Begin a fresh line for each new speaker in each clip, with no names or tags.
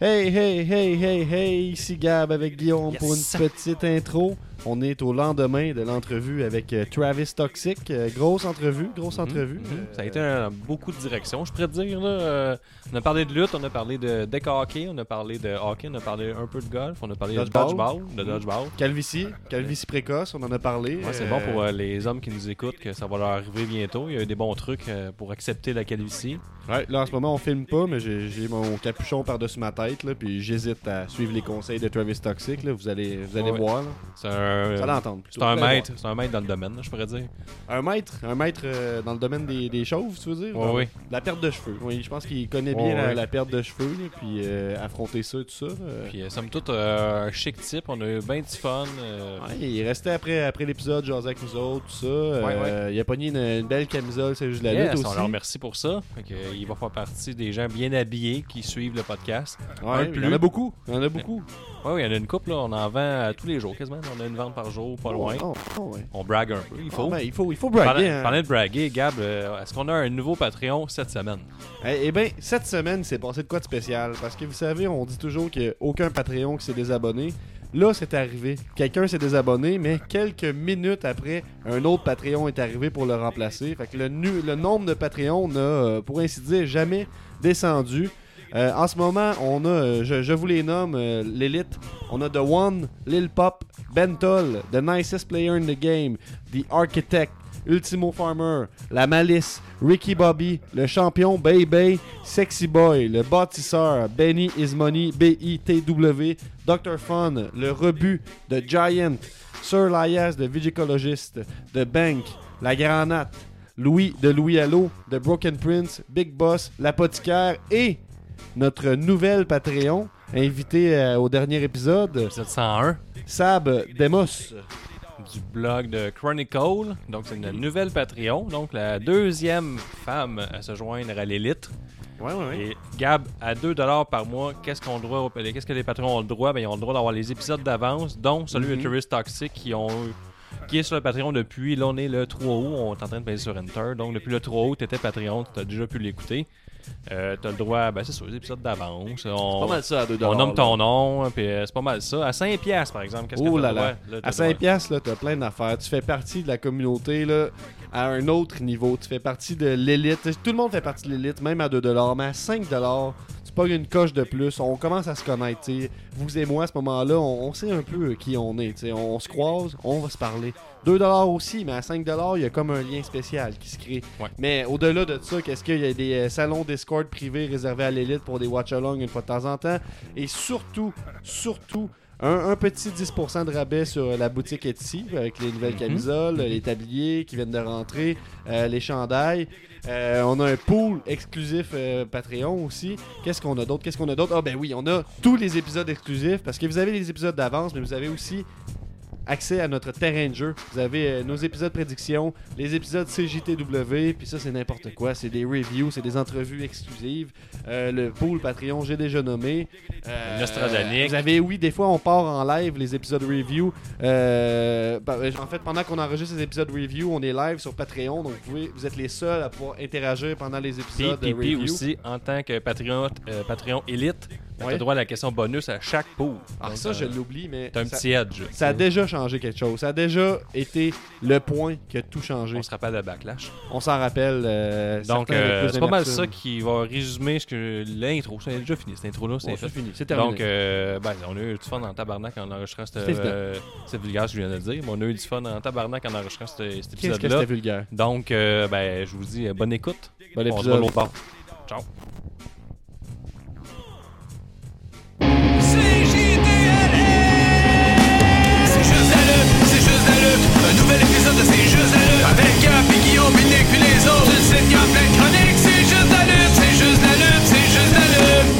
Hey, hey, hey, hey, hey, ici Gab avec Guillaume
Yes.
pour une petite intro. On est au lendemain de l'entrevue avec euh, Travis Toxic. Euh, grosse entrevue, grosse entrevue.
Mhm.
Euh,
Ça a été un- beaucoup de directions, je pourrais te dire. Là, Euh, on a parlé de lutte, on a parlé de deck hockey, on a parlé de hockey, on a parlé un peu de golf, on a parlé
Dodgeball.
de dodgeball. De dodgeball.
Calvitie, calvitie précoce, on en a parlé.
Ouais, c'est
Euh,
bon pour euh, les hommes qui nous écoutent que ça va leur arriver bientôt. Il y a eu des bons trucs euh, pour accepter la calvitie.
ouais, Euh, là, en ce moment, on filme pas, mais j'ai j'ai mon capuchon par-dessus ma tête, là, puis j'hésite à suivre les conseils de Travis Toxic. Là. Vous allez, vous allez
Ouais.
voir. là.
C'est un,
Vous allez entendre.
c'est
plutôt.
un
Vous allez
maître, c'est un maître dans le domaine, là, je pourrais dire.
voir. Un maître, un maître euh, dans le domaine des, des chauves, tu veux dire?
Ouais,
Dans-
ouais.
La perte de cheveux. Oui, je pense qu'il connaît
Ouais,
bien la,
ouais.
la perte de cheveux, là, puis euh, affronter ça, tout ça. euh,
Puis euh, somme toute, euh, un chic type, on a eu 20 fun. euh,
Ouais, il restait après, après l'épisode, jaser avec nous autres, tout ça. Euh, Il a pogné une, une belle camisole, c'est juste la
yes,
lutte
on
aussi.
leur remercie pour ça. Fait que, euh, il va faire partie des gens bien habillés qui suivent le podcast.
Ouais,
Un
il y en
plus.
a beaucoup. Il y en a beaucoup.
Oui, il y en a une couple, là. on en vend euh, tous les jours quasiment. On a une vente par jour, pas loin.
Oh, oh, ouais.
On brague un peu, il
Ah,
faut.
ben, il faut, il faut
Parlant
braguer. hein.
parlant de braguer, Gab, euh, est-ce qu'on a un nouveau Patreon cette semaine?
Eh, eh bien, cette semaine, c'est passé de quoi de spécial? Parce que vous savez, on dit toujours qu'il n'y a aucun Patreon qui s'est désabonné. Là, c'est arrivé. Quelqu'un s'est désabonné, mais quelques minutes après, un autre Patreon est arrivé pour le remplacer. Fait que le, nu- le nombre de Patreons n'a, euh, pour ainsi dire, jamais descendu. Euh, en ce moment, on a, euh, je, je vous les nomme, euh, l'élite. On a The One, Lil Pop, Bentol, The Nicest Player in the Game, The Architect, Ultimo Farmer, La Malice, Ricky Bobby, Le Champion, Bay Bay, Sexy Boy, Le Bâtisseur, Benny Is Money, B-I-T-W, Dr. Fun, Le Rebut, The Giant, Sir Lias, The Vigicologist, The Bank, La Granate, Louis de Louis Allo, The Broken Prince, Big Boss, L'Apothicaire et notre nouvelle Patreon, invité euh, au dernier épisode,
Épisode 101
Sab Demos.
du blog de Chronicle. Donc, c'est une nouvelle Patreon. Donc, la deuxième femme à se joindre à l'élite.
Ouais, ouais,
Et Gab, à 2$ par mois, qu'est-ce qu'on doit au- Qu'est-ce que les patrons ont le droit? Ben, ils ont le droit d'avoir les épisodes d'avance, dont celui
Mhm.
de Tourist Toxic qui ont eu- qui est sur le Patreon depuis, là on est le 3 août, on est en train de payer sur Enter, donc depuis le 3 août, t'étais Patreon, t'as déjà pu l'écouter. Euh, t'as le droit, ben c'est sur les épisodes d'avance. On,
Pas mal ça à 2
on nomme ton nom, puis euh, c'est pas mal ça. À 5 piastres, par exemple, qu'est-ce que
Oh
t'as
là
le
là.
droit? Là, t'as
À
le droit.
5 piastres, là, t'as plein d'affaires. Tu fais partie de la communauté, là, à un autre niveau. Tu fais partie de l'élite. Tout le monde fait partie de l'élite, même à 2 Mais à 5 tu pognes une coche de plus. On commence à se connaître, tu sais. Vous et moi, à ce moment-là, on, on sait un peu qui on est, tu sais. On, se croise, on va se parler. 2 aussi, mais à 5 il y a comme un lien spécial qui se crée.
Ouais.
Mais au-delà de ça, qu'est-ce qu'il y a des euh, salons Discord privés réservés à l'élite pour des watch-alongs une fois de temps en temps. Et surtout, surtout, un, un petit 10% de rabais sur la boutique Etsy avec les nouvelles
Mhm.
camisoles, les tabliers qui viennent de rentrer, euh, les chandails. Euh, on a un pool exclusif euh, Patreon aussi. Qu'est-ce qu'on a d'autre Qu'est-ce qu'on a d'autre Ah ben oui, on a tous les épisodes exclusifs parce que vous avez les épisodes d'avance, mais vous avez aussi accès à notre terrain de jeu. Vous avez euh, nos épisodes prédictions, les épisodes CJTW, puis ça c'est n'importe quoi, c'est des reviews, c'est des entrevues exclusives. Euh, le pool Patreon, j'ai déjà nommé. Euh,
Nostradanique.
Vous avez oui, des fois on part en live les épisodes review. Euh, bah, en fait, pendant qu'on enregistre les épisodes review, on est live sur Patreon, donc vous, pouvez- vous êtes les seuls à pouvoir interagir pendant les
Puis,
épisodes
puis, puis
review.
aussi, en tant que Patreon, euh, Patreon élite, t'as
Ouais.
le droit à la question bonus à chaque pool.
Ah
Donc,
ça je
euh,
l'oublie, mais
T'as un
ça-
petit edge.
Ça a déjà changé quelque chose. Ça a déjà été le point qui a tout changé.
On se rappelle le backlash.
On s'en rappelle. euh,
Donc,
certains avec
euh,
plus
c'est pas mal ça
d'énergie.
qui va résumer ce que l'intro. C'est déjà fini, cette intro-là. C'est
Bon, c'est
fait.
fini. C'est terminé.
Donc, euh, ben, on a eu du fun en tabarnak en enregistrant cette,
C'est évident.
euh, cette vulgaire, je viens de le dire. Mais on a eu du fun en tabarnak en enregistrant cette- cet
Qu'est-ce que c'était
épisode-là.
vulgaire?
Donc, euh, ben, je vous dis euh, bonne écoute.
Bon
On se voit
épisode.
l'autre bord. Ciao.
C'est juste la lutte, c'est juste la lutte. Un nouvel épisode de C'est juste la lutte. Avec Gap et Guillaume, et Nick, puis les autres. Une sitcom pleine chronique. C'est juste la lutte, c'est juste la lutte, c'est juste la lutte.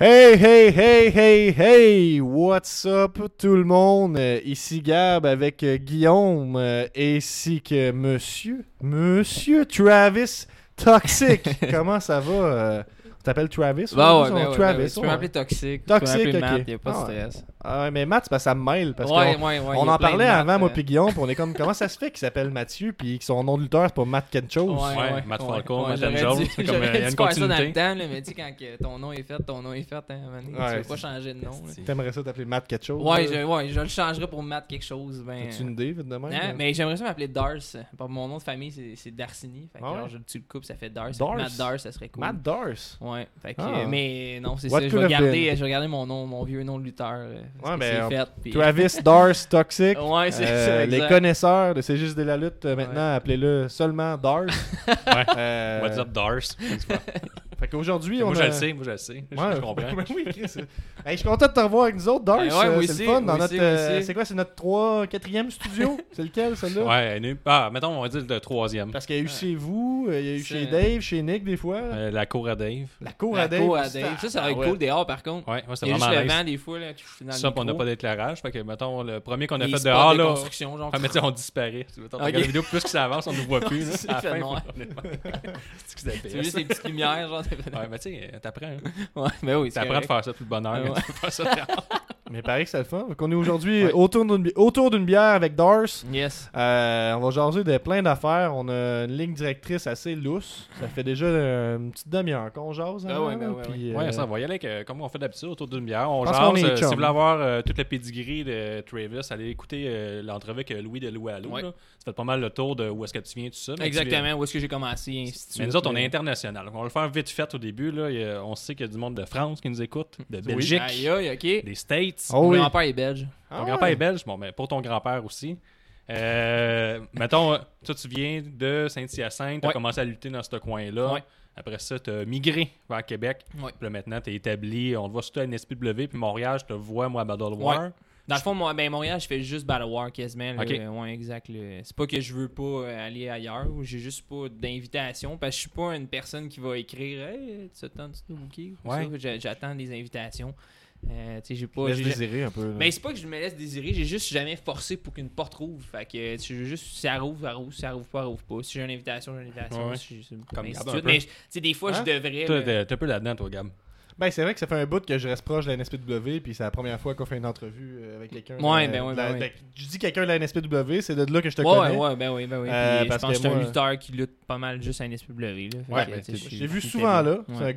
Hey, hey, hey, hey, hey! What's up, tout le monde? Euh, Ici Gab avec euh, Guillaume euh, ainsi que monsieur, monsieur Travis Toxic. Comment ça va? euh? Tu t'appelles Travis?
Bah
ou-
ouais,
ou
ben ouais, ben
Travis,
bah
ouais, tu peux
ouais.
m'appeler Toxique, tu peux
Toxique,
m'appeler
ok.
Matt, y a pas de
Ah ouais.
stress.
Ah, mais Matt, c'est parce que ça me mêle. Parce
Ouais,
qu'on-
ouais, ouais, il
on
y a
en
plein de
parlait
Matt,
avant, moi,
euh.
puis Guillaume, puis on est comme, comment ça se fait qu'il s'appelle Mathieu, puis que son nom de lutteur, c'est pas Matt Kencho
Ouais,
Ouais,
ouais,
Matt
ouais,
Falcon,
ouais,
Matt
j'aurais
Jones,
dû-
c'est comme, euh,
j'aurais
il y a
dû
une
faire ça dans le
continuité.
temps, là, mais tu sais, quand que ton nom est fait, ton nom est fait, hein, à un moment donné,
Ouais,
tu veux
c'est-
pas changer de nom. là.
T'aimerais ça t'appeler Matt Ketcho?
Ouais, je, ouais, je le changerais pour Matt quelque chose. Ben,
As-tu une idée, vite de même?
Hein, mais j'aimerais ça m'appeler Dars. Parce que Mon nom de famille, c'est c'est Darcini. Fait que
Ah ouais?
genre, je, tu le coupes, ça fait Dars.
Dars.
Matt Dars, ça serait cool.
Matt Dars?
Ouais, fait que,
Ah.
mais non, c'est
What
ça. Je
could
vais,
have
garder,
been?
je vais garder mon nom, mon vieux nom de lutteur. euh, parce
Ouais,
que
ben,
c'est fait. puis-
Travis Dars Toxic.
Ouais, c'est
Euh,
ça.
les
exact.
connaisseurs de C'est juste de la lutte, euh, maintenant, appelez-le seulement Dars.
Ouais.
Euh,
What's up, Dars?
Fait qu'aujourd'hui, on
Moi, je
a-
le sais, moi, je le sais. Je-
Ouais.
Je comprends.
Ben oui, Chris. Hey, je suis content de te revoir avec nous autres, Dars.
Ben ouais,
Euh,
moi
c'est
aussi,
le fun. Dans
moi
notre,
aussi, moi
euh,
aussi.
c'est quoi, c'est notre 3 4e studio C'est lequel, celui-là
Ouais, elle est- ah, mettons, on va dire le troisième.
Parce qu'il y a eu chez vous, euh, il y a eu chez
C'est-
Dave, chez Nick, des fois.
Euh, la cour à Dave.
La cour
La
à Dave.
cour Ben, à Dave. Ça, ça va être
Ah ouais.
cool dehors, par contre.
Ouais, ouais, c'est
Il y a juste
vraiment
le
nice.
vent, des fois, là. qui fout dans le
Ça, puis on n'a
micro.
pas d'éclairage. Fait que, mettons, le premier qu'on a
Les
fait
spots
dehors,
de
là.
construction, genre.
Ah, mais tu sais, on disparaît. Tu vois, t'en
Ok.
regardes la vidéo, plus que ça avance, on ne voit plus. là.
C'est
À la
fait
fin,
noir.
on est- C'est que c'est
Tu veux juste les
dégueulasse.
petites lumières, genre.
Ouais, mais tu sais, t'apprends. hein.
Ouais, ben oui, c'est
T'apprends de
correct.
faire ça tout le bonheur.
Ouais.
quand tu fais ça.
Mais pareil que c'est le fun. Qu'on est aujourd'hui autour d'une bi- autour d'une bière avec Dars.
Yes.
Euh, on va jaser de plein d'affaires. On a une ligne directrice assez lousse. Ça fait déjà euh, une petite demi-heure qu'on jase.
Ah
hein,
ouais, ben ouais,
puis, euh,
Ouais, ça, on va y aller avec, euh, comme on fait d'habitude autour d'une bière. On
Pense qu'on
jase.
est
euh, si
chum.
vous voulez avoir euh, toute la pédigree de Travis, allez écouter euh, l'entrevue avec euh, Louis de Loualou.
Ouais.
là. Ça fait pas mal le tour de où est-ce que tu viens, tout ça. mais tu-
Exactement, où est-ce que j'ai commencé, et ainsi de suite.
Mais nous autres, on
là.
est international. Donc, On va le faire vite fait au début. Là. Il y a- on sait qu'il y a du monde de France qui nous écoute, de Belgique,
Aïe, aïe, ok.
des States.
Oh
Mon
oui.
grand-père est belge.
Ah
Ton
ouais.
grand-père est belge, bon, mais pour ton grand-père aussi. Euh, mettons, euh, toi, tu viens de Saint-Hyacinthe, tu as
Ouais.
commencé à lutter dans ce coin-là.
Ouais.
Après ça, tu as migré vers Québec.
Ouais.
Puis là, maintenant, tu es établi, on te voit surtout à NSPW, puis Montréal, je te vois, moi, à Battle War.
Ouais. Dans le fond, moi, ben, Montréal, je fais juste Battle War quasiment. Là, Euh,
Ok.
Ouais, exact. là. C'est pas que je veux pas euh, aller ailleurs ou j'ai juste pas d'invitation parce que je suis pas une personne qui va écrire Hey, tu attends tu nous booker ou
Ouais.
ça. J'a- J'attends des invitations. Euh, tu sais, j'ai pas.
Laisse
j'ai-
désirer un peu. là.
Mais c'est pas que je me laisse désirer, j'ai juste jamais forcé pour qu'une porte rouvre. Fait que tu sais, j'ai juste si elle rouvre, elle rouvre, si elle rouvre pas, elle rouvre pas. Si j'ai une invitation, j'ai une invitation.
Ouais.
si j'ai-
Comme
ainsi de
Gab un
suite.
peu.
Mais tu sais, des fois,
Hein?
je devrais.
Toi,
là.
t'es t'es un peu là-dedans, toi, Gab.
Ben, c'est vrai que ça fait un bout que je reste proche de la NSPW, puis c'est la première fois qu'on fait une entrevue euh, avec quelqu'un.
Ouais,
euh,
ben ouais,
de la-
ben ouais.
de- Je dis quelqu'un de la NSPW, c'est de là que je te
ouais,
connais.
ouais, ouais, ben oui, ben oui.
Euh,
Puis je
parce
pense
que
que c'est un
moi-
lutteur qui lutte pas mal juste à NSPW. Là. Fait
Ouais,
que,
ben,
tu sais,
c'est-
je-
J'ai vu
je suis
souvent
établi.
là. C'est
Ouais.
un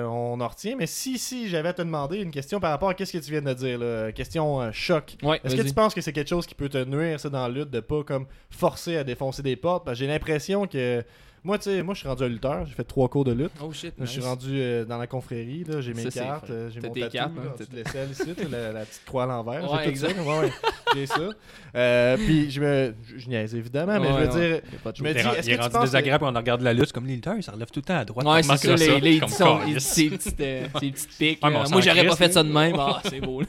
gars qu'on en retient. Mais si, si, j'avais à te demander une question par rapport à qu'est-ce que tu viens de dire, là, question euh, choc.
Ouais,
Est-ce que
vas-y.
tu penses que c'est quelque chose qui peut te nuire, ça, dans la lutte, de pas comme forcer à défoncer des portes? Parce que j'ai l'impression que. Moi, tu sais, moi, je suis rendu un lutteur, j'ai fait trois cours de lutte.
Oh shit.
Je suis
nice.
rendu euh, dans la confrérie, là, j'ai mes
Ça, c'est
cartes,
fun.
euh, j'ai
T'as
mon
tes
tatou,
cartes,
là,
hein,
en dessous
t'as-
de l'aisselle ici, là, la, la petite croix à l'envers,
Ouais,
j'ai tout
exact.
ça, ouais, ouais, j'ai ça. Euh, puis je me, je je niaise évidemment, mais
Ouais,
je veux dire,
ouais.
je me
Il
dis,
est ren-
est-ce
il est
que tu
rendu
penses que-
désagréable, puis on regarde la lutte, c'est comme les lutteurs, ils se relèvent tout le temps à droite.
Ouais,
Remarque
c'est ça, les, les,
comme
ils sont,
câlisse.
ils- ces petites, euh, ces petites piques.
Ouais,
là.
mais on
Moi,
s'en
j'aurais pas
crisse,
fait
là.
ça de même. Ah, c'est beau. là.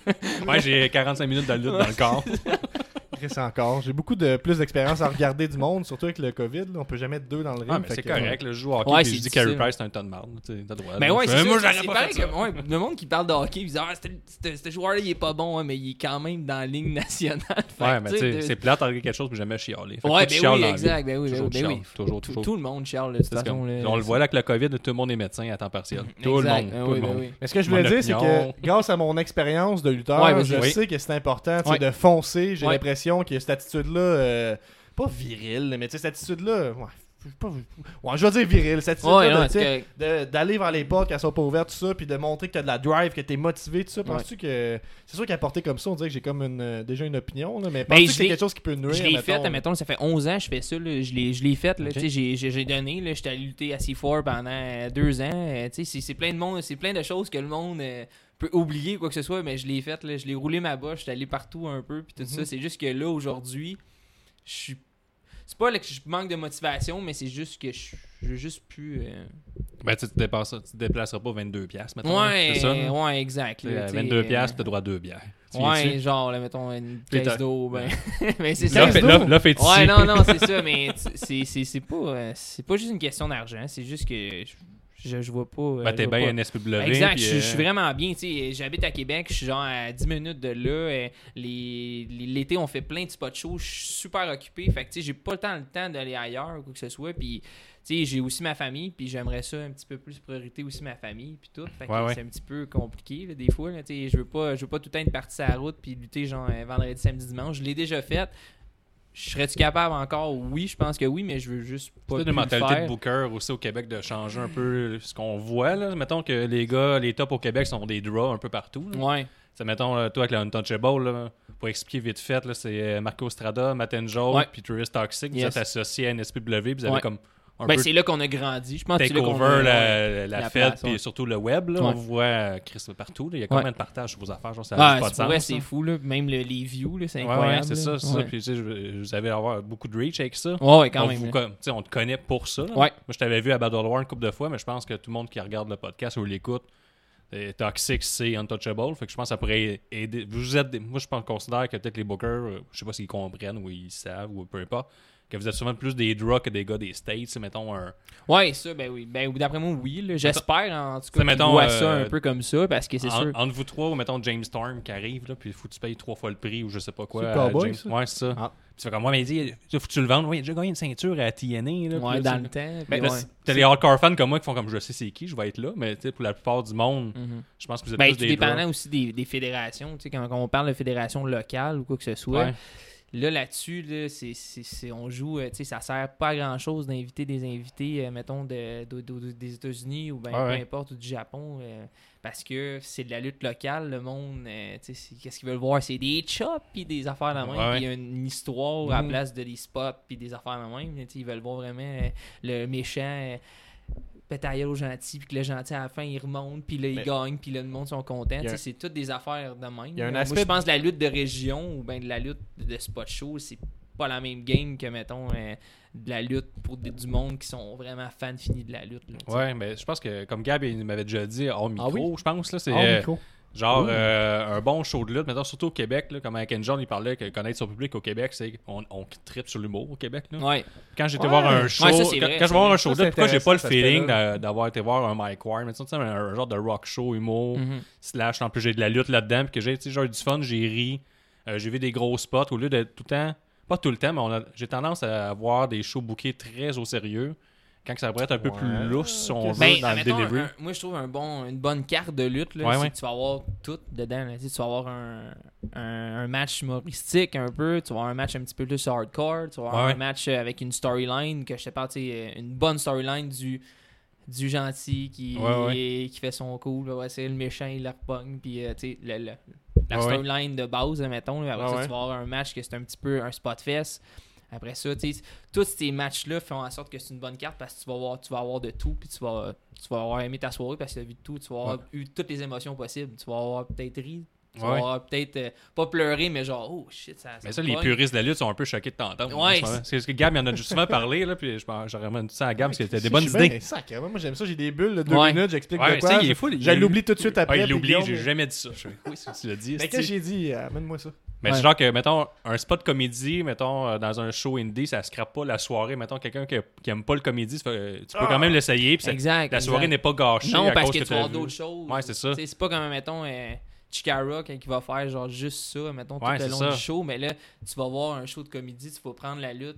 Ouais, j'ai 45 minutes de lutte dans le corps.
Chris encore. J'ai beaucoup de plus d'expérience à regarder du monde, surtout avec le COVID. là. On peut jamais être deux dans le ring.
Ah, mais
fait
c'est
que-
correct, le joue au hockey,
Ouais,
puis
c'est
je dis
difficile.
Carey Price, c'est un ton de marde. tu sais, T'as le
Ah,
droit.
Ben
là.
ouais,
Mais
c'est
Moi,
ça,
j'aurais
c'est
pas
pareil
fait ça.
que ouais, le monde qui parle de hockey, ils disent Ah, c'était- c'était- ce joueur-là, il est pas bon, ouais, mais il est quand même dans la ligne nationale. Fait
Ouais,
que,
mais tu sais,
de-
c'est plate à regarder quelque chose, mais jamais chialer. Fait que
Ouais,
tu
ben
chiales
oui,
dans la vie.
exact. Ben oui, ben
Toujours
oui,
tu
ben oui.
chiales, toujours,
Tout-
toujours.
Tout le monde charle, là, de toute
C'est
façon.
comme-
là.
on le voit là avec le COVID, tout le monde est médecin à temps partiel. Tout le
Exact.
monde.
Ben
tout
oui,
le
ben
monde.
oui.
Mais ce que je
Mon
voulais dire, c'est
opinion.
que grâce à mon expérience de lutteur,
Ouais, vas-y.
je
Oui.
sais que c'est important tu sais,
Ouais.
de foncer. J'ai
Ouais.
l'impression que cette attitude-là, euh, pas virile, mais tu sais, cette attitude-là, ouais, je sais pas, ouais, je vais dire virile, cette
Ouais, ouais,
attitude-là de,
parce
tu sais,
que-
de- d'aller vers les portes qu'elles sont pas ouvertes, tout ça, puis de montrer que t'as de la drive, que t'es motivé, tout ça. Penses-tu que c'est sûr qu'à porter comme ça, on dirait que j'ai comme une, euh, déjà une opinion, là, mais
Ben,
penses-tu
je
que c'est
l'ai-
quelque chose qui peut nuire
Je l'ai fait,
mettons, là?
admettons, ça fait 11 ans que je fais ça. Là. Je l'ai je l'ai fait. là.
Ok.
Tu sais, J'ai j'ai- j'ai donné. là. J'étais allé lutter à C4 pendant euh, deux ans. Euh, tu sais, C'est c'est plein, de monde- c'est plein de choses que le monde euh, peut oublier, quoi que ce soit, mais je l'ai fait. là. Je l'ai roulé ma bosse. J'étais allé partout un peu. Puis tout
Mhm.
ça. C'est juste que là, aujourd'hui, je suis. C'est pas là que je manque de motivation, mais c'est juste que je je veux juste plus. euh,
Ben, tu te, dépasses- tu te déplaceras pas 22 piastres, maintenant.
Ouais,
hein, c'est ça? là?
ouais, exact.
Tu
là,
sais, à
tu sais,
22 piastres,
euh,
t'as droit à deux bières. Tu
Ouais,
viens-tu?
genre, là, mettons, une
Puis t'as-
caisse d'eau. Ben... mais c'est ça.
L'offre- L'offre l'offre est ici.
Ouais, non, non, c'est ça, mais tu- c'est- c'est c'est pas, euh, c'est pas juste une question d'argent, c'est juste que je, Je, je vois pas. euh,
Ben,
je
t'es
vois
bien
pas.
NSPW.
Exact,
puis,
je, je suis
euh,
vraiment bien. tu sais, J'habite à Québec, je suis genre à 10 minutes de là. euh, les- les- L'été, on fait plein de spots chauds, je suis super occupé. Fait que tu sais, j'ai pas tant le temps d'aller ailleurs ou quoi que ce soit. Puis tu sais, j'ai aussi ma famille, puis j'aimerais ça un petit peu plus priorité aussi ma famille, puis tout. Fait que
Ouais, ouais.
c'est un petit peu compliqué là, des fois. là, tu sais, je veux pas, je veux pas tout le temps être parti sur la route puis lutter genre euh, vendredi, samedi, dimanche. Je l'ai déjà fait. Je serais-tu capable encore? Oui, je pense que oui, mais je veux juste pas.
C'est
plus
une
le
mentalité de
faire.
Booker aussi au Québec de changer un peu ce qu'on voit. Là. Mettons que les gars, les tops au Québec sont des draws un peu partout. là.
Ouais.
Ça, mettons, là, toi avec le Untouchable, là, pour expliquer vite fait, là, c'est euh, Marco Strada, Matt Angel,
Ouais.
puis Tourist Toxic. Vous
Yes.
êtes associés à NSPW, puis vous avez
Ouais.
comme un
Ben,
peu
c'est là qu'on a grandi. Je pense que c'est
take
là qu'on
over
a-
la,
la
la fête,
place,
puis
ouais.
surtout le web. là.
Ouais.
On voit euh, Chris partout. là. Il y a combien
Ouais.
de partages sur vos affaires? Genre, ça
Ah,
n'a pas de
c'est vrai,
sens.
c'est
là.
fou, là. Même le- les views, là, c'est
hein. Ouais,
incroyable.
ouais, c'est ça,
là.
c'est ça.
Ouais.
Puis, tu sais, je- vous avez avoir beaucoup de reach avec ça.
Ouais, ouais, quand
on,
même.
vous
là.
con- tu sais, on te connaît pour ça. là.
Ouais.
Moi, je t'avais vu à Battle War une couple de fois, mais je pense que tout le monde qui regarde le podcast ou l'écoute, euh, Toxic, c'est Untouchable. Fait que je pense que ça pourrait aider. Vous êtes, des- moi, je pense, considère que peut-être les bookers, euh, je sais pas s'ils comprennent ou ils savent ou peu importe, que vous êtes souvent plus des draws que des gars des States. C'est, mettons, un.
Ouais, ça, ben oui. Ben, d'après moi, oui. là. J'espère, en tout cas,
Ça,
qu'ils
mettons,
voient
euh,
ça un peu comme ça, parce que c'est
en-
sûr.
Entre vous trois, ou mettons James Storm qui arrive, là, puis il faut que tu payes trois fois le prix ou je sais pas quoi.
C'est le
à
Cowboy,
James-
ça?
Ouais, c'est ça.
Ah.
Puis tu fais comme, moi, mais il dit, il faut que tu le vendes. Ouais, il a déjà gagné une ceinture à TNA. Là, puis
Ouais,
là, Ben,
dans
tu-
le temps.
Mais
puis
là,
ouais.
c'est- T'as les hardcore fans comme moi qui font comme je sais c'est qui, je vais être là, mais tu sais, pour la plupart du monde,
Mhm.
je pense que vous êtes
Ben,
plus
tout
des
dépendant
draws.
aussi des, des fédérations. Tu sais, quand, quand on parle de fédération locale ou quoi que ce soit,
Ouais.
là, là-dessus, là, c'est- c'est- c'est- on joue, euh, tu sais, ça sert pas à grand-chose d'inviter des invités, euh, mettons, de, de- de- des États-Unis ou ben,
Ouais,
peu
ouais.
importe, ou du Japon, euh, parce que c'est de la lutte locale, le monde, euh, tu sais, c'est- qu'est-ce qu'ils veulent voir? C'est des chops, puis des affaires la même,
Ouais,
puis une histoire à la
Mhm.
place de des spots, puis des affaires la même. Tu sais, ils veulent voir vraiment euh, le méchant... euh, pétailleur au gentil, puis que le gentil à la fin il remonte, puis là il
Mais-
gagne, puis là le monde sont contents.
Il y a
Tu
un-
sais, C'est toutes des affaires de même.
Il y a un
Moi,
aspect-
je pense que la lutte de région ou bien de la lutte de spot show, c'est pas la même game que, mettons, euh, de la lutte pour des- du monde qui sont vraiment fans finis de la lutte. là, tu sais.
Ouais, mais je pense que comme Gab il m'avait déjà dit hors micro,
Ah oui?
je pense là, c'est
Hors
euh,
micro.
genre euh, un bon show de lutte, maintenant surtout au Québec, là, comme avec John il parlait que connaître son public au Québec, c'est on, on tripe sur l'humour au Québec là.
Ouais.
Quand j'étais
Ouais.
voir un show,
Ouais, ça, c'est
quand,
vrai,
quand je vais
c'est
voir
vrai.
un show de
Ça,
lutte, pourquoi
c'est
j'ai pas le
intéressant, cet
feeling
aspect-là.
d'a- d'avoir été voir un Mike Ward, mais tu sais, un, un genre de rock show humour.
Mhm.
slash en plus j'ai de la lutte là-dedans puis que j'ai tu sais, j'ai eu du fun j'ai ri euh, j'ai vu des gros spots au lieu de tout le temps pas tout le temps mais on a- j'ai tendance à avoir des shows bookés très au sérieux quand ça pourrait être un peu
Ouais.
plus lousse si on
Ok.
veut
Ben,
dans le
admettons,
delivery
un- moi je trouve un bon, une bonne carte de lutte. Là,
Ouais,
c'est
ouais.
que Tu vas avoir tout dedans. là. Tu sais, tu vas avoir un, un- un match humoristique un peu, tu vas avoir un match un petit peu plus hardcore, tu vas avoir
Ouais,
un
ouais.
match euh, avec une storyline que je te parle, tu sais, euh, une bonne storyline du du gentil qui,
Ouais,
qui fait son cool, ouais, c'est le méchant, il le repogne, puis euh, tu sais, le- le- la
Ouais, ouais.
storyline de base, admettons, là, après
Ouais,
ça,
ouais.
tu vas avoir un match que c'est un petit peu un spot fest. Après ça, tu sais, tous ces matchs-là font en sorte que c'est une bonne carte parce que tu vas avoir, tu vas avoir de tout, puis tu vas, tu vas avoir aimé ta soirée parce que tu as vu de tout, tu vas avoir eu toutes les émotions possibles. Tu vas avoir peut-être ri, tu vas
Ouais.
avoir peut-être euh, pas pleuré, mais genre, oh shit, ça.
mais ça
me
les
pogne.
puristes de la lutte sont un peu choqués de t'entendre en
Ouais,
ce moment. parce que- parce que Gab il en a justement parlé là puis je pense- j'aurais même dit ça à Gab parce que c'était des
Si,
bonnes
je suis bien
idées
sacré. Moi, j'aime ça. J'ai des bulles de deux
Ouais.
minutes. J'explique
Ouais,
de
tu
quoi.
sais, il est fou, il-
Je l'oublie tout de suite
ah,
après.
il
puis
l'oublie,
Guillaume- euh,
euh,
j'ai jamais dit ça. Je fais, oui, ça, tu l'as dit.
Mais
esti.
qu'est-ce que j'ai dit euh, Amène-moi ça.
Mais
Ben, Ouais.
c'est genre que, mettons, un spot comédie, mettons, euh, dans un show indie, ça scrape pas la soirée. Mettons, quelqu'un qui, qui aime pas le comédie, ça fait, euh, tu peux quand même l'essayer. puis ça-
Ah. Exact,
La soirée
exact.
n'est pas gâchée.
Non,
à
parce
cause
que, tu vas
t'as
avoir
vu.
d'autres choses.
Ouais, c'est ça.
Tu sais, C'est pas comme, mettons, euh, Chikara quand il va faire genre juste ça, mettons,
Ouais,
tout
c'est
le long
ça.
du show, mais là, tu vas voir un show de comédie, tu vas prendre la lutte.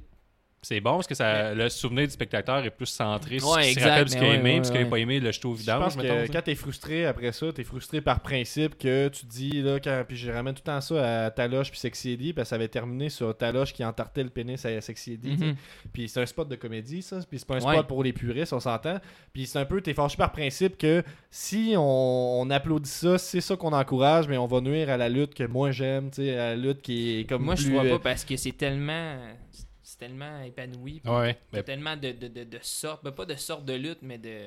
C'est bon parce que ça, le souvenir du spectateur est plus centré sur
Ouais,
ce qu'il se
exact,
rappelle, ce
mais
qu'il a
ouais,
aimé,
ouais,
ce qu'il a
ouais.
pas aimé, le jeté au
Je pense
vidange, mettons.
que quand t'es frustré après ça, t'es frustré par principe que tu dis, là, quand, puis je ramène tout le temps ça à Taloche puis Sexy Eddie, parce que ça avait terminé sur Taloche qui entartait le pénis à Sexy Eddie.
Mhm.
tu sais. Puis c'est un spot de comédie, ça. Puis c'est pas un spot
Mhm. Ouais.
pour les puristes, on s'entend. Puis c'est un peu, t'es fâché par principe que si on, on applaudit ça, c'est ça qu'on encourage, mais on va nuire à la lutte que moi j'aime, tu sais, à la lutte qui est comme
Moi, je
plus,
vois
euh,
pas parce que c'est tellement, c'est tellement épanoui. puis
Ouais,
t'as
ben,
tellement de, de, de, de sortes, ben, pas de sortes de lutte, mais de,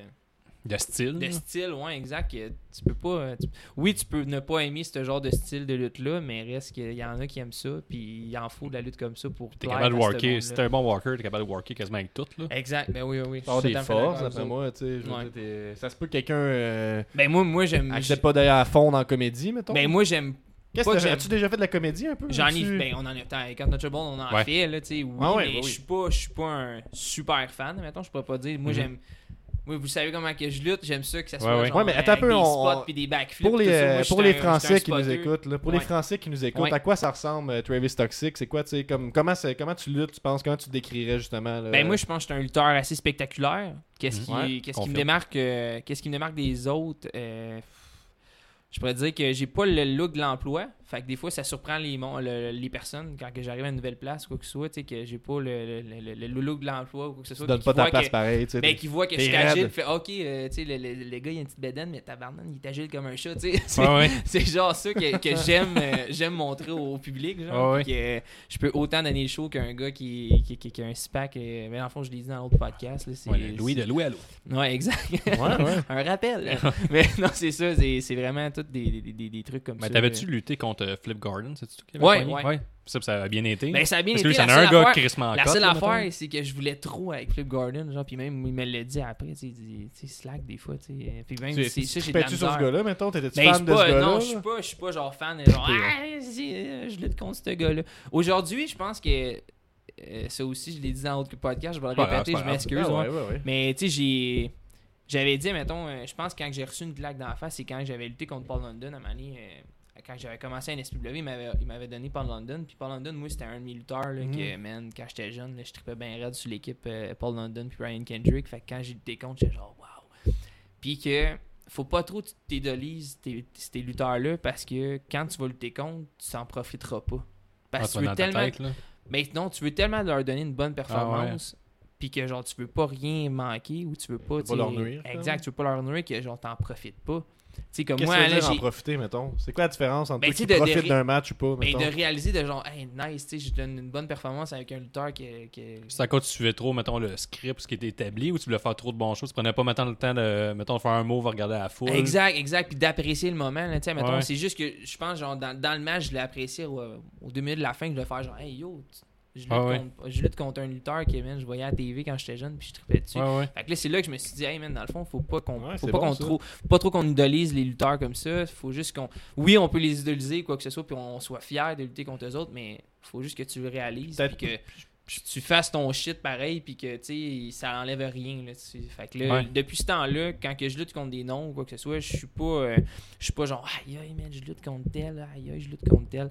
de style.
de style, ouais, exact. que Tu peux pas. euh, tu- Oui, tu peux ne pas aimer ce genre de style de lutte-là, mais reste qu'il y en a qui aiment ça, puis il en faut de la lutte comme ça pour.
T'es
plaire
capable de
à ce
walker. Si
monde-là.
t'es un bon walker, t'es capable de walker quasiment avec tout. Là.
Exact, ben oui, oui, oui.
Ça va
Je suis
des
tout à fait
forces,
d'accord avec
d'après
vous
moi, tu sais. je veux
Ouais.
dire, t'es- Ça se peut que quelqu'un euh,
autres. Ben moi, moi j'aime.
accepte pas d'aller à fond en comédie, mettons.
Ben moi, j'aime.
Qu'est-ce
pas
que
que j'aime-
as-tu déjà fait de la comédie un peu
J'en ai.
As-tu-
Ben on en a. Tant, quand Untouchable, on en
Ouais.
fait, là, tu sais. Oui,
Ah ouais,
mais
bah oui.
je suis pas, je suis pas un super fan, mettons. Je pourrais pas dire. Moi,
Mhm.
j'aime. Moi, Moi, vous savez comment que je lutte, j'aime ça que ça soit
Ouais, ouais.
genre,
Ouais, mais
euh,
attends un peu,
avec des
on-
spots puis des backflips.
Pour les, euh,
tout ça. Moi, je suis
pour les
un- je suis un
Français qui nous
spotter.
écoutent, là, pour les
Ouais.
Français qui nous écoutent,
Ouais.
à quoi ça ressemble euh, Travis Toxic C'est quoi, tu sais, comme, comment, c'est- comment tu luttes, tu penses, comment tu te décrirais justement là?
Ben moi, je pense que j'étais un lutteur assez spectaculaire. Qu'est-ce
Mhm.
qui,
Ouais,
qu'est-ce qui
confirme.
me démarque, euh, qu'est-ce qui me démarque des autres euh, Je pourrais dire que j'ai pas le look de l'emploi. Fait que des fois, ça surprend les mon- le- les personnes quand que j'arrive à une nouvelle place, quoi que ce soit, tu sais que j'ai pas le, le- le- le look de l'emploi ou quoi que ce
tu
soit.
donnes
puis
pas
qu'ils
ta
voient
place
que-
pareil, tu sais.
ben, qui voit que je
t'es
suis
raide.
agile, fait OK, euh, tu sais, le, le- le gars, il a une petite bédaine, mais tabarnak, il est agile comme un chat, tu sais. C'est-
Ouais, ouais.
c'est genre ça que, que j'aime euh, j'aime montrer au public genre
Ah ouais.
puis que euh, je peux autant donner le show qu'un gars qui, qui, qui- qui a un SPAC euh, mais en fond je l'ai dit dans l'autre podcast là, c'est
Ouais, le Louis de Louis à l'eau.
c'est- ouais exact
Ouais, ouais.
un rappel mais non c'est ça c'est c'est vraiment tout des, des, des- des trucs comme
Mais
ça
t'avais-tu lutté contre euh, Flip Garden, c'est tout qui avait
Ouais,
poigné?
ouais.
Ça, ça a bien été.
ben ça a bien
Parce
été
que lui, ça
la
en a
seule
un gars
affaire-
qui crissement en
la
cote,
seule
là,
affaire,
mettons.
c'est que je voulais trop avec Flip Garden, genre, puis même, il me l'a dit après, tu sais, il dit, tu sais, slack des fois, tu sais. Puis même,
Tu-
c'est ça, j'ai de la
Trippais-tu sur ce
misère.
gars-là, mettons T'étais-tu
Ben, je
fan
suis
de ce
pas,
gars-là
non, je suis
là?
pas, je suis pas genre fan, genre,
Ok.
ah, si, euh, je lutte contre ce gars-là. Aujourd'hui, je pense que euh, ça aussi, je l'ai dit dans l'autre podcast, je vais le
Pas grave,
répéter,
c'est pas
je
grave.
m'excuse.
Ah,
ouais.
ouais, ouais, ouais.
Mais tu sais, j'ai. J'avais dit, mettons, euh, je pense que quand j'ai reçu une claque dans la face, c'est quand j'avais lutté contre Paul London à Mani. quand j'avais commencé à NSPW, il m'avait il m'avait donné Paul London. Puis Paul London, moi, c'était un de mes lutteurs là,
Mhm.
que, man, quand j'étais jeune, là, je tripais bien raide sur l'équipe euh, Paul London puis Ryan Kendrick. Fait que quand j'ai lutté contre, j'étais genre, wow. Puis que faut pas trop que tu t'idolises tes, tes lutteurs-là parce que quand tu vas lutter contre, tu t'en profiteras pas.
Ah,
Parce
tu
que ben, tu
vas dans
veux
ta
tellement
tête, là.
mais non, tu veux tellement leur donner une
Ah
bonne performance, puis que genre tu veux pas rien manquer ou tu veux
Tu veux pas
pas, tu sais,
leur nuire, quoi.
Exact, tu veux pas leur nuire que genre t'en profites pas. Tu sais comme
Qu'est-ce
moi
que tu
là,
veux dire en
j'ai
profiter, mettons C'est quoi la différence entre
Ben,
toi
tu
qui
sais, de- de
profites
ri-
d'un match ou pas,
mais
mettons
de réaliser de genre hey nice, tu sais, je donne une bonne performance avec un lutteur qui, qui-
C'est à cause que tu suivais trop, mettons, le script, ce qui était établi, ou tu voulais faire trop de bonnes choses, tu prenais pas, maintenant le temps de, mettons, faire un move, regarder la foule.
Exact, exact, puis d'apprécier le moment là, tu sais, mettons,
Ouais.
c'est juste que je pense genre dans, dans le match, je l'ai apprécié au, au 2000 de la fin, que je vais faire genre hey yo, tu- je lutte,
Ah ouais.
contre, je lutte contre un lutteur que man, je voyais à la TV quand j'étais jeune, puis je tripais dessus.
Ouais, ouais.
Fait que là, c'est là que je me suis dit, hey man, dans le fond, faut pas qu'on
Ouais,
faut
c'est
pas
bon,
qu'on
ça.
trop, faut pas trop qu'on idolise les lutteurs comme ça. Faut juste qu'on. Oui, on peut les idoliser, quoi que ce soit, puis on soit fier de lutter contre eux autres, mais faut juste que tu le réalises,
Peut-être-
puis que tu fasses ton shit pareil, puis que, tu sais, ça enlève rien. Là, tu sais. Fait que là,
Ouais.
depuis ce temps-là, quand que je lutte contre des noms ou quoi que ce soit, je suis pas. euh, je suis pas genre, aïe aïe, man, je lutte contre tel, aïe aïe, je lutte contre tel.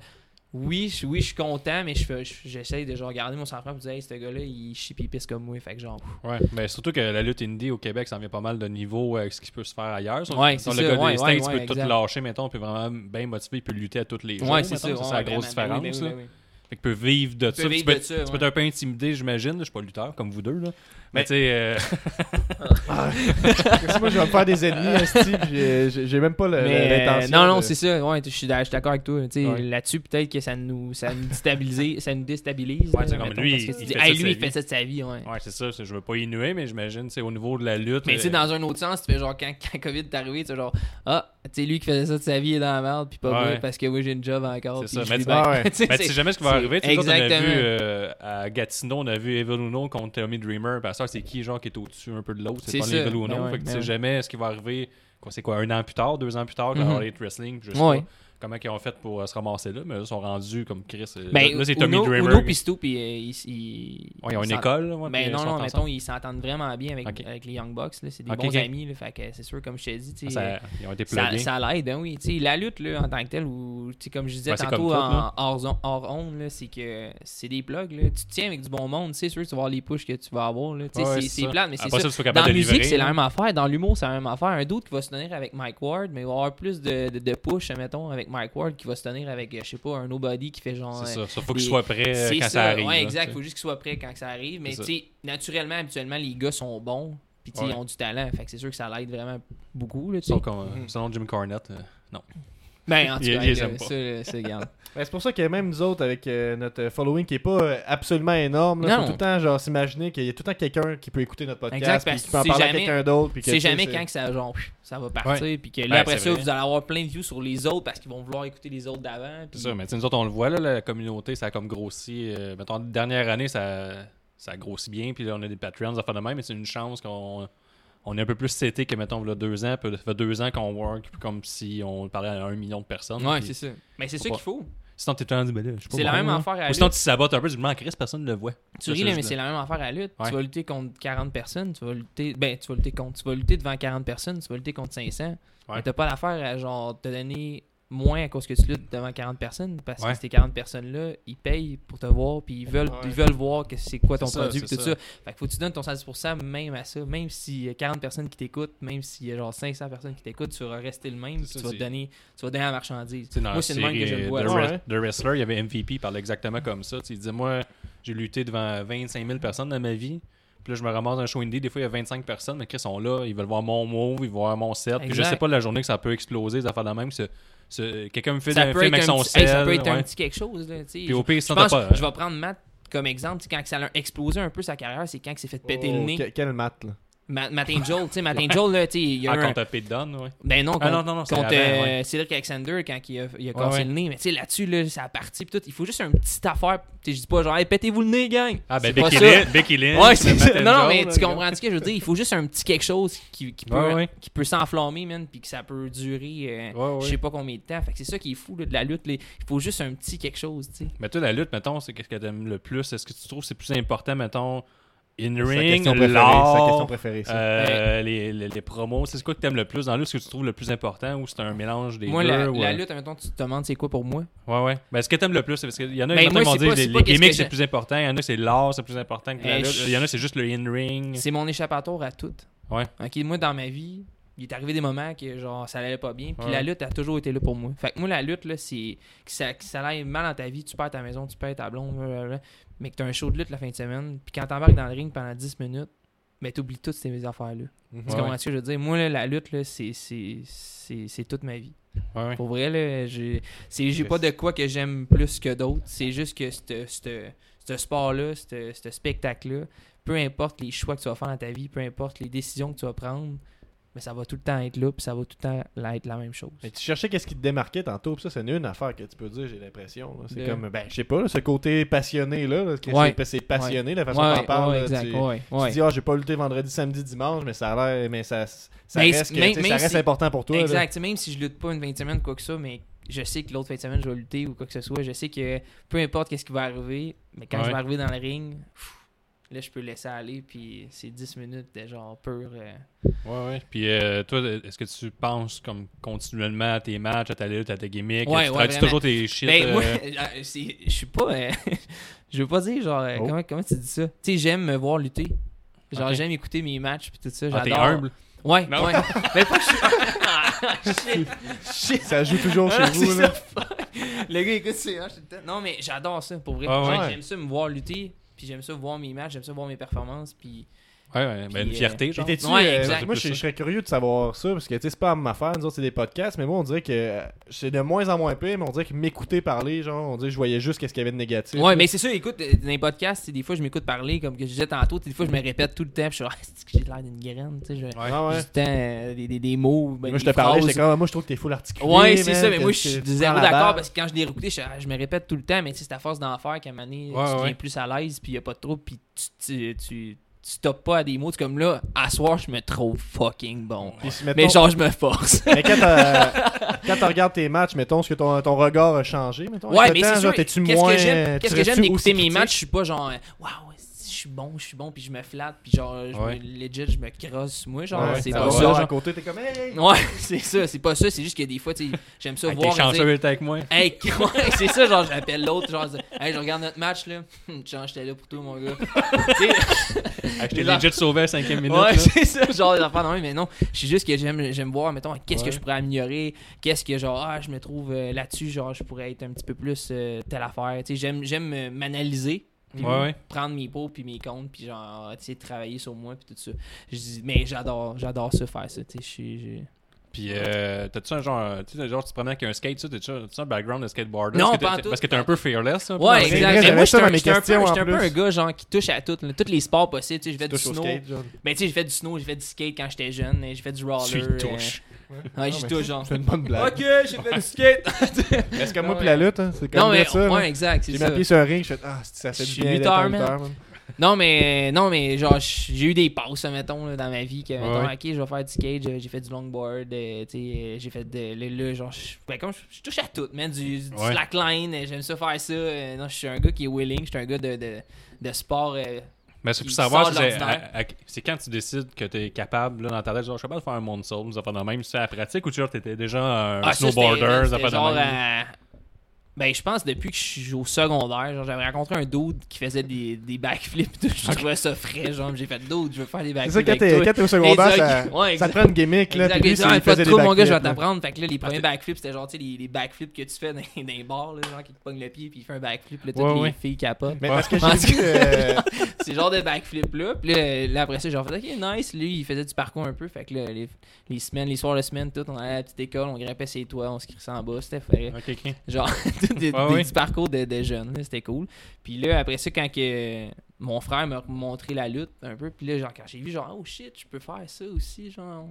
Oui, je, oui, je suis content, mais je fais- je- j'essaye de genre garder mon sang-froid et de dire, hey, ce gars-là, il chie pis il pisse comme moi. Fait que genre,
Ouais, mais surtout que la lutte indie au Québec, ça en vient pas mal de niveau avec ce qui peut se faire ailleurs. Sur-
Ouais,
sur
c'est
le
ça,
gars
ouais,
des
ouais,
States, il
ouais,
peut tout
exact.
lâcher, mettons, puis vraiment bien motivé, il peut lutter à toutes les jours.
ouais, c'est
mettons,
ça.
c'est la
ouais,
grosse
vraiment,
différence.
ben oui,
là.
ben oui, ben oui.
Fait que peut vivre de
Tu
ça.
peux
puis Tu
vivre
peux,
de ça,
tu peux
ouais.
être un peu intimidé, j'imagine. là, Je suis pas lutteur comme vous deux. Là. Mais,
Mais-
tu sais, euh,
Parce que Moi, je vais me faire des ennemis, esti, puis j'ai- j'ai j'ai même pas le-
Mais, euh,
l'intention.
non, non,
de-
c'est ça. Ouais, je suis d'a- je suis d'accord avec toi. Tu sais,
Ouais.
Là-dessus, peut-être que ça nous, ça nous déstabilise. ça nous déstabilise
Ouais, c'est
là,
comme
mettons,
lui,
parce que
il
tu
fait
dis,
ça
Hey,
de sa
lui, il
vie.
fait ça de sa vie. Ouais.
ouais, c'est ça. c'est- Je veux pas innuer, mais j'imagine, c'est au niveau de la lutte.
Mais tu sais,
euh,
dans un autre sens, tu fais genre quand, quand COVID est arrivé, tu sais, genre, ah, tu sais, lui qui faisait ça de sa vie il est dans la merde, puis pas
Ouais.
moi, parce que moi j'ai une job encore.
C'est
puis
ça,
je
mais
vis
tu-
bien.
Ah ouais.
Tu sais,
Mais ben, tu sais
c'est-
jamais ce qui va
c'est-
arriver. Tu sais, nous autres, on a vu
Exactement.
euh, à Gatineau, on a vu Evil Uno contre Tommy Dreamer. Puis à ça, c'est qui, genre, qui est au-dessus un peu de l'autre C'est
C'est
pas
ça.
Evil Uno.
Ben ouais,
fait que tu
ben
sais
ouais.
jamais ce qui va arriver. quoi, C'est quoi, un an plus tard, deux ans plus tard, que
Mhm.
la Harley Wrestling. puis Je sais
Ouais.
pas comment ils ont fait pour euh, se ramasser là, mais eux sont rendus comme Chris. euh,
Ben,
là, là, c'est Tommy
Uno-
Dreamer.
Uno puis Stu, puis euh, ils- ils.
Ouais, ils ont une
s'en-
école. ouais,
Ben
puis ils
non,
sont
non,
ensemble.
mettons, ils s'entendent vraiment bien avec,
Ok.
avec les Young Bucks. là, C'est des
Ok,
bons
ok.
amis. Là, fait que c'est sûr, comme je t'ai dit, tu sais,
Ça- Ils ont été
Ça,
pluggés.
ça l'aide, hein, oui. Tu sais, la lutte là, en tant que telle, ou tu sais, comme je disais
Ouais, c'est comme
tantôt
tout,
en
là.
hors, zone- hors onde, là, c'est que c'est des plugs. Là. Tu te tiens avec du bon monde, c'est sûr, tu vas avoir les pushes que tu vas avoir. là. Tu sais,
Ouais, ouais,
c'est-
c'est
c'est
ça.
plate, mais c'est
Après
ça.
ça, tu sois
Dans
capable
la
de
musique,
livrer.
c'est la
là.
même affaire. Dans l'humour, c'est la même affaire. Un doute qui va se tenir avec Mike Ward, mais il va avoir plus de, de, de push, mettons, avec Mike Ward qui va se tenir avec, euh, je sais pas, un nobody qui fait genre.
C'est
euh,
ça. Ça, faut
des-
qu'ils soient prêts euh,
c'est
quand
ça,
ça arrive.
ouais,
là,
exact.
tu sais.
Faut juste qu'ils soient prêts quand que ça arrive. Mais
C'est ça.
tu sais, naturellement, habituellement, les gars sont bons. Puis tu sais,
Ouais.
ils ont du talent. Fait que c'est sûr que ça l'aide vraiment beaucoup. Là, tu sais.
Sinon, comme, euh, sinon, Jim Cornette. euh, non.
Ben, en tout
Il-
cas,
il les
euh,
aime pas.
ça, euh, ça, regarde.
Ben, c'est pour ça que même nous autres, avec euh, notre following qui est pas euh, absolument énorme, là,
Non.
faut tout le temps genre s'imaginer qu'il y a tout le temps quelqu'un qui peut écouter notre podcast,
Exact,
puis
parce
qui
que
peut en
c'est
parler à
jamais-
quelqu'un d'autre. puis que,
C'est
tu sais,
jamais
c'est-
quand que ça, genre, pff, ça va partir. Puis que là,
Ben,
après
c'est
ça,
vrai.
vous allez avoir plein de views sur les autres parce qu'ils vont vouloir écouter les autres d'avant. puis-
C'est ça, mais tu sais, nous autres, on le voit, là, la communauté, ça a comme grossi. euh, mettons, la dernière année, ça, ça a grossi bien, puis là, on a des Patreons, ça fait de même, mais c'est une chance qu'on on est un peu plus CT que, mettons, là, deux ans. Puis, ça fait deux ans qu'on work, puis comme si on parlait à un million de personnes.
Ouais,
puis
c'est ça. Mais c'est
Faut
ça
pas-
qu'il faut.
Sinon, t'es tout le temps dit, ben là, je suis pas
C'est la
bon,
même
là.
affaire à la
Ou sinon,
lutte.
tu sabotes un peu, tu me Chris, personne ne le voit.
Tu
Ça,
ris,
c'est
là,
juste
mais
de-
c'est la même affaire à la lutte.
Ouais.
Tu vas lutter contre 40 personnes, tu vas lutter. Ben, tu vas lutter contre. Tu vas lutter devant 40 personnes, tu vas lutter contre 500.
Ouais.
Mais t'as pas l'affaire à genre te donner moins à cause que tu luttes devant 40 personnes parce
Ouais.
que ces 40 personnes-là, ils payent pour te voir puis ils veulent,
Ouais.
ils veulent voir que c'est quoi ton
C'est ça,
produit puis
c'est
tout
ça.
ça. Fait que faut que tu donnes ton 110% même à ça. Même s'il y a 40 personnes qui t'écoutent, même s'il y a genre 500 personnes qui t'écoutent, tu vas rester le même puis
C'est
tu
ça,
vas, te
c'est-
donner, tu vas donner la marchandise.
Tu sais, dans
Moi, c'est le
la
même que Ah, je
série, euh,
le vois.
The,
là.
Ouais.
Wrest- The Wrestler, il y avait MVP, il parlait exactement comme ça. Tu sais, il disait Moi, j'ai lutté devant 25 000 personnes dans ma vie. Puis là, je me ramasse dans un show indie. Des fois, il y a 25 personnes, mais qui sont là. Ils veulent voir mon move, ils veulent voir mon set. Puis je
Exact.
sais pas la journée que ça peut exploser, les affaires de même. que ce- ce- Quelqu'un me fait
Ça
un
peut
film
être
avec
un
son
petit- hey, ça
sel.
peut être un
ouais.
petit quelque chose. Là, tu sais.
Puis au pire,
Je
sinon, t'as
pense,
pas. hein?
je vais prendre Matt comme exemple. tu sais, Quand ça a explosé un peu sa carrière, c'est quand il s'est fait péter le
Oh,
nez.
que- Quel mat, là.
Ma- Matt Angel, tu sais, Matt Angel, là, tu sais, il y a
Ah,
eu un...
quand t'as Pete Dunne, ouais.
Ben non, contre,
Ah non, non, non, c'est
contre,
avant,
euh,
ouais.
Cedric Alexander, quand il a, il a
Ouais,
cassé
ouais.
le nez. Mais tu sais, là-dessus, là, ça a parti, pis tout. Il faut juste un petit affaire. Tu sais, je dis pas genre, hey, pétez-vous le nez, gang!
Ah, ben
C'est pas
Becky
ça.
Lynch. Becky Lynch.
Ouais, c'est ça.
Matt
Non, non,
Angel,
mais
là,
tu
gars.
comprends ce que je veux dire. Il faut juste un petit quelque chose qui, qui peut,
Ouais, ouais.
qui peut s'enflammer, man, puis que ça peut durer euh,
Ouais, ouais.
je sais pas combien de temps. Fait que c'est ça qui est fou là, de la lutte. les- Il faut juste un petit quelque chose, tu sais.
Mais toi, la lutte, mettons, c'est qu'est-ce que t'aimes le plus Est-ce que tu trouves que c'est plus important, mettons,
Sa
in-ring,
question préférée. Sa question
l'art
préférée, ça.
Euh,
Ben,
les, les, les promos, c'est quoi que t'aimes le plus dans la lutte, ce que tu trouves le plus important ou c'est un mélange des
Moi,
deux?
la,
ou,
la
euh,
lutte, admettons, tu te demandes c'est quoi pour moi.
Ouais, ouais. Ben, ce que t'aimes le plus, c'est parce qu'il y en a
Ben,
qui
moi,
vont
c'est
dire
pas-
les,
c'est
les
pas qu'est-ce
gimmicks,
que
c'est
j'ai-
plus important. Il y en a, c'est l'art, c'est plus important que la
Eh,
lutte.
je-
Il y en a, c'est juste le in-ring.
C'est mon échappatoire à tout.
Ouais.
Ok, moi, dans ma vie, il est arrivé des moments que genre ça allait pas bien. Puis
Ouais.
la lutte a toujours été là pour moi. Fait que moi, la lutte, là, c'est que ça, que ça aille mal dans ta vie, tu perds ta maison, tu perds ta blonde, blablabla, mais que t'as un show de lutte la fin de semaine. Puis quand t'embarques dans le ring pendant 10 minutes, mais t'oublies toutes ces affaires-là.
Mhm.
Tu comprends ce que je veux dire? Moi, là, la lutte, là, c'est- c'est c'est- c'est toute ma vie.
Ouais, ouais.
Pour vrai, là, j'ai c'est- j'ai pas de quoi que j'aime plus que d'autres. C'est juste que c'te- c'te- ce sport-là, c'te- ce spectacle-là, peu importe les choix que tu vas faire dans ta vie, peu importe les décisions que tu vas prendre, mais ça va tout le temps être là, puis ça va tout le temps la- être la même chose.
Mais tu cherchais qu'est-ce qui te démarquait tantôt, puis ça, c'est une affaire que tu peux dire, j'ai l'impression. là. C'est
De-
comme, ben, je sais pas, là, ce côté passionné, là, là, que
Ouais.
c'est- c'est passionné, la façon
Ouais,
dont on parle.
ouais,
là,
exact,
tu,
ouais,
tu
ouais.
dis, ah, j'ai pas lutté vendredi, samedi, dimanche, mais ça a l'air, mais ça, ça
Mais-
reste, que,
mais-
tu sais,
mais
ça reste
c'est-
important pour toi. là.
Exact. Tu sais, Même si je lutte pas une fin de semaine, quoi que ça, mais je sais que l'autre fin de semaine, je vais lutter ou quoi que ce soit. Je sais que peu importe qu'est-ce qui va arriver, mais quand je
Ouais.
vais arriver dans le ring, pff, là, je peux laisser aller, puis c'est 10 minutes de genre pur. euh,
Ouais, ouais. Puis euh, toi, est-ce que tu penses comme continuellement à tes matchs, à ta lutte, à tes gimmicks
Ouais,
Tu
ouais,
travailles
vraiment.
toujours tes shit
Ben,
euh,
moi, euh, c'est- je suis pas. euh, je veux pas dire, genre, euh,
Oh.
comment, comment tu dis ça? Tu sais, j'aime me voir lutter. Genre,
Ok.
j'aime écouter mes matchs, puis tout ça.
ah, t'es
J'adore.
humble
Ouais,
Non.
ouais. Mais pas que je suis. Shit.
Ça joue toujours chez
Ah, c'est
vous. là.
ça. ah, Le gars écoute ses hanches tout le temps. Non, mais j'adore ça, pour vrai.
Ah, ouais.
J'aime- J'aime ça me voir lutter, puis j'aime ça voir mes matchs, j'aime ça voir mes performances, puis.
Ouais, ouais.
Puis,
Ben, une
euh,
fierté, genre.
Étais-tu,
Ouais,
euh,
exact.
moi, je je serais curieux de savoir ça, parce que tu sais, c'est pas ma affaire. Nous autres, c'est des podcasts, mais moi, on dirait que euh, c'est de moins en moins pire, mais on dirait que m'écouter parler, genre, on dirait que je voyais juste qu'est-ce qu'il y avait de négatif.
Ouais, mais c'est ça, écoute, euh, dans les podcasts, c'est des fois, je m'écoute parler, comme que je disais tantôt, tu sais, des fois, je me répète tout le temps, puis je suis genre, Ah, c'est-tu que j'ai l'air d'une graine, tu sais. je-
Ah ouais.
J'ai tout le temps, euh, des, des- des mots. ben,
moi, je te
des
parlais,
phrases.
j'étais comme, Ah, moi, je trouve que t'es full articulé.
Ouais, c'est
man,
ça, mais
que
moi, je
tu-
suis
tu
zéro
prends la
d'accord
barre.
parce que quand je l'ai réécouté, je, je me répète tout le temps, mais tu sais, c'est à force d'en faire qu'à un moment donné,
Ouais,
tu deviens
ouais.
plus à l'aise, puis il a pas de trouble, puis tu, tu, tu, tu stoppes pas à des mots. Tu es comme là, à soir, je me trouve fucking bon.
Puis si,
Mais
mettons-
genre, je me force.
Mais quand, t'as- quand tu regardes tes matchs, mettons, est-ce que ton, ton regard a changé, mettons,
Ouais,
avec le
mais
temps,
c'est
genre,
sûr.
t'es-tu
Qu'est-ce
moins,
que
euh,
j'aime,
tu
qu'est-ce que
restes-tu
j'aime d'écouter
aussi
mes
critique?
matchs, je suis pas genre, euh, waouh, je suis bon, je suis bon, puis je me flatte, puis genre, je
Ouais.
me, legit, je me crosse, moi, genre,
Ouais,
c'est
t'as
pas
le
ça,
regard à
genre.
côté, t'es comme, hey, hey.
Ouais, c'est ça, c'est pas ça, c'est juste que des fois, tu sais, j'aime ça
Hey, T'es
voir. et dire,
chanceux d'être avec moi.
Hey, ouais, c'est ça, genre, j'appelle l'autre, genre, je dis, hey, je regarde notre match, là. Hum, Genre, j'étais là pour toi, mon gars. Tu sais,
Ah, Je t'ai
Là.
legit sauvé à 5 minute.
ouais,
là.
c'est ça, genre, les affaires, non, mais non. Je suis juste que j'aime, j'aime voir, mettons, qu'est-ce
Ouais.
que je pourrais améliorer, qu'est-ce que, genre, ah, je me trouve euh, là-dessus, genre, je pourrais être un petit peu plus euh, telle affaire. Tu sais, j'aime, j'aime euh, m'analyser. puis
Ouais, ouais.
prendre mes pots puis mes comptes puis genre ah, tu sais travailler sur moi puis tout ça je dis mais j'adore j'adore ça faire ça tu sais je suis je-
Puis, euh, t'as-tu un genre, tu sais, genre, tu te promènes avec un skate, ça, t'as-tu t'as-tu un background de skateboarder? Parce
Non,
que
pas en
t'es-
tout.
Parce que t'es un peu fearless, un peu, dans
Ouais,
le-
C'est
exact.
vrai,
Mais
j'avais ça
moi, j'étais
dans
un,
mes
j'étais un peu,
questions, en
j'étais un peu
plus.
un gars genre qui touche à tout, là, tous les sports possibles. tu sais, J'ai fait du
Touche au
snow.
skate, genre.
Ben, tu sais, j'ai fait du snow, j'ai fait du skate quand j'étais jeune, et j'ai fait du roller.
Tu y
euh,
touches.
Ouais, j'y
Ah, mais
touche, genre.
C'est une bonne blague.
Ok, j'ai fait du skate.
Est-ce que moi,
Ah
puis
ouais.
la lutte, hein, c'est comme
non, mais
ça, là.
ouais, exact, c'est
J'ai
ça.
mis pied sur un ring, je fais, ah, c'est- ça fait
Je
du
suis
bien d'être
lutteur,
un
man.
lutteur, man.
Non, mais, non, mais genre, j'ai eu des pauses, mettons, là, dans ma vie. Que, mettons,
Ouais.
ok, je vais faire du cage, euh, j'ai fait du longboard, euh, tu sais, euh, j'ai fait de. Le, le- genre, je- ben, comme je- je touche à tout, man, du, du
Ouais.
slackline, euh, j'aime ça faire ça. euh, non, je suis un gars qui est willing, je suis un gars de, de, de sport. euh,
Mais c'est pour
Il
savoir,
sort de
si c'est
l'ordinaire.
à- à- c'est quand tu décides que tu es capable, là, dans ta tête, genre, je suis capable de faire un moonsault, nous affaires de même, c'est à la pratique ou tu étais déjà un
Ah, ça, c'était-
snowboarder,
c'était
des affaires
genre,
de même.
euh, Ben, je pense depuis que je suis au secondaire, genre, j'avais rencontré un dude qui faisait des, des backflips. tout, Je trouvais ça frais, genre, j'ai fait dude, je veux faire des
C'est
backflips.
ça, quand
avec
t'es
toi.
quand t'es au secondaire,
Les
ça,
hockey. Ouais,
ça
exact.
prend une gimmick. Là,
Exact,
puis lui,
les
c'est- il
gens, pas de
faisait des
trouble, mon gars, je
backflips,
vais
hein. Ah, là.
t'apprendre. Fait que là, les premiers backflips, c'était genre, tu sais, les, les backflips que tu fais dans, dans les bars, là, genre, qui te pognent le pied, puis il fait un backflip, là, toutes
Ouais,
les
ouais.
filles capotent.
Mais
Ouais.
parce que j'ai vu. euh,
C'est genre de backflip là. Puis là, là, après ça, j'ai fait OK, nice. Lui, il faisait du parcours un peu. Fait que là, les, les semaines, les soirs de semaine, tout, on allait à la petite école, on grimpait ses toits, on se crissait en bas. C'était fait.
Ok, ok.
Genre, tout des,
Ah
des
oui.
petits parcours de, de jeunes. là, C'était cool. Puis là, après ça, quand que mon frère m'a montré la lutte un peu, puis là, genre, quand j'ai vu, genre, oh shit, je peux faire ça aussi, genre,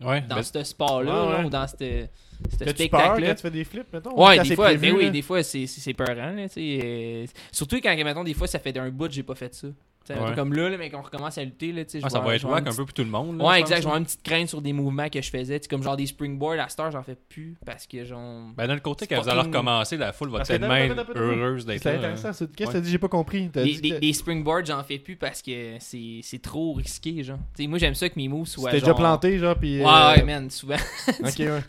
Ouais,
dans
ben,
ce sport-là,
Ouais,
là,
ouais.
ou dans ce ce
T'as-tu peur
spectacle-là.
quand tu fais des flips, mettons?
Ouais,
Quand
des
c'est
fois,
prévu,
ben oui,
là?
des fois, c'est c'est- c'est peurant, là, tu sais, euh, surtout quand, mettons, des fois, ça fait un bout que j'ai pas fait ça. Tu sais, mettons,
Ouais.
Comme là, là, mais qu'on recommence à lutter, là, tu sais, je
ah, ça
vais-
va
je
être
vais avoir
wack
une
un peu pour tout le monde. là,
Ouais,
je pense,
exact, j'ai
là.
une petite crainte sur des mouvements que je faisais, tu sais, comme genre des springboards, à cette heure, j'en fais plus, parce que, genre...
Ben, dans le côté,
C'est
quand vous allez
fucking-
recommencer, la foule va
Parce que
tellement
attends, attends,
être
attends, attends.
heureuse d'être
C'était
là.
intéressant.
hein.
ça. Qu'est-ce que
Ouais.
t'as dit? J'ai pas compris. T'as
Des,
dit
des-
que
des springboards, j'en fais plus parce que c'est c'est trop risqué, genre. Tu sais, moi, j'aime ça que mes moves soient.
T'es déjà
genre-
planté, genre, puis...
Ouais,
euh,
ouais, man, souvent.
Ok, ouais.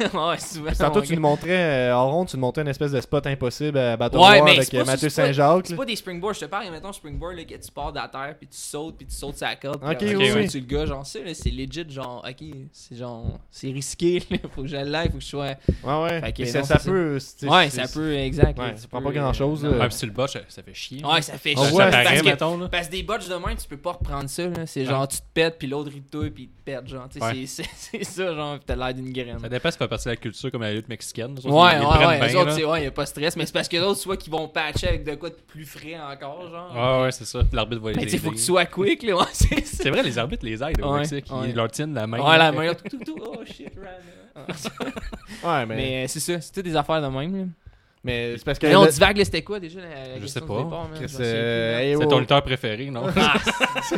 ouais, souvent.
Tantôt,
mon
tu nous
gars.
montrais, euh, en rond, tu nous montrais une espèce de spot impossible à Battle
Ouais,
War
mais
avec
c'est pas-
euh, Mathieu
c'est pas-
Saint-Jacques.
C'est
là.
pas des springboards, je te parle, mettons, springboard, là, que tu pars de la terre, puis tu sautes, puis tu sautes sa corde. puis
Ok,
après,
oui,
tu
oui.
tues le gars, genre, ça, là, c'est legit, genre, ok, c'est genre, c'est risqué, là, faut que j'aille là, faut que je sois.
Ouais, ouais.
Fait que,
Mais ça,
non,
ça
c'est
peut... c'est-
Ouais,
c'est-
ça peut, exact.
Ouais,
là,
ça
tu
prend
peux,
pas grand-chose,
euh, non.
euh, Ah
Même si le botch, ça- ça fait chier.
Ouais, ça fait
On
chier.
voit,
Ah ça
parce
paraît,
que-
mettons. là.
Parce que des botches de main, tu peux pas reprendre ça, là. C'est genre, tu te pètes, puis l'autre, il te touille, puis il te pète, genre. Tu sais,
Ouais.
c'est- c'est c'est ça, genre, pis t'as l'air d'une graine.
Ça dépend si ça fait partie de la culture comme la lutte mexicaine. les autres,
Ouais,
ils- ils
ouais,
prennent
ouais.
bien,
Les autres,
là.
c'est ouais, y a pas de stress, mais c'est parce que d'autres, soit qu'ils vont patcher avec de quoi de plus frais encore, genre.
Ah, Ouais, ouais, c'est ça. L'arbitre va les
Mais Ben, tu sais, faut que
aider.
tu sois quick, là. Ouais, c'est ça.
C'est vrai, les arbitres les aident au
Ouais,
Mexique.
ouais.
Ils leur tiennent la main.
Ouais, la main, tout, tout, tout. Oh shit, Ryan. Ah.
Ouais, mais...
Mais euh, c'est ça, c'est toutes des affaires de même, là.
Mais c'est parce que...
Mais on
là-
divague, là, c'était quoi déjà la, la
Je
question
sais
du
pas.
départ, man? Je
Chris,
me souviens
euh,
plus,
hey,
C'est
oh.
ton lutteur préféré, non?
man. Ah, c'est-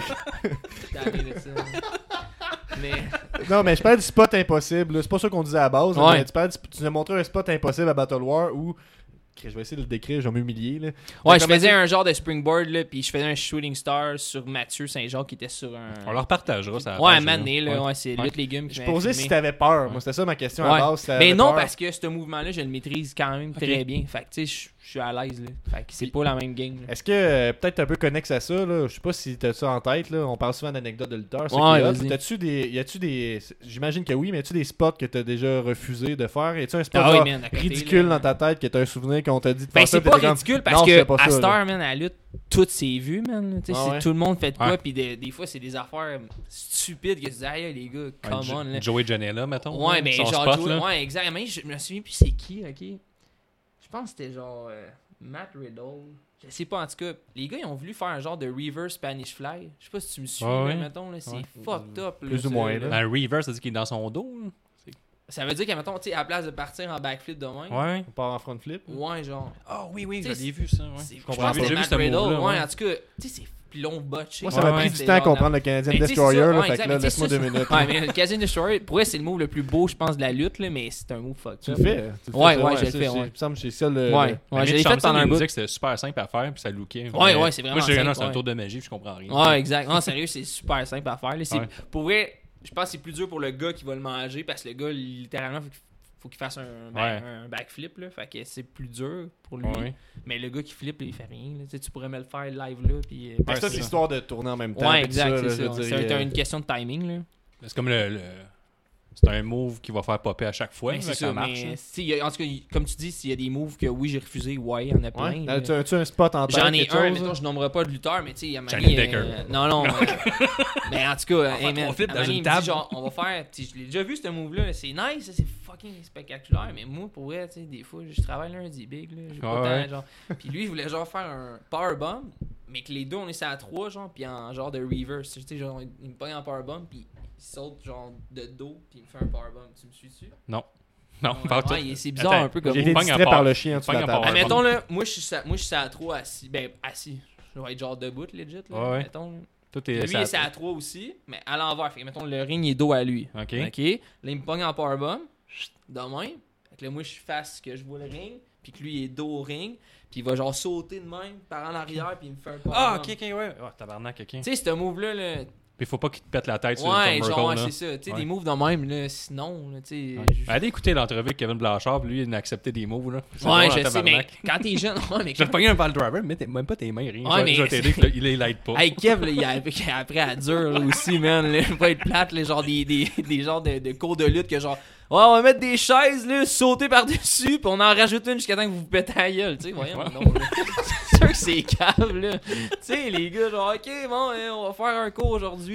t'as rien de ça. Mais.
Non, mais je parle du spot impossible. là. C'est pas ça qu'on disait à la base. là,
Ouais.
mais tu, parles du- tu nous as montré un spot impossible à Battle War où. Chris, Je vais essayer de le décrire, je vais m'humilier. là.
Ouais,
Mais
je
comment
faisais
tu-
un genre de springboard, là, puis je faisais un shooting star sur Mathieu Saint-Jean qui était sur un.
On leur partagera ça. à la
Ouais,
page,
mané, là,
Ouais.
ouais, c'est
Ouais.
Lutte Légumes qui
Je
m'avait
posais
filmé.
si t'avais peur. Moi, c'était ça ma question à
Ouais.
la base. si t'avais
Mais non,
peur.
parce que ce mouvement-là, je le maîtrise quand même très bien. Fait que, tu sais, je- je suis à l'aise, là. Fait que c'est pas la même game, là.
Est-ce que euh, peut-être un peu connexe à ça, là, je sais pas si t'as ça en tête, là, on parle souvent d'anecdotes de lutteurs. c'est
Ouais,
qu'il y a.
vas-y.
T'as-tu des, y a-tu des, j'imagine que oui, mais as-tu des spots que t'as déjà refusé de faire Y a-tu un spot
Ah oui,
genre,
man, à côté,
ridicule
là.
dans ta tête que t'as un souvenir qu'on t'a dit de faire
Ben,
ça
c'est
puis
pas
t'es comme,
ridicule parce
Non, je
que
fais pas
à
ça,
cette
là.
heure, man, à la lutte, tout s'est vu, man. là. Tu sais,
Ah
c'est
ouais.
Tout le monde fait de quoi,
Ouais.
puis des, des fois, c'est des affaires stupides que tu dis, aïe, aïe, les gars,
Ouais,
come
Jo-
on, là.
Joey Janela, mettons.
Ouais,
là,
mais
son
genre,
spot,
Joe-
là.
ouais, exactement. Je me souviens plus c'est qui, ok? Je pense que c'était genre euh, Matt Riddle. Je sais pas, en tout cas. Les gars, ils ont voulu faire un genre de reverse Spanish Fly. Je sais pas si tu me suis,
Ouais,
là,
ouais.
mettons, là, c'est
Ouais.
fucked up. là,
Plus ou
ça,
moins, là.
Dans le reverse, Ben, ça dit qu'il est dans son dos. là.
Ça veut dire qu'à mettons, tu sais, à la place de partir en backflip demain, ouais,
Ouais.
On part en front flip.
genre.
Ah oui, oui,
je
je
l'ai
l'ai vu ça. Ouais.
c'est- Je
comprends.
pense que
J'ai
c'était
vu
Matt
ce
Riddle. Ouais,
move-là, ouais.
en tout cas, tu sais, c'est plus long botché.
Moi, ça m'a
Ouais,
pris
ouais.
du temps à comprendre le Canadian
Mais tu sais, c'est
Destroyer,
ça,
là,
ouais,
fait que là,
exact, mais tu sais,
laisse-moi deux
c'est ça.
minutes.
Ouais, mais le Casino Destroyer, pour vrai, c'est le move le plus beau, je pense, de la lutte, là, mais c'est un move fuck.
Tu le fais? tu le
Ouais,
fais,
ouais, je le
ça,
fais,
c'est-
ouais.
Il me semble que c'est ça le.
Ouais,
Mais
ouais, je l'ai fait
Thompson,
pendant
il
un
me
bout.
disait que c'était super simple à faire, puis ça lookait. mais-
Ouais, ouais, c'est vraiment
Moi, je dirais,
simple,
non, c'est un
ouais.
tour de magie, puis je comprends rien.
Ouais, exact. Non, sérieux, c'est super simple à faire. là. C'est-
Ouais.
Pour vrai, je pense que c'est plus dur pour le gars qui va le manger parce que le gars, littéralement, faut qu'il- faut qu'il fasse un, ba-
Ouais.
un backflip. Là. Fait que c'est plus dur pour lui.
Ouais.
Mais le gars qui flippe, il fait rien. là. Tu sais, tu pourrais me le faire live là. Puis, euh,
Fait que ça,
ouais,
c'est l'histoire de tourner en même temps.
Ouais,
puis
exact.
ça, là,
C'est
je
ça.
veux
C'est
dire,
un-
euh,
une question de timing. Là.
C'est comme le. le- C'est un move qui va faire popper à chaque fois,
Mais
mais
Ben, c'est
que
ça.
ça marche.
hein.
mais,
là.
tu sais, il y a- en tout cas, il- comme tu dis, s'il y a des moves que oui, j'ai refusé, ouais, il y en a plein.
Ouais.
là.
As-tu as-tu un spot en tête?
J'en ai
quelque
un,
chose,
mettons, je nommerai pas de lutteur, mais tu sais, il y a
Johnny
Manny, euh,
Decker.
non, non. euh, mais en tout cas, euh, hey,
trois
man,
flips dans
à Manny,
une
il me
table.
dit, genre, on va faire. tu sais, Je l'ai déjà vu, ce move-là. C'est nice, ça, c'est fucking spectaculaire. Mais moi, pour vrai, tu sais, des fois, je travaille lundi big. Là, j'ai
Ouais,
pas le
ouais.
temps, genre. Puis lui, il voulait genre faire un powerbomb, mais que les deux, on est à trois, genre, puis en genre de reverse. Tu sais, genre, il me pogne en powerbomb, puis il saute, genre, de dos, puis il me fait un powerbomb. Tu me suis-tu?
Non,
Ouais,
pas tout.
ouais, c'est bizarre
Attends,
un peu
là?
comme
J'ai
Il
été
pogne en
distrait
part-
Ah,
par le chien en dessous de
pogne
la
en part-
table.
Admettons, là, moi, je suis sa- moi, je suis à 3 assis. Ben, assis. Je vais être genre debout, legit. Là,
Ouais, ouais.
mettons.
Tout est.
Lui,
ça-
il est à 3 aussi, mais à l'envers. Fait que, mettons, le ring, il est dos à lui.
Ok.
OK. Là, il me pogne en powerbomb. Chut, De même. Fait que là, moi, je fasse que je vois le ring. Puis que lui, il est dos au ring. Puis il va genre sauter de même par en arrière. Puis il me fait un powerbomb.
Ah, ok, ok, ouais. Oh, tabarnak, ok.
Tu
Puis
sais, ce move-là, là,
faut pas qu'il te pète la tête sur
ouais,
le
genre, ouais,
Thunderbolt, là.
c'est ça. Tu sais,
Ouais.
des moves de même, là, sinon, là, tu sais.
Ouais.
je-
Allez écouter l'entrevue avec Kevin Blanchard, puis lui, il a accepté des mots, là. C'est drôle,
Ouais,
en
je sais, mais
tabarnak.
quand t'es jeune, ouais, mais
J'ai repogné un ball driver, mais t'es même pas tes mains, rien.
Ouais,
je, vais-
mais
je vais t'aider,
c'est-
que le- il les light pas.
Hey Kev, là, il a, il a appris à dur là, aussi, man. Là, pas être plate, là, genre des, des, des genres de, de cours de lutte que genre, ouais, on va mettre des chaises, là, sauter par-dessus, puis on en rajoute une jusqu'à temps que vous vous pétez la gueule, tu sais, voyons.
Ouais.
non, là. c'est sûr que c'est cave, là. tu sais, les gars, genre, ok, bon, hein, on va faire un cours aujourd'hui.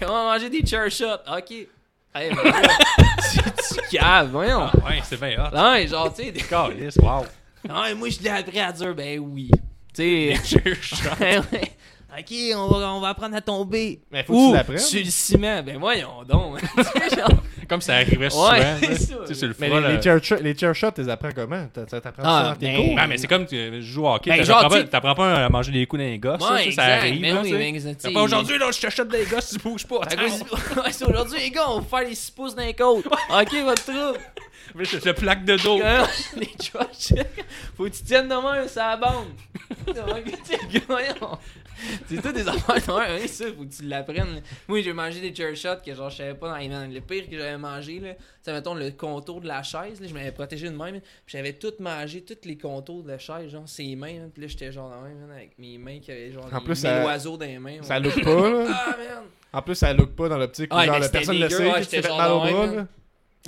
Comment manger des chair shots, ok. Hey, ben, là, c'est du cave, voyons.
Ah, ouais, c'est bien hot.
Ouais, genre, tu sais, des...
Calice, wow.
Ouais, moi je l'ai appris à dur, ben oui. Tu sais. Ouais, ouais. ok, on va, on va apprendre à tomber.
Mais faut que tu
Ou
l'apprennes.
sur le ciment, ben voyons donc. Tu sais, genre-
Comme ça arrivait souvent.
Ouais,
là.
c'est
Tu
ça.
sais, sur le
Mais
front,
les, les
là.
chair shot- les chair shots, t'es apprends comment T'as- Ça t'apprends
Ah,
ça dans tes
ben-
cours
Ah, mais c'est comme tu euh, joues au hockey,
Ben,
t'as-
genre,
t'apprends pas-
tu-
t'apprends pas à manger des coups dans les gosses, ça, ça, ça
exact.
arrive.
Mais
là, tu
oui, ben
sais.
mais exact,
T'as
tu
pas
sais.
aujourd'hui, là, je t'achète des gosses, tu bouges pas.
Fait qu'aujourd'hui- ouais, c'est aujourd'hui, les gars, on va faire les six dans les côtes. ok, votre troupe.
Mais je te plaque de dos.
Hein? les Georges, faut que tu tiennes de même, ça la bombe. C'est tout des affaires de même, hein, ça, faut que tu l'apprennes. là. Moi, j'ai mangé des chair shots que genre, je savais pas dans les mains. Le pire que j'avais mangé, là, c'est mettons le contour de la chaise, là, je m'avais protégé de même, puis j'avais tout mangé, tous les contours de la chaise, genre, ses mains, là, puis là, j'étais genre dans même, hein, avec mes mains qui avaient genre
En
des,
plus,
des
ça-
oiseaux dans les mains.
Ça
ouais.
look pas, là.
Ah, man!
En plus, ça look pas dans l'optique où
Ouais,
genre,
mais
la
c'était
personne le
dégueu,
sait,
ouais,
que tu
j'étais
t'es fait
genre
mal au
de
bras,
même,
là.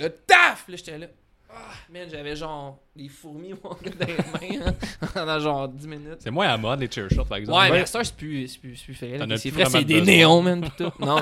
Le taf! Là, j'étais là. Ah, man, j'avais genre des fourmis mon gars, dans les mains hein, pendant genre 10 minutes.
C'est moins à mode, les chair shots, par exemple.
Ouais, mais
Ouais.
à cette heure, c'est plus, c'est plus, c'est plus fait. là.
T'en as
C'est
plus
vrai,
vraiment
c'est des
besoin.
néons, man, pis tout. Non,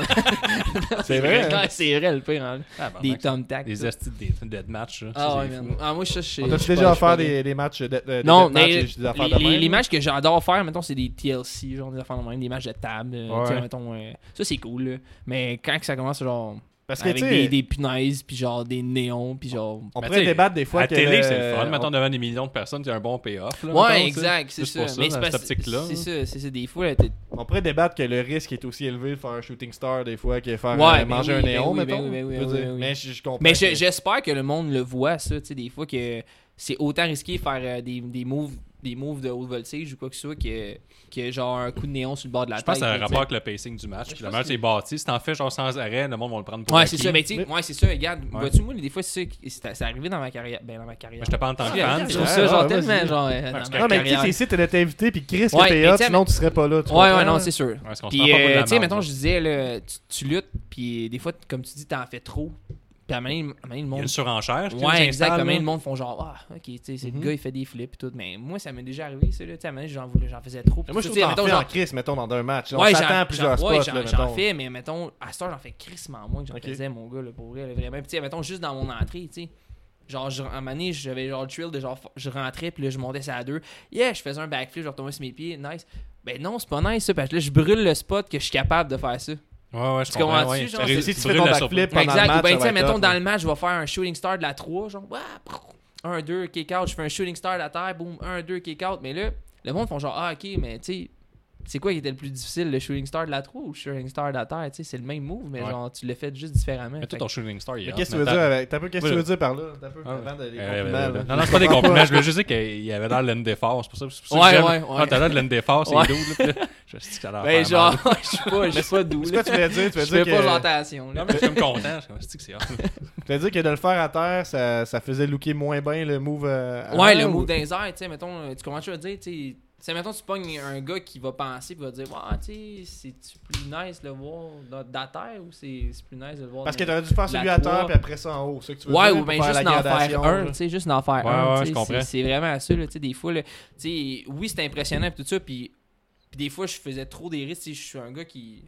C'est vrai. hein?
Ouais, c'est vrai, le pire. hein.
Tabarnak,
Des Tom Tac.
Ah, bah, Des
tout.
estis de death- deathmatch. là, ça,
Ah ouais,
c'est fou.
man. Ah, moi, ça, je sais.
On t'a-tu
je sais
déjà
pas, je sais
offert
pas.
des, des matchs de, de, de
Non,
deathmatch,
mais
des- des affaires
les,
de
les,
même,
les
là?
matchs que j'adore faire, mettons, c'est des TLC, genre des affaires de même, des matchs de table. euh, tu sais,
Ouais.
mettons, euh, ça, c'est cool, là. Mais quand que ça commence, genre.
Parce que,
Avec
tu
des,
sais,
des punaises, puis genre des néons, puis genre.
on
Mais
pourrait
t'sais,
débattre des fois
Ben, à
que... euh,
télé, c'est le fun.
on-
Mettons devant des millions de personnes, c'est un bon payoff. là, mettons, tu
Ouais,
sais.
exact, c'est
Juste
ça.
pour ça,
Mais
dans
c'est
cette
parce-
optique-là,
C'est
hein.
ça, c'est ça. Des fois, là, t'es-
On pourrait débattre que le risque est aussi élevé de faire un shooting star des fois que faire
Ouais,
euh,
ben
manger
oui,
un
ben
néon,
oui, ben
mettons.
oui, ben oui,
Je veux
ben
dire,
oui.
Mais je, je comprends.
Mais je-
que-
j'espère que le monde le voit, ça, tu sais, des fois que c'est autant risqué de faire euh, des, des moves des moves de haute voltige ou quoi que ce soit que, que genre un coup de néon sur le bord de la
Je
tête.
pense que ça a un
là,
rapport avec le pacing du match.
Je
Puis le
pense
match
que-
est bâti. Si t'en fais genre sans arrêt, le monde va le prendre
tu
pour
sais. Ouais,
acquis.
c'est ça, mais tu sais,
Mais-
ouais, c'est ça, regarde,
Ouais.
vois-tu, moi, des fois, c'est ça, qui- c'est c'est arrivé dans ma carrière, ben, dans ma carrière.
Mais je te parle en tant que
Ah,
fan.
je
tu
trouve
sais.
ça,
Ouais,
genre,
ouais,
tellement,
vas-y.
genre, euh, dans ma
parce que
Non, mais tu sais,
carrière.
t'es ici, t'es notre invité, puis Chris,
Ouais,
que t'es
mais
hot,
t'sais,
sinon tu serais pas là. tu
Ouais,
comprends,
ouais, non,
là?
c'est sûr.
Parce qu'on se
Puis,
prend pas pour de
euh,
la
tu sais,
merde,
mettons,
là.
je disais, là, tu, tu luttes, puis des fois, t- comme tu dis, t'en fais trop. Puis, à un moment donné, à un moment
Il
donné, le
y a
monde
une surenchère. qui
Ouais,
s'installe,
exactement.
là.
Le monde font genre, ah, ok, tu sais, c'est le
Mhm.
gars, il fait des flips et tout. Mais moi, ça m'est déjà arrivé, ça, là. Tu sais, à un moment donné, j'en voulais- j'en faisais trop.
Mais Moi, je
Puis,
trouve
tu sais,
que t'en
mettons,
fais en
j'en-
Chris, mettons, dans un match. là. On
Ouais,
s'attend
j'en-
à plusieurs
j'en-
spots,
ouais,
là,
j'en- j'en
mettons.
fais, mais mettons, à cette heure, j'en fais crissement moins que j'en
Ok.
faisais, mon gars, là, pour vrai, là, vraiment. Puis, tu sais, mettons, juste dans mon entrée, tu sais. Genre, je, à un moment donné, j'avais genre le thrill de genre, fa- je rentrais, puis là, je montais ça à deux. Yeah, je faisais un backflip, je retombais sur mes pieds, nice. Ben non, c'est pas nice, ça, parce que là, je brûle le spot que je suis capable de faire ça.
Ouais, ouais, je
Tu
comprends.
comprends-tu,
ouais.
genre,
Ça
c'est-
réussit,
si tu
tu
fais
brûles
ton
la
backflip,
surprise.
pendant le
exact.
match,
ou ben,
ça
tu
va
sais,
être
mettons,
top,
dans
là.
le match, je vais faire un shooting star de la 3, genre, ouah, prou, 1, 2, kick out. Je fais un shooting star de la terre, boum, 1, 2, kick out. Mais là, le monde font genre, ah, ok, mais tu sais, c'est quoi qui était le plus difficile, le shooting star de la 3 ou le shooting star de la terre? Tu sais, c'est le même move, mais
Ouais.
genre, tu le fais juste différemment.
Mais
Fait
tout ton shooting star, il est
Mais
hot,
Qu'est-ce que tu
mais
veux dire
t'as-
avec. T'as peu, qu'est-ce que tu
Ouais.
veux dire par là T'as peu,
Ah ouais.
avant de- les
Euh,
compliments, là.
Non, non, c'est pas des compliments. Je veux juste dire qu'il avait l'air de l'un d'effort. C'est pour ça- c'est pour ça que
Ouais,
j'aime.
ouais, ouais.
Quand t'as l'air de l'un d'effort, c'est
Ouais.
doux. là, puis là, Je sais que ça a l'air
que- ben,
faire
genre,
mal.
je suis pas, je suis pas doux.
C'est
là.
quoi tu voulais dire Tu voulais
Je fais
dire
pas
que-
gentation. là.
Non, mais je suis comme content. Je me dis que c'est hot.
tu voulais dire que de le faire à terre, ça ça faisait looker moins bien le move. euh,
Ouais,
avant,
le
ou-
move d'un air, tu sais, mettons, euh, tu comprends ce que je veux dire, tu sais. Tu sais, mettons, tu pognes un gars qui va penser et va dire, ouais, tu sais, c'est-tu plus nice de le voir dans, dans la terre ou c'est c'est plus nice de le voir
Parce que
dans-
t'aurais dû faire celui à terre,
trois.
puis après ça en haut. C'est ce que tu veux
Ouais,
dire,
ou
pour
bien
faire la
juste d'en
gradation,
faire un,
là.
tu sais, juste d'en faire
Ouais,
un.
ouais,
tu sais,
je comprends.
c'est- C'est vraiment ça, là, tu sais, des fois, là, tu sais, oui, c'est impressionnant et tout ça, puis puis des fois, je faisais trop des risques, tu sais, je suis un gars qui...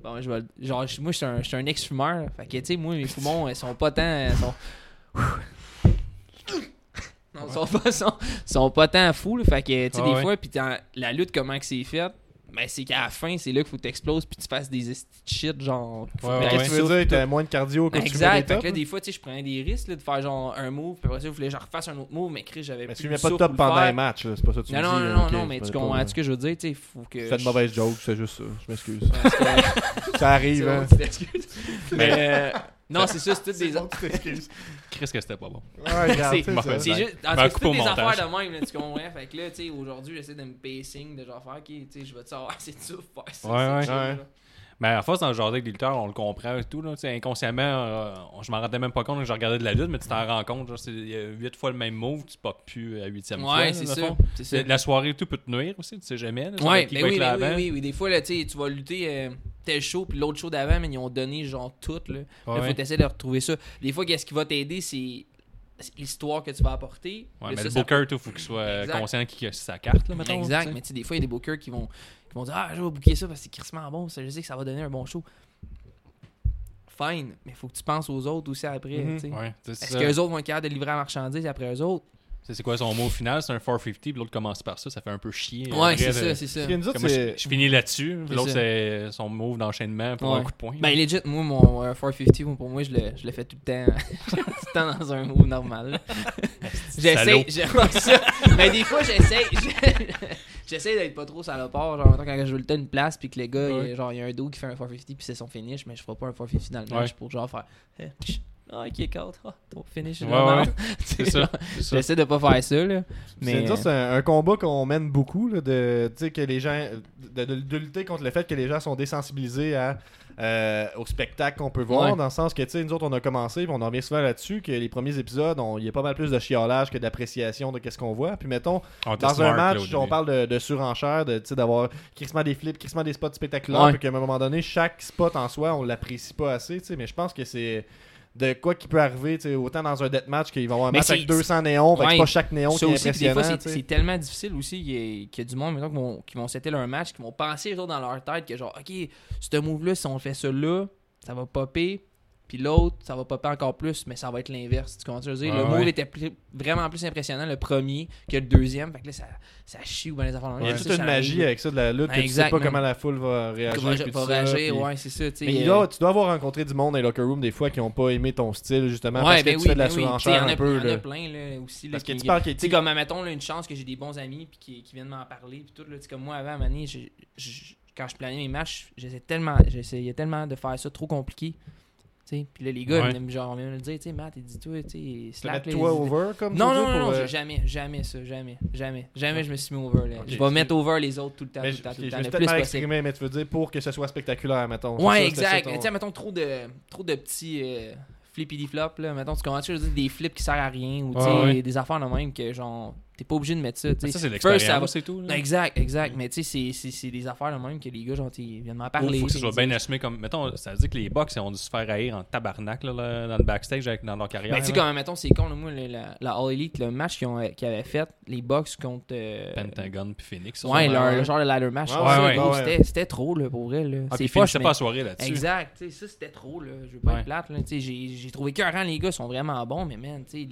Bon, je vais... le- Genre, je- moi, je suis un, je suis un ex-fumeur, là. fait que, tu sais, moi, mes poumons, ils sont pas tant... ils sont... Non, ils sont pas, sont, sont pas tant fous, là, fait que, tu sais,
Ouais,
des
ouais.
fois, puis dans la lutte, comment que c'est fait, Mais c'est qu'à la fin, c'est là qu'il faut que t'exploses puis tu fasses des esti de shit, genre. faut
Ouais, ouais,
que
Ben, Qu'est-ce que
tu
tu veux
souffles,
dire?
tout.
T'as moins de cardio quand tu fais des
Exact. Fait
tops? hein.
que là, des fois, tu sais, je prenais des risques là, de faire genre un move, puis après ça, je voulais genre refasse un autre move, mais Chris, j'avais
Mais tu
plus le
mets pas de
souffle
top
pour le
pendant un
faire.
match, là, c'est pas ça que tu
Non,
me
non,
dis,
non,
là,
non,
ok,
non,
c'est
mais
pas-
tu
pas-
comprends ce que je veux dire, tu sais, faut que.
C'est une mauvaise joke, c'est juste ça. Je m'excuse. ça
C'est
arrive,
bon,
hein.
tu t'excuses. Mais euh, non, c'est ça, c'est toutes des.
Chris, que c'était pas bon.
Ouais, regarde,
C'est-
c'est ça.
C'est juste, en
Ben,
tout cas, c'est
coupe
toutes
au
des
montage.
affaires de même, là, tu comprends? Fait que là, tu sais, aujourd'hui, j'essaie de me pacing, de genre faire, ok, tu sais, je vais te savoir, c'est dur de faire ça.
Ouais,
c'est
ouais.
chill,
Ouais.
là.
Mais à force, dans le jardin avec des lutteurs, on le comprend et tout. Là, Tu sais, inconsciemment, euh, on- je m'en rendais même pas compte que je regardais de la lutte, mais tu t'en rends compte. genre, C'est 8 fois le même move, tu pop plus à 8
Ouais,
fois. là,
c'est
dans le
ça.
fond.
c'est ça.
C'est- La soirée et tout peut te nuire aussi, tu sais jamais. là, ça va
Ouais,
être qui
mais
va
oui,
être là
mais oui,
avant.
oui, oui. Des fois, là, tu sais, tu vas lutter euh, tel show, puis l'autre show d'avant, mais ils ont donné, genre, tout, là. Là,
Ouais.
faut essayer de retrouver ça. Des fois, qu'est-ce qui va t'aider, c'est c'est l'histoire que tu vas apporter.
Ouais,
Là,
mais
ça,
le
ça-
booker, il faut qu'il soit euh,
Exact.
conscient qu'il a sa carte, là, mettons.
exact,
tu sais.
mais tu sais, des fois, il y a des bookers qui vont, qui vont dire Ah, je vais booker ça parce que c'est crissement bon, ça, je sais que ça va donner un bon show. Fine, mais faut que tu penses aux autres aussi après.
Mhm.
tu sais.
Ouais, tu sais, c'est
Est-ce
ça.
qu'eux autres vont être capables de livrer la marchandise après eux autres
C'est c'est quoi son mot final C'est un 450, puis l'autre commence par ça, ça fait un peu chier.
Ouais,
Après,
c'est
euh,
ça, c'est ça.
Ce qui nous autres,
comme moi,
c'est-
je, je finis là-dessus,
C'est
l'autre
ça.
c'est son move d'enchaînement pour un
Ouais.
coup de poing.
Ben, legit, moi, mon euh, 450, moi, pour moi, je le, je le fais tout le temps. tout le temps dans un move normal. J'essaie,
Salaud.
j'aime ça. Mais des fois, j'essaie, je- j'essaie d'être pas trop salopard. Genre, mettons, quand je veux le temps une place, puis que le gars, il,
Ouais.
y a- genre, il y a un dos qui fait un 450, puis c'est son finish, mais je ferai pas un 450 dans le match
Ouais.
pour genre faire. eh, tch, Ah, kick out, ah, ton finish est
Ouais,
normal.
ouais, c'est ça. c'est ça.
J'essaie de pas faire ça, là.
C'est
Mais.
dire, c'est un, un combat qu'on mène beaucoup, là, de, tu sais, que les gens, de, de- de lutter contre le fait que les gens sont désensibilisés à, euh, au spectacle qu'on peut voir,
Ouais.
dans le sens que tu sais, nous autres, on a commencé, puis on en revient souvent là-dessus, que les premiers épisodes, on- il y a pas mal plus de chiolage que d'appréciation de qu'est-ce qu'on voit. Puis mettons,
On était
dans un
smart, là,
match,
au
on
début.
parle de, de surenchère, de, tu sais, d'avoir crissement des flips, crissement des spots spectaculaires,
Ouais.
puis qu'à un moment donné, chaque spot en soi, on l'apprécie pas assez, tu sais, mais je pense que c'est de quoi qui peut arriver, tu sais, autant dans un deathmatch qu'il va y avoir un
Mais
match
c'est-
avec 200 néons, fait que
Ouais.
c'est pas chaque néon qui
Ça
est
aussi, puis des
impressionnant.
fois, c'est-
tu sais.
c'est tellement difficile aussi qu'il y, ait- qu'il y a du monde, mettons, qui vont, qui vont setter leur match, qui vont penser, eux autres, dans leur tête, que genre, OK, ce move-là, si on fait ça là, ça va popper, puis l'autre, ça va popper encore plus, mais ça va être l'inverse. Tu comprends ce que je veux dire?
Ouais,
le move
ouais.
était plus- vraiment plus impressionnant, le premier, que le deuxième. Fait que là, ça, ça chie ou bien les affaires.
Il y a
Ça,
toute
ça
une
arrive.
magie avec ça de la lutte,
Ben,
que tu sais
exact,
pas
man.
comment la foule va réagir.
Comment
puis
va
tout ça,
réagir,
puis-
ouais, c'est ça. tu sais,
Mais il
euh,
doit- tu dois avoir rencontré du monde dans les locker rooms des fois qui ont pas aimé ton style, justement,
ouais,
parce que
ben
tu
oui,
fais de la
ben oui, tu sais,
surenchère
il y en a-
un peu.
Il y en
là.
a plein, là, aussi. là,
Parce que
qui-
tu parles qu'il
Tu sais, comme, mettons, là, une chance que j'ai des bons amis puis qui, qui viennent m'en parler. Puis tout, là, tu sais, comme moi, avant, à un moment donné, j'ai- j'ai- quand je planais mes matchs, j'essayais tellement, j'essayais tellement de faire ça trop compliqué. tu sais. Puis là, les gars,
Ouais.
ils venaient me- genre, ils venaient me le dire, tu sais, Matt, il dit, toi, tu sais,
Tu
slack.
mettre
là,
toi
les-
over comme
Non,
tu dis,
non, non,
pour,
non,
euh,
j'ai jamais, jamais ça, jamais, jamais, jamais je me suis mis over. Là.
Ok.
Je vais mettre over les autres tout le temps,
mais
tout le
je-
temps,
ok,
tout
je
le temps,
me
le
suis peut-être
plus
mal
possible.
exprimé, mais tu veux dire pour que ce soit spectaculaire, mettons. C'est
Ouais,
ça, c'était ça
exact.
ton-
Mais Tu sais, mettons trop de, trop de petits euh, flippity flop là. Mettons, tu commences à dire des flips qui servent à rien ou tu sais,
Ouais, ouais.
des affaires de même que genre, t'es pas obligé de mettre ça. tu sais.
Ça, c'est
First, ça va- Ben,
l'expérience et tout. là.
Exact, exact. Mais tu sais, c'est- c'est c'est des affaires de même que les gars, genre, ils viennent m'en
Il
parler.
faut que ça
ils
soit
disent-
bien assumé comme. Mettons, ça veut dire que les box ont dû se faire haïr en tabarnak là, là, dans le backstage avec, dans leur carrière.
Mais Ben, tu sais,
là.
quand même, mettons, c'est con, là, moi, le- la, la All Elite, le match qu'ils ont- euh, qu'ils avaient fait, les box contre. euh,
Pentagon puis Phoenix.
ouais,
sûrement.
leur,
ouais.
le genre de ladder match.
Ouais,
Ça,
ouais,
gros,
ouais.
c'était- C'était trop, là, pour vrai. là.
Ah,
c'est
puis
poche,
finissait
mais-
pas la soirée là-dessus.
Exact, tu sais, ça c'était trop là, je veux pas
Ouais.
être plate là, tu sais, j'ai j'ai trouvé qu'un les gars sont vraiment bons mais man, tu sais,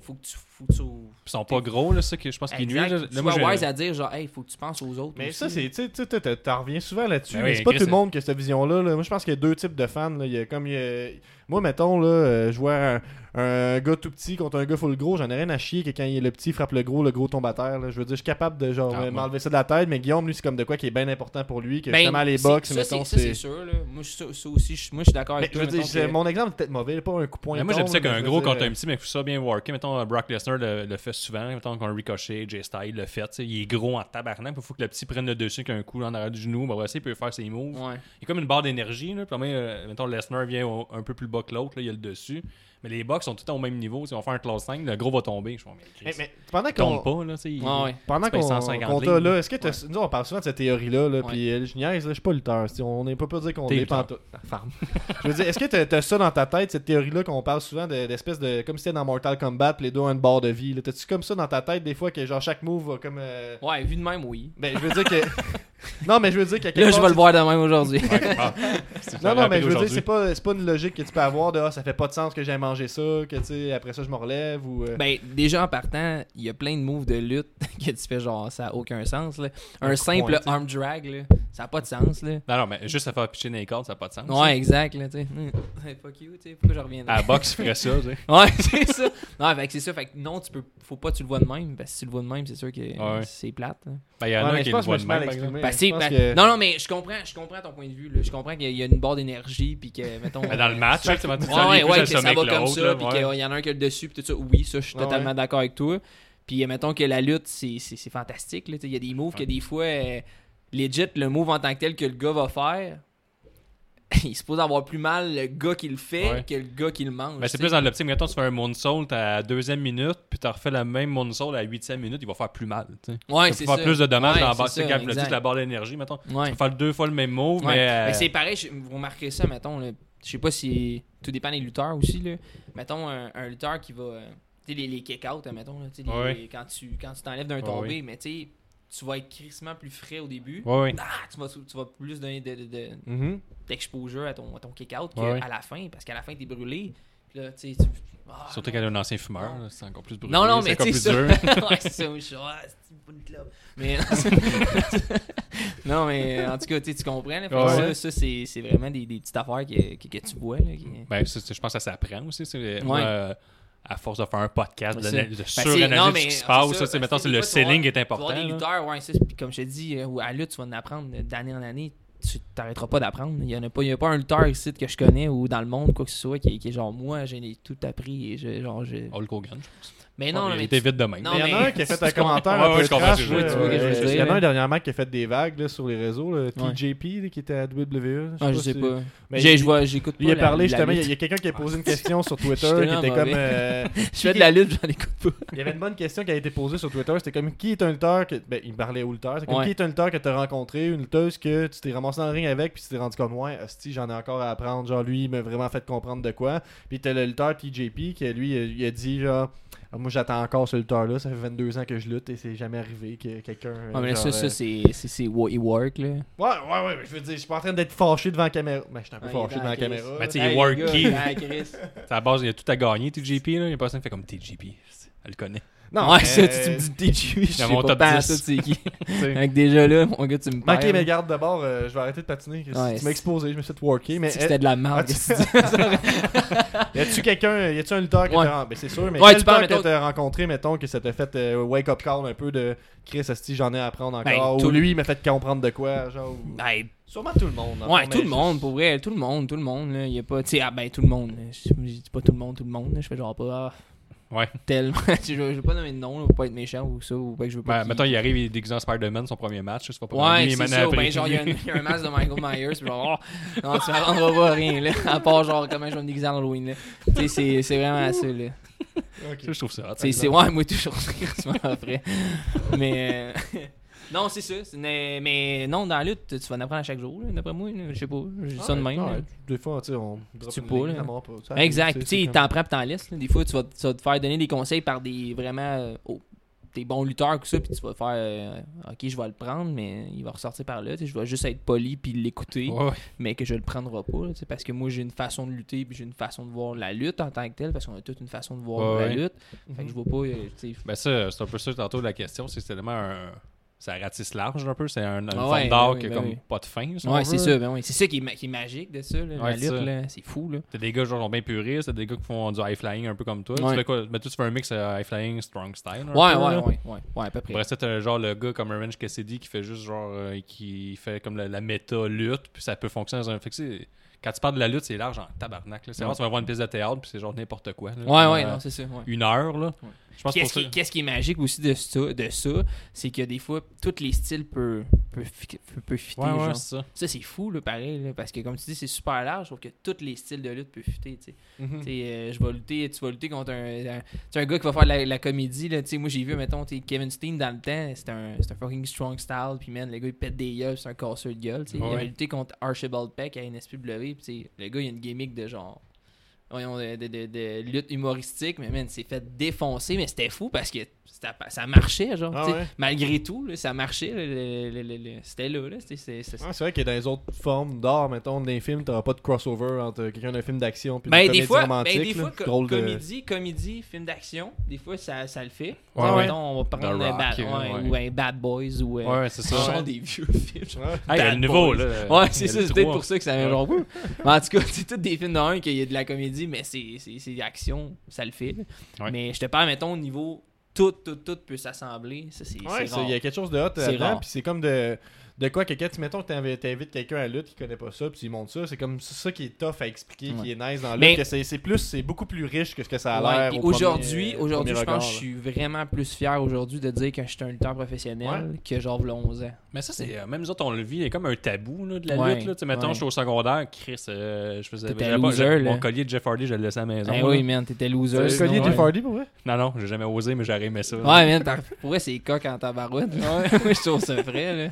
faut que tu faut que tu
Ils sont pas gros, là, ça, que je pense qu'ils nuisent.
Exact,
là.
tu
Là,
sois
j'ai-
wise à dire genre hey, faut que tu penses aux autres
Mais
aussi.
ça, c'est, tu sais, tu sais, t'as- t'as- t'en reviens souvent là-dessus.
Ben
mais
oui,
c'est pas
Chris,
tout le
c'est-
monde qui a cette vision-là. là. Moi, je pense qu'il y a deux types de fans. là. Il y a comme, il y a- Moi, mettons, là, euh, je vois un, un gars tout petit contre un gars full gros. J'en ai rien à chier que quand il est le petit frappe le gros, le gros tombe à terre. là. Je veux dire, je suis capable de genre
Ah,
euh,
ouais.
m'enlever ça de la tête. Mais Guillaume, lui, c'est comme de quoi qui est bien important pour lui. Que
Ben,
justement, les
c'est-
box,
ça,
mettons,
c'est ça,
c'est.
c'est sûr là. Moi je- ça, ça aussi je- moi je suis d'accord
Mais
avec
je
toi.
veux dire,
mettons,
c'est-
que- Ben,
mon exemple est peut-être mauvais, pas un coup de poing.
Mais moi, j'aime
tombe,
ça qu'un
mais je
gros
veux dire, euh,
contre un petit, mais il faut ça bien worker. Mettons, euh, Brock Lesnar le, le fait souvent. Mettons qu'on ricochet, Jay Style le fait. tu sais, Il est gros en tabarnak. Il faut que le petit prenne le dessus qu'un coup en arrière du genou. Ben, voilà, ça, il peut faire ses moves.
Ouais.
Il y a comme une barre d'énergie. là. Puis, euh, mettons, Lesnar vient au- un peu plus bas que l'autre. là, Il y a le dessus. Mais les box sont tout le temps au même niveau. Si on fait un close 5, le gros va tomber. Je suis mais Chris,
Eh, mais pendant
il tombe
qu'on
pas. Là, tu sais, il-
Ouais, ouais.
Pendant
Tu payes
qu'on
150
qu'on t'a
livres.
là, est-ce que t'as- nous on parle souvent de cette théorie-là, là, puis euh, je niaise, là, je suis pas lutteur, si on n'est pas pas dire qu'on
T'es
est
lutteur.
pantoute. Ah, farm. je veux dire, est-ce que t'as t'as ça dans ta tête, cette théorie-là qu'on parle souvent de- d'espèce de, comme si c'était dans Mortal Kombat, puis les deux ont une barre de vie, là. t'as-tu comme ça dans ta tête des fois que genre chaque move va comme, euh,
Ouais, vu de même oui.
ben je veux dire que, non mais je veux dire qu'il y a quelque
Là,
part,
je vais
tu-
le voir de même aujourd'hui.
Ouais, ah, c'est-
Non, non, mais je veux dire,
aujourd'hui.
c'est pas, c'est pas une logique que tu peux avoir de ah, ça fait pas de sens que j'ai mangé ça, là, que tu sais, après ça, je me relève ou. euh,
Ben, déjà en partant, il y a plein de moves de lutte que tu fais genre ça a aucun sens. Là. Un
Un coup
simple
pointé.
arm drag, là, ça a pas de sens. Là.
Non, non, mais juste à faire pitcher dans les cordes, ça n'a pas de sens.
Ouais, exact. Là, tu sais. Hum, hey, fuck you, tu sais, pourquoi je reviens
À la boxe, il ferait ça, tu sais.
Ouais, c'est ça. Non, fait que c'est ça. Fait que non, tu peux, faut pas que tu le vois de même. Parce que si tu le vois de même, c'est sûr que
Ouais.
c'est plate. là.
Ben, il y en
ouais,
a
mais
qui
je
le
pense que je
voient
me
de
suis
même,
mal
par exemple.
exprimé.
Ben, c'est-
Je pense que-
ben- Non, non, mais je comprends, je comprends ton point de vue. Là. Je comprends qu'il y a une barre d'énergie, puis que, mettons.
Ben, Dans le match,
euh,
tu sais, quand tu
Ouais, ouais, ouais, que
ça
ça va
va
comme ça, puis qu'il y en a un qui a le dessus, puis tout ça. Oui, ça, je suis
Ouais,
totalement
ouais.
d'accord avec toi. Puis, euh, mettons que la lutte, c'est c'est- c'est fantastique. là, tu sais, Il y a des moves que des fois, euh, legit, le move en tant que tel que le gars va faire, il se pose avoir plus mal le gars qui le fait
Ouais.
que le gars qui le mange.
Ben, c'est
tu sais.
plus dans l'optique. Mettons, tu fais un moonsault à la deuxième minute, puis tu refais le même moonsault à la huitième minute, il va faire plus mal. Tu sais.
Ouais,
Tu
c'est
peux faire
ça.
plus de dommages
Ouais,
dans la
c'est
barre. Tu sais,
ça,
quand tu l'as dit,
exact.
la barre d'énergie, mettons. Tu
Ouais.
peux faire deux fois le même move,
Ouais.
mais. euh,
Ben, c'est pareil, je- vous remarquerez ça, mettons, là, je sais pas si tout dépend des lutteurs aussi, là. mettons un, un lutteur qui va, euh, tu sais, les, les kick-out, hein, mettons, là, tu sais, les-
Ouais.
les- quand tu quand tu t'enlèves d'un
Ouais,
tombé,
ouais.
mais tu sais, tu vas être crissement plus frais au début,
euh, Ouais, ouais.
Ah, tu, vas, tu vas plus donner de, de- de-
Mhm.
d'exposure à ton, à ton kick-out qu'à
Ouais, ouais.
la fin, parce qu'à la fin, t'es brûlé, Puis là, tu sais, tu... Ah,
Surtout qu'elle est un ancien fumeur, là, c'est encore plus brûlant.
non, non, mais
c'est
tu sais ça.
encore plus dur.
ouais, c'est ça, oui, je suis ah, c'est une bonne club. Mais non, mais en tout cas, tu sais, tu comprends. là. Fait que
Ouais.
Ça, ça, c'est c'est vraiment des, des petites affaires que, que, que tu vois. Là, qui-
Ben, ça, c'est- je pense que ça s'apprend aussi. c'est-
Ouais.
moi, euh, à force de faire un podcast, de,
C'est-
de
Ben,
suranalyser
c'est- non,
ce
mais
qui se
c'est
passe,
ça,
ça, c'est
parce
mettons,
que
c'est
des
le
fois, tu vas
ceiling est
Tu vas
important.
voir des
là.
lutteurs, ouais, c'est ça. Puis comme je te dis, euh, à la lutte, tu vas en apprendre d'année en année. Tu t'arrêteras pas d'apprendre. Il n'y en a pas, il y a pas un lutteur ici que je connais ou dans le monde, quoi que ce soit, qui, est- qui est genre moi, j'ai tout appris et je, genre je.
Hulk Hogan, je pense.
Mais non,
Ouais, Oh, il
mais
était
tu-
vite de même.
Non,
Mais Il y en
mais-
a un qui a fait
tu
un commentaire
comprends. Ouais,
un
ouais,
peu
je comprends
trash,
ce que
là,
je veux
dire, tu vois ce que je veux
euh, Il y en
dire,
a
là.
un dernièrement qui a fait des vagues là, sur les réseaux, le TJP là, qui était à E, WWE.
Ah, je sais
si-
pas.
Mais
J'ai-
il-
je vois- J'écoute pas.
Il a
la-
parlé
la
justement, il y a-
lutte.
il y a quelqu'un qui a posé une question sur Twitter
J'étais
qui
vraiment
était comme.
mauvais.
euh,
Je fais de la lutte, j'en écoute pas.
Il y avait une bonne question qui a été posée sur Twitter. C'était comme qui est un lutteur que. Ben, il parlait au lutteur. C'est comme
Ouais.
qui est un lutteur que t'as rencontré, une lutteuse que tu t'es ramassé dans le ring avec, puis tu t'es rendu comme ouais, hostie, j'en ai encore à apprendre. Genre, lui, il m'a vraiment fait comprendre de quoi. Puis t'as le lutteur TJP qui, lui, euh, il a- il a dit genre. Ah, Moi, j'attends encore ce lutteur-là. Ça fait 22 ans que je lutte et c'est jamais arrivé que quelqu'un. euh,
Ouais, Ah, mais là,
genre,
ça,
euh,
ça c'est c'est- c'est wo- it work là.
Ouais, ouais, ouais. mais Je veux dire, je suis pas en train d'être fâché devant la caméra. Ben, je suis un peu
Ouais, il
fâché
est
devant la
dans la
caméra.
Ben, tu sais,
là.
il est worky.
worky.
C'est À la base, il y a tout à gagner, TJP. Là. Il y a personne qui fait comme TJP. Elle le connaît.
Non,
Ouais, ça,
euh,
tu me dis t'es juif, je
Dans
sais
mon
pas
top
pas
10.
ça, c'est qui.
Tu sais.
Avec déjà là, mon gars, tu me
Ben,
parles.
Ok, mais garde d'abord, euh, je vais arrêter de patiner. Chris.
Ouais,
tu m'as exposé, je me suis fait worker. Mais
C'était de la merde.
Ah,
qu'est-ce que tu dis?
Y a-tu quelqu'un, y a-tu un lutteur que
Ouais.
t'as rencontré? C'est sûr, mais
Ouais,
quel
tu parles,
lutteur que
mettons-
t'as rencontré, mettons, que ça t'a fait euh, wake-up call un peu de Chris Asti, j'en ai à apprendre
Ben,
encore.
tout
ou
le-
lui, il m'a fait comprendre de quoi, genre. ou-
Ben,
Sûrement tout le monde. en
ouais,
fait,
tout
mais
le monde, pour vrai, tout le monde, tout le monde. Là. Y a pas, tu sais, ah ben, tout le monde. là. Je je dis pas tout le monde, tout le monde. là. Je fais genre pas. ah,
Ouais.
Tellement. Tu sais, je, je veux pas nommer de nom, là, pour pas être méchant ou ça, ou pas que je veux pas.
Ben,
qu'il-
mettons, il arrive, il est déguisé en Spider-Man, son premier match. C'est pas pour
Ouais,
lui, il
c'est
mène
ça. ou
après.
Ben, genre, il y, a un- il y a un masque de Michael Myers, pis genre, oh, non, tu m'apprendras pas rien, là. À part, genre, comment je vais me déguiser en Halloween, là. Tu sais, c'est- c'est vraiment ça, là.
Ok.
Ça, je trouve ça. hot.
C'est, c'est, ouais, moi, toujours crissement après. Mais. euh, non, c'est ça. c'est- Mais, mais non, dans la lutte, tu vas en apprendre à chaque jour, là, d'après moi. là. Je sais pas. Je dis ça de
Ouais,
même. hein. là.
ouais, Des fois, tu sais, on. drop
Tu
une
pas,
ligne,
là.
ça mord pas, ça arrive,
hein. exact.
tu
Puis, tu sais,
sais, c'est
t'en prends pis t'en laisses. là. Des fois, tu vas, tu vas te faire donner des conseils par des vraiment. euh, oh, des bons lutteurs, tout ça. Puis, tu vas faire. euh, ok, je vais le prendre, mais il va ressortir par là. Tu sais, Je vais juste être poli puis l'écouter.
Ouais, ouais.
mais que je le prendrai pas là, tu sais, parce que moi j'ai une façon de lutter puis j'ai une façon de voir la lutte en tant que telle parce qu'on a toute une façon de voir
Ouais,
la
ouais.
lutte fait que je vois pas euh, tu sais,
Ben, ça, c'est un peu ça tantôt la question. C'est tellement un. Ça ratisse large un peu. C'est un, une
Ah
forme
ouais,
d'art
ben
qui a
oui, ben
comme
oui.
pas de fin. si on
ouais c'est
veut.
ça ben ouais. c'est ça qui est, ma- qui est magique de ça là, la
Ouais, c'est
lutte
ça.
là, c'est fou là
T'as des gars genre bien puristes, t'as des gars qui font du high flying un peu comme toi.
Ouais.
Tu fais quoi Mais toi, tu fais un mix euh, high flying, strong style. un peu,
ouais ouais,
là.
ouais ouais ouais à peu près
Après ça, t'as genre le gars comme Orange Cassidy qui fait juste genre. euh, qui fait comme la, la méta lutte, puis ça peut fonctionner dans un. Fait que c'est- quand tu parles de la lutte, c'est large en tabarnak. là. C'est rare, tu vas voir une pièce de théâtre, puis c'est genre n'importe quoi. là.
ouais ouais
Euh,
non c'est ça ouais.
Une heure, là. Je pense que
Qu'est-ce
ça.
qui, qu'est-ce qui est magique aussi de ça, de ça c'est que des fois, tous les styles peuvent, peuvent, fi- peuvent, peuvent fitter.
Ouais, ouais,
genre.
c'est ça.
Ça, c'est fou, là, pareil, là, parce que comme tu dis, c'est super large, sauf que tous les styles de lutte peuvent fitter. tu sais.
comme- Mhm.
Tu sais, euh, je vais lutter, tu vas lutter contre un, un- tu sais, un gars qui va faire de la, la comédie. Là, Tu sais, moi, j'ai vu, mettons, tu sais, Kevin Steen dans le temps, c'est un, c'est un fucking strong style. Puis, man, le gars, il pète des gueules, c'est un casseur de gueule. tu sais. Il
Ouais.
avait lutté contre Archibald Peck à NSPW. Puis, tu sais, le gars, il a une gimmick de genre voyons, de, de- de- de lutte humoristique, mais man, c'est fait défoncer, mais c'était fou parce que c'était pas- ça marchait, genre.
Ah
tu sais.
ouais?
Malgré tout, là, ça marchait. là, le- le- le- le- c'était là, là. C'était, c'est- c'est-
Ah, c'est vrai que dans les autres formes d'art, mettons, d'un film, t'auras pas de crossover entre quelqu'un d'un film d'action puis
Ben,
une
des
comédie
fois, ben,
romantique.
des
là.
fois co-
Drôle de-
comédie, comédie, film d'action, des fois ça, ça le fait.
Ouais,
Mettons,
ouais.
On va prendre
The
un
Rock,
Bad,
euh,
ouais,
ouais.
ou un Bad Boys ou euh,
Ouais, c'est
ce
ça.
genre des vieux films. genre.
Ouais.
Ah, il y a le
Bad
nouveau,
Boys.
là.
Ouais,
Il
c'est
y a
ça,
le
c'est peut-être
trois.
pour ça que ça m'est genre Ouh. Mais en tout cas, c'est tous des films d'un qu'il y a de la comédie, mais c'est c'est- c'est action, ça le fait. là.
Ouais.
Mais je te parle, mettons, au niveau tout, tout, tout peut s'assembler. Ça, c'est
Ouais,
c'est
c'est- il y a
rare.
quelque chose de hot
C'est
là-dedans,
rare.
puis c'est comme de, de quoi que quand tu mettons que t'invi- t'invites quelqu'un à la lutte qui connaît pas ça, puis il montre ça, c'est comme ça qui est tough à expliquer, qui est nice dans la
Mais-
lutte, que c'est c'est plus, c'est beaucoup plus riche que ce que ça a
Ouais,
l'air.
puis
au
Aujourd'hui,
premier-
euh,
au
aujourd'hui, je
premier
pense que je
regard,
suis vraiment plus fier aujourd'hui de dire que je suis un lutteur professionnel que genre v'là 11 ans.
Mais ça, c'est. euh, Même nous autres, on le vit, il y a comme un tabou là, de la
Ouais,
lutte. Là. Tu sais, mettons,
ouais.
j'étais au secondaire, Chris, euh, je faisais.
T'étais
j'avais
loser,
j'avais-
là.
Mon collier de Jeff Hardy, je le laissais à la maison.
Ben
là.
oui, man, t'étais loser.
là.
sinon,
Le collier de
ouais.
Jeff Hardy, pour vrai?
Non, non, j'ai jamais osé, mais j'aurais aimé ça. là.
Ouais, man, t'as- pour vrai, c'est coq en tabarouette. Ouais, je trouve ça frais, là.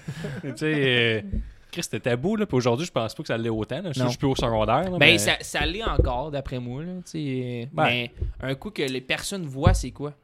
Tu sais, euh, Chris, c'était tabou, là. Puis aujourd'hui, je pense pas que ça l'est autant. là. Je
Non.
je suis plus au secondaire. là,
Ben,
mais-
ça, ça l'est encore, d'après moi, là. tu sais.
Ouais.
Mais un coup que les personnes voient, c'est quoi?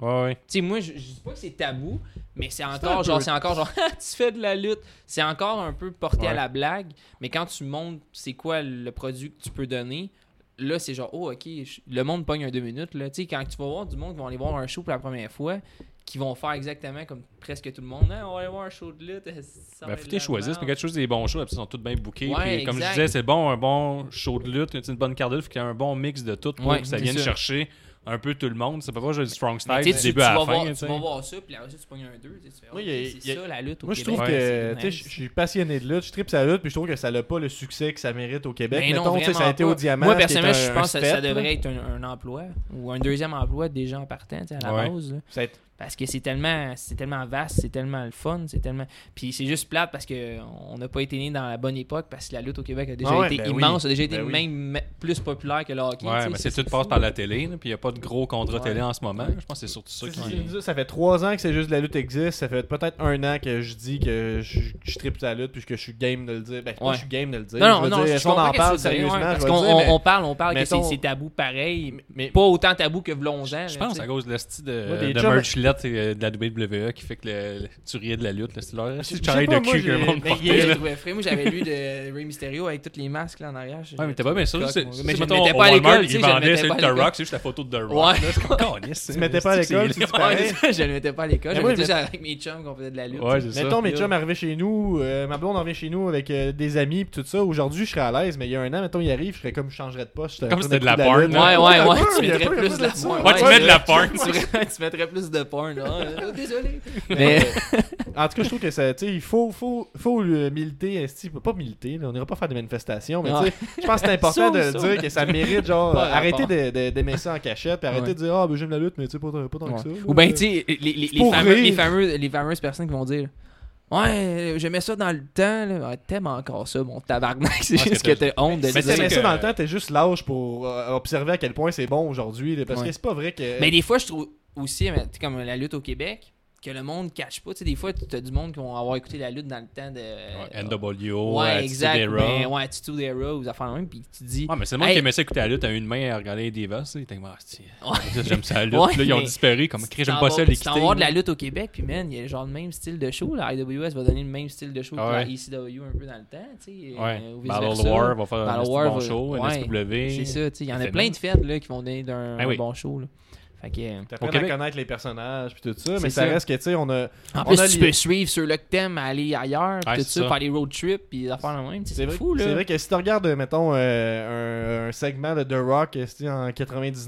Ouais, ouais.
Tu sais, moi, je je dis pas que c'est tabou, mais c'est
un
encore
peu-
genre, c'est encore genre, Ah, tu fais de la lutte. C'est encore un peu porté à
Ouais.
la blague, mais quand tu montres c'est quoi le produit que tu peux donner, là, c'est genre, oh, ok, je- le monde pogne un deux minutes. Là. Tu sais, quand tu vas voir du monde qui vont aller voir un show pour la première fois, qui vont faire exactement comme presque tout le monde, Ah, on va aller voir un show de lutte. ça
Ben,
va être
faut
de
qu'ils
la
choisissent, mais
merde.
quand tu choisis des bons shows, après, ils sont tous bien bookés.
Ouais,
puis, comme je
exact.
disais, c'est bon, un bon show de lutte, une bonne carte de lutte, faut qu'il y ait un bon mix de tout pour
Ouais,
que ça
c'est
vienne
ça.
chercher un peu tout le monde. C'est pas vrai, j'ai du strong
Mais
style
tu
du
sais, tu-
début
tu
à
vas
la
voir-
fin. tu
Tu
sais.
vas voir ça, puis après ça, tu pognes un 2. Tu fais,
Oui,
OK,
il y a- il y
c'est
a-
ça la lutte. au
Moi, je
Québec,
trouve
c'est
que tu sais,
nice.
je je suis passionné de lutte, je tripe sa lutte, puis je trouve que ça n'a pas le succès que ça mérite au Québec.
Mais Ben non,
mettons, tu sais, ça a
vraiment
été
pas.
au diamant.
Moi,
qui est
personnellement,
un-
je
un
pense que ça, ça
step, là.
devrait être un, un emploi ou un deuxième emploi des gens partants tu sais, à la
Ouais.
base. là.
Ça a été-
Parce que c'est tellement, c'est tellement vaste, c'est tellement le fun, c'est tellement. Puis c'est juste plate parce qu'on n'a pas été né dans la bonne époque parce que la lutte au Québec a déjà
Ah ouais,
été
ben oui.
immense, a déjà été
Ben oui.
même plus populaire que le hockey. tu
Ouais,
sais,
mais c'est tout passe par la télé, là, puis il n'y a pas de gros contrat télé en ce moment. Je pense que c'est surtout ça
Ça,
qui.
c'est- c'est- Ça fait trois ans que c'est juste de la lutte existe. Ça fait peut-être un an que je dis que je, je tripe la lutte puis que je suis game de le dire. Ben, pas
Ouais.
je suis game de le dire.
Non,
je
non,
veux
non,
dire,
je
si on en
comprends qu'est-ce
parle
que tu veux dire,
sérieusement,
ouais,
je
parce
vais
qu'on
le dire,
on-
mais-
on parle, on parle
mettons-
que c'est- c'est tabou pareil,
mais-
pas autant tabou que Vlongeant.
Je pense à cause de la style
Moi,
de,
des
de
chums-
merchlette et de la WWE qui fait que le, le- tu riais de la lutte. là, C'est leur c'est le
je sais
chandail
pas,
de
moi,
cul que le
j'ai- Ben,
monde
mais
Moi, je
portait.
le
là.
trouvais frais. Moi, j'avais lu de Ray Mysterio avec tous les masques là en arrière. Je-
Ouais, mais t'es pas bien sûr.
Coq,
c'est-
mon gars.
c'est-
Mais je
mettons,
le mettais
au
pas à
Walmart,
l'école, tu sais,
Ils
je le
vendaient
mettais
celui
pas à
de The
l'école.
Rock, c'est juste la photo de The Rock.
Ouais.
là, C'est comme calice,
Tu mettais pas à
c'est- c'est
l'école, tu dis
Ouais,
pareil.
c'est ça, je le mettais pas à l'école.
Mais
Je
moi,
le mettais
je
ça avec mes chums qu'on faisait de la lutte.
Ouais,
tu sais.
c'est ça.
Mettons, mes
Yeah.
chums arrivaient chez nous, euh, ma blonde arrivait chez nous avec euh, des amis pis tout ça. Aujourd'hui, je serais à l'aise, mais il y a un an, mettons, il arrive, je serais comme je changerais de poste. je te
Comme c'était de la
retournerais
porn,
plus
Ouais,
là.
lutte.
ouais,
Ah,
ouais,
ouais,
tu
il y a
mettrais
pas-
plus de la
Ouais,
porn.
Ouais, tu mets de la porn.
Tu mettrais- tu mettrais plus de porn. hein. Oh, désolé.
Mais-
Mais
En tout cas, je trouve que ça, tu sais, il faut, faut, faut le militer, esti, pas militer, là, on n'ira pas faire des manifestations, mais tu
Ouais.
sais, je pense que c'est important de
Sauf ça.
dire que ça mérite, genre,
Pas
arrêter
rapport.
de- de- d'aimer ça en cachette, puis arrêter
Ouais.
de dire, ah, ben j'aime la lutte, mais tu sais, pas, tant- pas tant que ça.
Ou
là.
ben, tu sais, les, les, les,
Pour
fameux-
rire.
les, fameux- les fameuses personnes qui vont dire Ouais, j'aimais ça dans le temps. là. Ouais, T'aimes encore ça, mon tabarnak. C'est
Ah,
juste
que
que t'as honte de
Si
Mais
le
c'est
t'aimais
vrai
dire.
ça
que-
dans le temps, t'es juste lâche pour euh, observer à quel point c'est bon aujourd'hui, là, parce que
Ouais.
c'est pas vrai que.
Mais des fois, je trouve aussi, mais, tu sais, comme la lutte au Québec, que le monde cache pas. Tu sais, des fois, t'as du monde qui vont avoir écouté la lutte dans le temps de.
Ouais, NWO,
Ouais,
Attitude
exact.
Era.
Ben, ouais, Attitude Era, ou affaires de même, puis tu dis.
Ah, mais c'est le monde
Hey.
qui aimait ça écouter la lutte à une main à regarder les divas. ça, Ils étaient comme, ah, c'est-
Ouais.
j'aime ça la lutte.
Ouais,
Puis là, ils ont
mais
disparu. Comme, Chris, j'aime
T'en
pas
vas-
ça
Tu
l'équité.
t'en vas voir de la lutte au Québec, puis man, il y a genre le même style de show. La IWS va donner le même style de show
Ah
que la
ouais.
ECW un peu dans le temps, tu sais.
Ouais.
euh, ou vice-versa.
Battle War va faire un
Battle
esti
War
bon
va-
show.
ouais.
NSW.
C'est ça, tu sais. Il y en a
Féminin.
plein de fêtes là, qui vont donner d'un
Ah oui.
un bon show. là. Fait que, euh,
T'apprends
Au Québec-
à connaître les personnages, puis tout ça,
C'est
mais ça
ça.
reste que, tu sais, on a.
en
On
plus,
a
tu
les-
peux suivre sur le thème, aller ailleurs, puis
Ouais,
tout
c'est
ça,
ça.
faire des road trips, puis des affaires de même. tu sais,
C'est
C'est
vrai,
fou, là.
c'est vrai que si tu regardes, euh, mettons, euh, un, un segment de The Rock euh, c'est-tu, en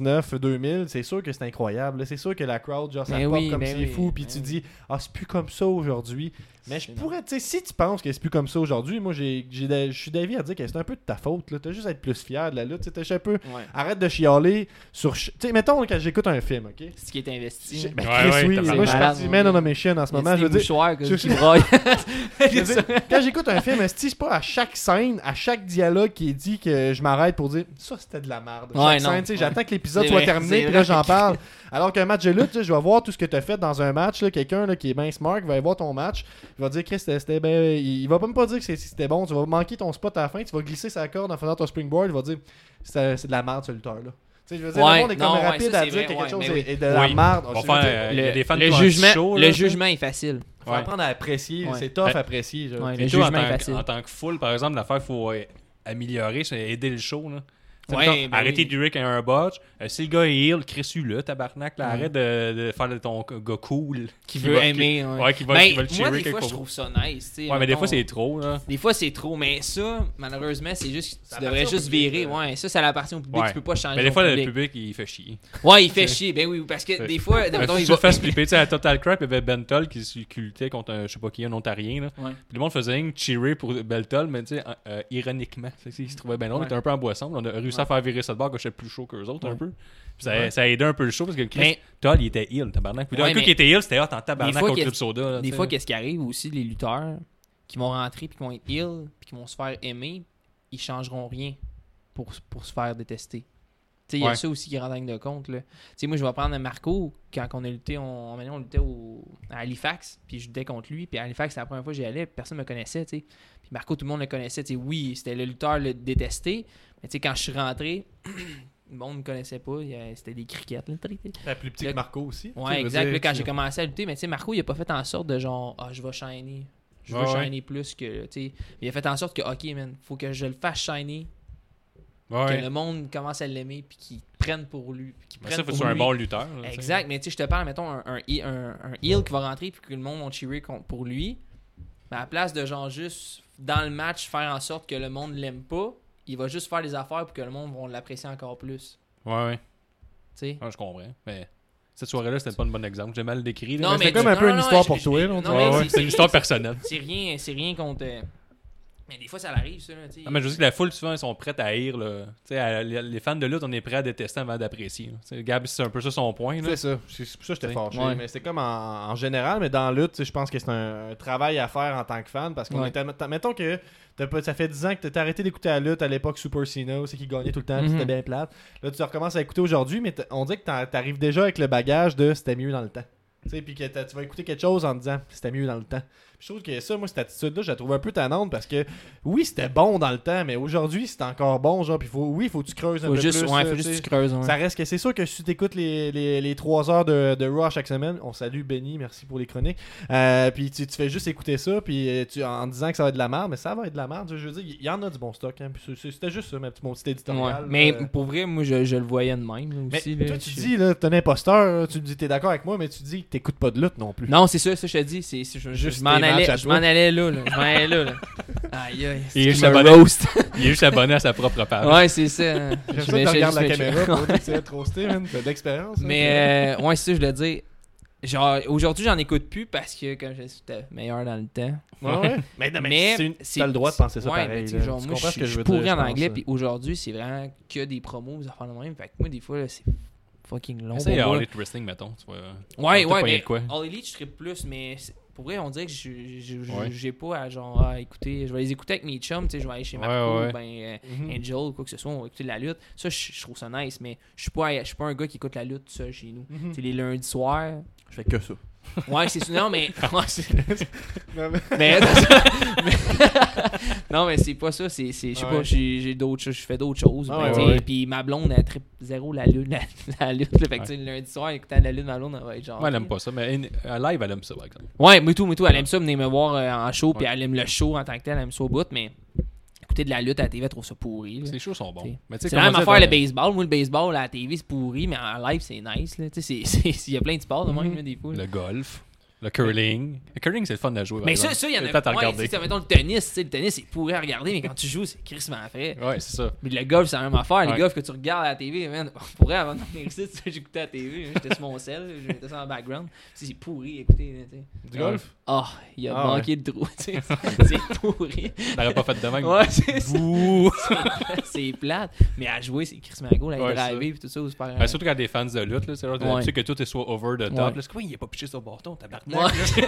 99-2000, c'est sûr que c'est incroyable. là. C'est sûr que la crowd, genre, ça
Mais
pop
Ben oui,
comme
mais
c'est
oui,
fou. Puis
mais
tu
oui.
dis, ah, c'est plus comme ça aujourd'hui. Mais je
C'est
pourrais, tu sais, si tu penses que c'est plus comme ça aujourd'hui, moi, j'ai- j'ai de- je suis d'avis à dire que c'est un peu de ta faute. là. T'as juste à être plus fier de la lutte. tu sais, T'as juste un peu.
Ouais.
Arrête de chialer sur. ch- Tu sais, mettons, quand j'écoute un film, OK?
C'est ce qui est investi.
Je- ben,
Ouais,
Chris,
ouais,
oui,
t'as
moi, je
raison.
suis parti man on a mission en ce
Il y a
moment. Je veux
des
dire,
mouchoirs que-
je-
qui braillent.
Je veux dire, quand j'écoute un film, esti, c'est pas à chaque scène, à chaque dialogue qui est dit que je m'arrête pour dire ça c'était de la merde. Chaque
Ouais, non.
scène, tu sais, j'attends que l'épisode
C'est
soit
vrai,
terminé,
c'est
puis là
vrai.
j'en parle. Alors qu'un match de lutte, tu sais, je vais voir tout ce que t'as fait dans un match. là, Quelqu'un là, qui est bien smart, qui va aller voir ton match, il va dire Chris, c'était- c'était ben, il il va pas me pas dire que c'est- c'était bon. Tu vas manquer ton spot à la fin, tu vas glisser sa corde en faisant ton springboard, il va dire c'est c'est de la merde ce lutteur là. Tu sais, je veux dire,
Ouais,
le monde est
non,
comme
ouais,
rapide
ça,
à
c'est
dire
vrai,
que quelque
ouais,
chose
mais
est,
oui.
est de la
Oui.
merde.
On va
Je veux dire,
faire, euh, il y a des fans
le
qui ont un
jugement,
show,
le
là,
jugement est facile.
faut
Ouais.
apprendre à apprécier,
Ouais.
c'est tough
Ben-
à apprécier. genre.
Ouais,
Et
le
toi, en
jugement
tant
est
que-
facile.
En tant que full, par exemple, l'affaire, il faut euh, améliorer, c'est aider le show. Là. Tu sais,
Ouais,
mettons,
ben
arrêter
oui.
de Rick à un botch. Euh, si le gars est heal, crissu le tabarnak. là, Arrête de, de faire de ton gars cool.
Qui veut
va- Qui,
aimer. ouais.
ouais. qui va,
Ben,
qui va le
moi,
cheerer
des
quelque
fois, je
part.
trouve ça nice. tu sais,
Ouais, mais des
mettons.
fois, c'est trop. Là.
Des fois, c'est trop, mais ça, malheureusement, c'est juste que tu devrais
appartient au
juste
public,
virer.
euh.
Ouais, ça, ça appartient au public.
Ouais.
Tu peux pas changer.
Mais des
au
fois, le
public.
public, il fait chier.
Ouais, il fait chier. Ben oui, parce que
C'est-
des fois,
Euh,
mettons,
si
il
tu
va.
le fais flipper, tu sais, à Total Crap, il y avait Bentol qui se cultait contre un, je sais pas qui, un Ontarien. Là.
Ouais.
Puis le monde faisait une cheerer pour Bentol, mais tu sais, euh, euh, ironiquement. Fait que, il se trouvait bien long, il
Ouais.
était un peu en boisson. On a réussi à faire virer cette barre que j'étais plus chaud qu'eux autres un
Ouais.
peu. Puis ça, ça a aidé un peu le show parce que Chris,
Mais-
Toll, il était heal, tabarnak. Puis là,
Ouais,
un coup
mais-
qui était heal, c'était hot en tabarnak
Des fois
contre
qu'il-
Club Soda. là,
Des
tu
fois,
sais.
qu'est-ce qui arrive aussi, les lutteurs qui vont rentrer puis qui vont être ill puis qui vont se faire aimer, ils changeront rien pour, pour se faire détester. Tu sais, il y
Ouais.
a ça aussi qui rentre en ligne de compte. là. Tu sais, moi, je vais prendre Marco. Quand on a lutté, on, à un moment donné, on luttait au, à Halifax, puis je luttais contre lui. Puis à Halifax, c'est la première fois que j'y allais, puis personne ne me connaissait. tu sais. Puis Marco, tout le monde le connaissait. tu sais. oui, c'était le lutteur le détesté. Mais tu sais, quand je suis rentré, le monde ne me connaissait pas. il y a- C'était des criquettes. là.
T'as plus petit
Le-
que Marco aussi. tu sais,
Ouais,
je veux
exact.
dire,
Là, quand
tu-
j'ai commencé à lutter, mais tu sais, Marco, il a pas fait en sorte de genre, ah, je vais shiner. Je veux
Ouais, ouais.
shiner plus que. Tu sais, il a fait en sorte que, ok, man, faut que je le fasse shiner, que
Ouais.
le monde commence à l'aimer, puis qu'il prenne pour lui. puis qu'il
Mais
prenne
ça, faut
pour
que tu sois un
lui.
bon lutteur. là, tu sais.
Exact, mais tu sais, je te parle, mettons, un, un, he- un, un heel qui va rentrer, puis que le monde va cheerer contre- pour lui. Mais à la place de genre juste, dans le match, faire en sorte que le monde l'aime pas, il va juste faire des affaires pour que le monde va l'apprécier encore plus.
Ouais, ouais.
Tu sais.
Ah, je comprends. Mais cette soirée-là, c'était pas un bon exemple. J'ai mal décrit. là,
Non, mais
c'est comme un
tu-
peu
non,
une
non,
histoire
je-
pour
je-
toi, là,
non,
tu
Ouais,
vois.
mais
ouais,
c'est-
C'est une histoire personnelle.
C'est rien, c'est rien contre. euh, Mais des fois, ça l'arrive, ça. là, tu sais.
Ah, mais je sais que la foule, souvent, ils sont prêts à haïr. Là. Tu sais, à- les les fans de lutte, on est prêts à détester avant d'apprécier. là. Tu sais, Gab, c'est un peu ça son point. Là.
C'est ça. C'est c'est pour ça que j'étais
Ouais.
fâché.
Hein? Ouais.
Mais c'est comme en, en général, mais dans la lutte, tu sais, je pense que c'est un, un travail à faire en tant que fan parce qu'on
Ouais.
était. mettons- Mettons que t'as pas- ça fait 10 ans que t'as arrêté d'écouter la lutte à l'époque Super Sino, c'est qui gagnait tout le temps, puis
Mhm.
c'était bien plate. Là, tu recommences à écouter aujourd'hui, mais t'as- on dirait que t'en- t'arrives déjà avec le bagage de c'était mieux dans le temps. Tu sais, puis que t'as- tu vas écouter quelque chose en te disant c'était mieux dans le temps. Puis je trouve que ça, moi, cette attitude-là, je la trouve un peu tannante parce que oui, c'était bon dans le temps, mais aujourd'hui, c'est encore bon. Genre, puis faut, oui, faut que tu creuses un
Faut
peu
juste,
plus.
ouais,
là,
faut
tu
juste que
sais.
tu creuses. ouais.
Ça reste que c'est sûr que si tu écoutes les, les, les 3 heures de, de Raw chaque semaine, on salue Benny, merci pour les chroniques. Euh, puis tu, tu fais juste écouter ça, puis euh, tu, en disant que ça va être de la merde, mais ça va être de la merde. Je veux dire, il y en a du bon stock. hein. Puis c'est- c'est- C'était juste ça, ma petite- mon petit
Ouais.
éditorial.
Mais
Euh,
pour vrai, moi, je, je le voyais de même là,
mais
aussi. là,
toi, tu
je-
dis, là, t'es un imposteur, là, tu dis, t'es d'accord avec moi, mais tu dis que t'écoutes pas de lutte non plus.
Non, c'est ça, ça, je te dis. c'est- c'est- je, je-
Juste
je m'en
tes matchs à
allais, je m'en
toi.
allais là. là, Je m'en allais là. là. Aïe, aïe. c'est
Et
qui
je
me
m'abonnais.
roast.
Il est juste abonné à sa propre page.
ouais, c'est ça. hein.
J'aime ça
vais-
que tu regardes
juste
la
me-
caméra pour dire, c'est trop stylé, man, t'as de l'expérience. hein.
Mais, euh, ouais, c'est ça, je le dis. Genre, aujourd'hui, j'en écoute plus parce que, comme je dis, c'était meilleur dans le temps.
Ouais, hein. ouais. Mais, non, mais
mais
c'est une-
c'est-
t'as le droit de penser ça
ouais, mais
pareil.
tu sais,
là.
genre,
Tu
moi,
comprends
je,
ce que je
je
veux
pourris
dire,
en
je pense,
anglais,
là.
puis aujourd'hui, c'est vraiment que des promos, des affaires de même. Fait que moi, des fois, là, c'est fucking long.
Ça, il y a
pour moi.
All Elite Wrestling, mettons. Tu vois.
Ouais,
On t'a
ouais,
pogné
mais
de quoi?
All Elite, je trippe plus, mais c'est- pour vrai, on dirait que je- je- je-
Ouais.
j'ai pas à genre, ah, écouter, je vais les écouter avec mes chums, tu sais, je vais aller chez
Ouais,
Marco,
ouais.
ben, euh,
Mhm.
Angel, ou quoi que ce soit, on va écouter de la lutte. Ça, je je trouve ça nice, mais je suis pas, à- je suis pas un gars qui écoute la lutte tout seul chez nous.
Mhm.
C'est les lundis soirs.
Je fais que ça.
Ouais, c'est non, mais. ouais, c'est-
Non, mais-
mais, non, mais c'est pas ça. C'est, c'est, je sais
Ouais.
pas, j'ai, j'ai d'autres choses. Je fais d'autres choses.
Ah
ben,
ouais,
t'sais,
ouais.
Puis ma blonde, elle tripe zéro la lune. La, la lutte. là. fait que,
Ouais.
t'sais, le lundi soir, écoutant la lune, ma blonde, elle va être genre.
Moi, elle aime pas ça, mais in- à live, elle aime ça, par exemple.
Ouais, Moutou, Moutou, elle aime ça, venir me voir euh, en show. Puis
Ouais.
elle aime le show en tant que tel. Elle aime ça au bout. Mais écouter de la lutte à la TV, elle trouve ça pourri. là.
Ces shows sont bons.
T'sais.
Mais tu sais,
C'est la même
comment
affaire,
dire,
le baseball. Moi, le baseball à la TV, c'est pourri, mais en live, c'est nice. Là. T'sais, c'est- c'est- Il y a plein de sports, de même,
Mhm.
là, des fois. là.
Le golf. Le curling. Le curling, c'est le fun de jouer. par
Mais ça,
exemple.
ça, il y en
C'est
a
le temps de
ouais,
regarder.
tu sais, mettons le tennis, tu sais, le tennis, il pourrait regarder, mais quand tu joues, c'est crissement fait.
Ouais, c'est ça.
Mais le golf, c'est la même affaire.
Ouais.
Les golf que tu regardes à la TV, man, on pourrait avant de venir ici, tu sais, j'écoutais à la TV, hein, j'étais sur mon sel, là, j'étais ça en background. Tu sais, c'est pourri, écoutez. là, tu sais.
Du golf?
Ah, il a
Ah,
manqué de trou, tu sais. C'est pourri.
T'aurais pas fait de même.
Ouais, c'est ça.
Bouh!
C'est plate. Mais à jouer, c'est crissement cool, avec
Ouais,
driver et tout ça, ou super.
Ben, surtout quand des fans de lutte, là, c'est genre,
Ouais.
tu sais que tout est soit over the top.
Ouais.
Là, c'est quoi, il a pas piché son bâton, tabarnak.
Ouais.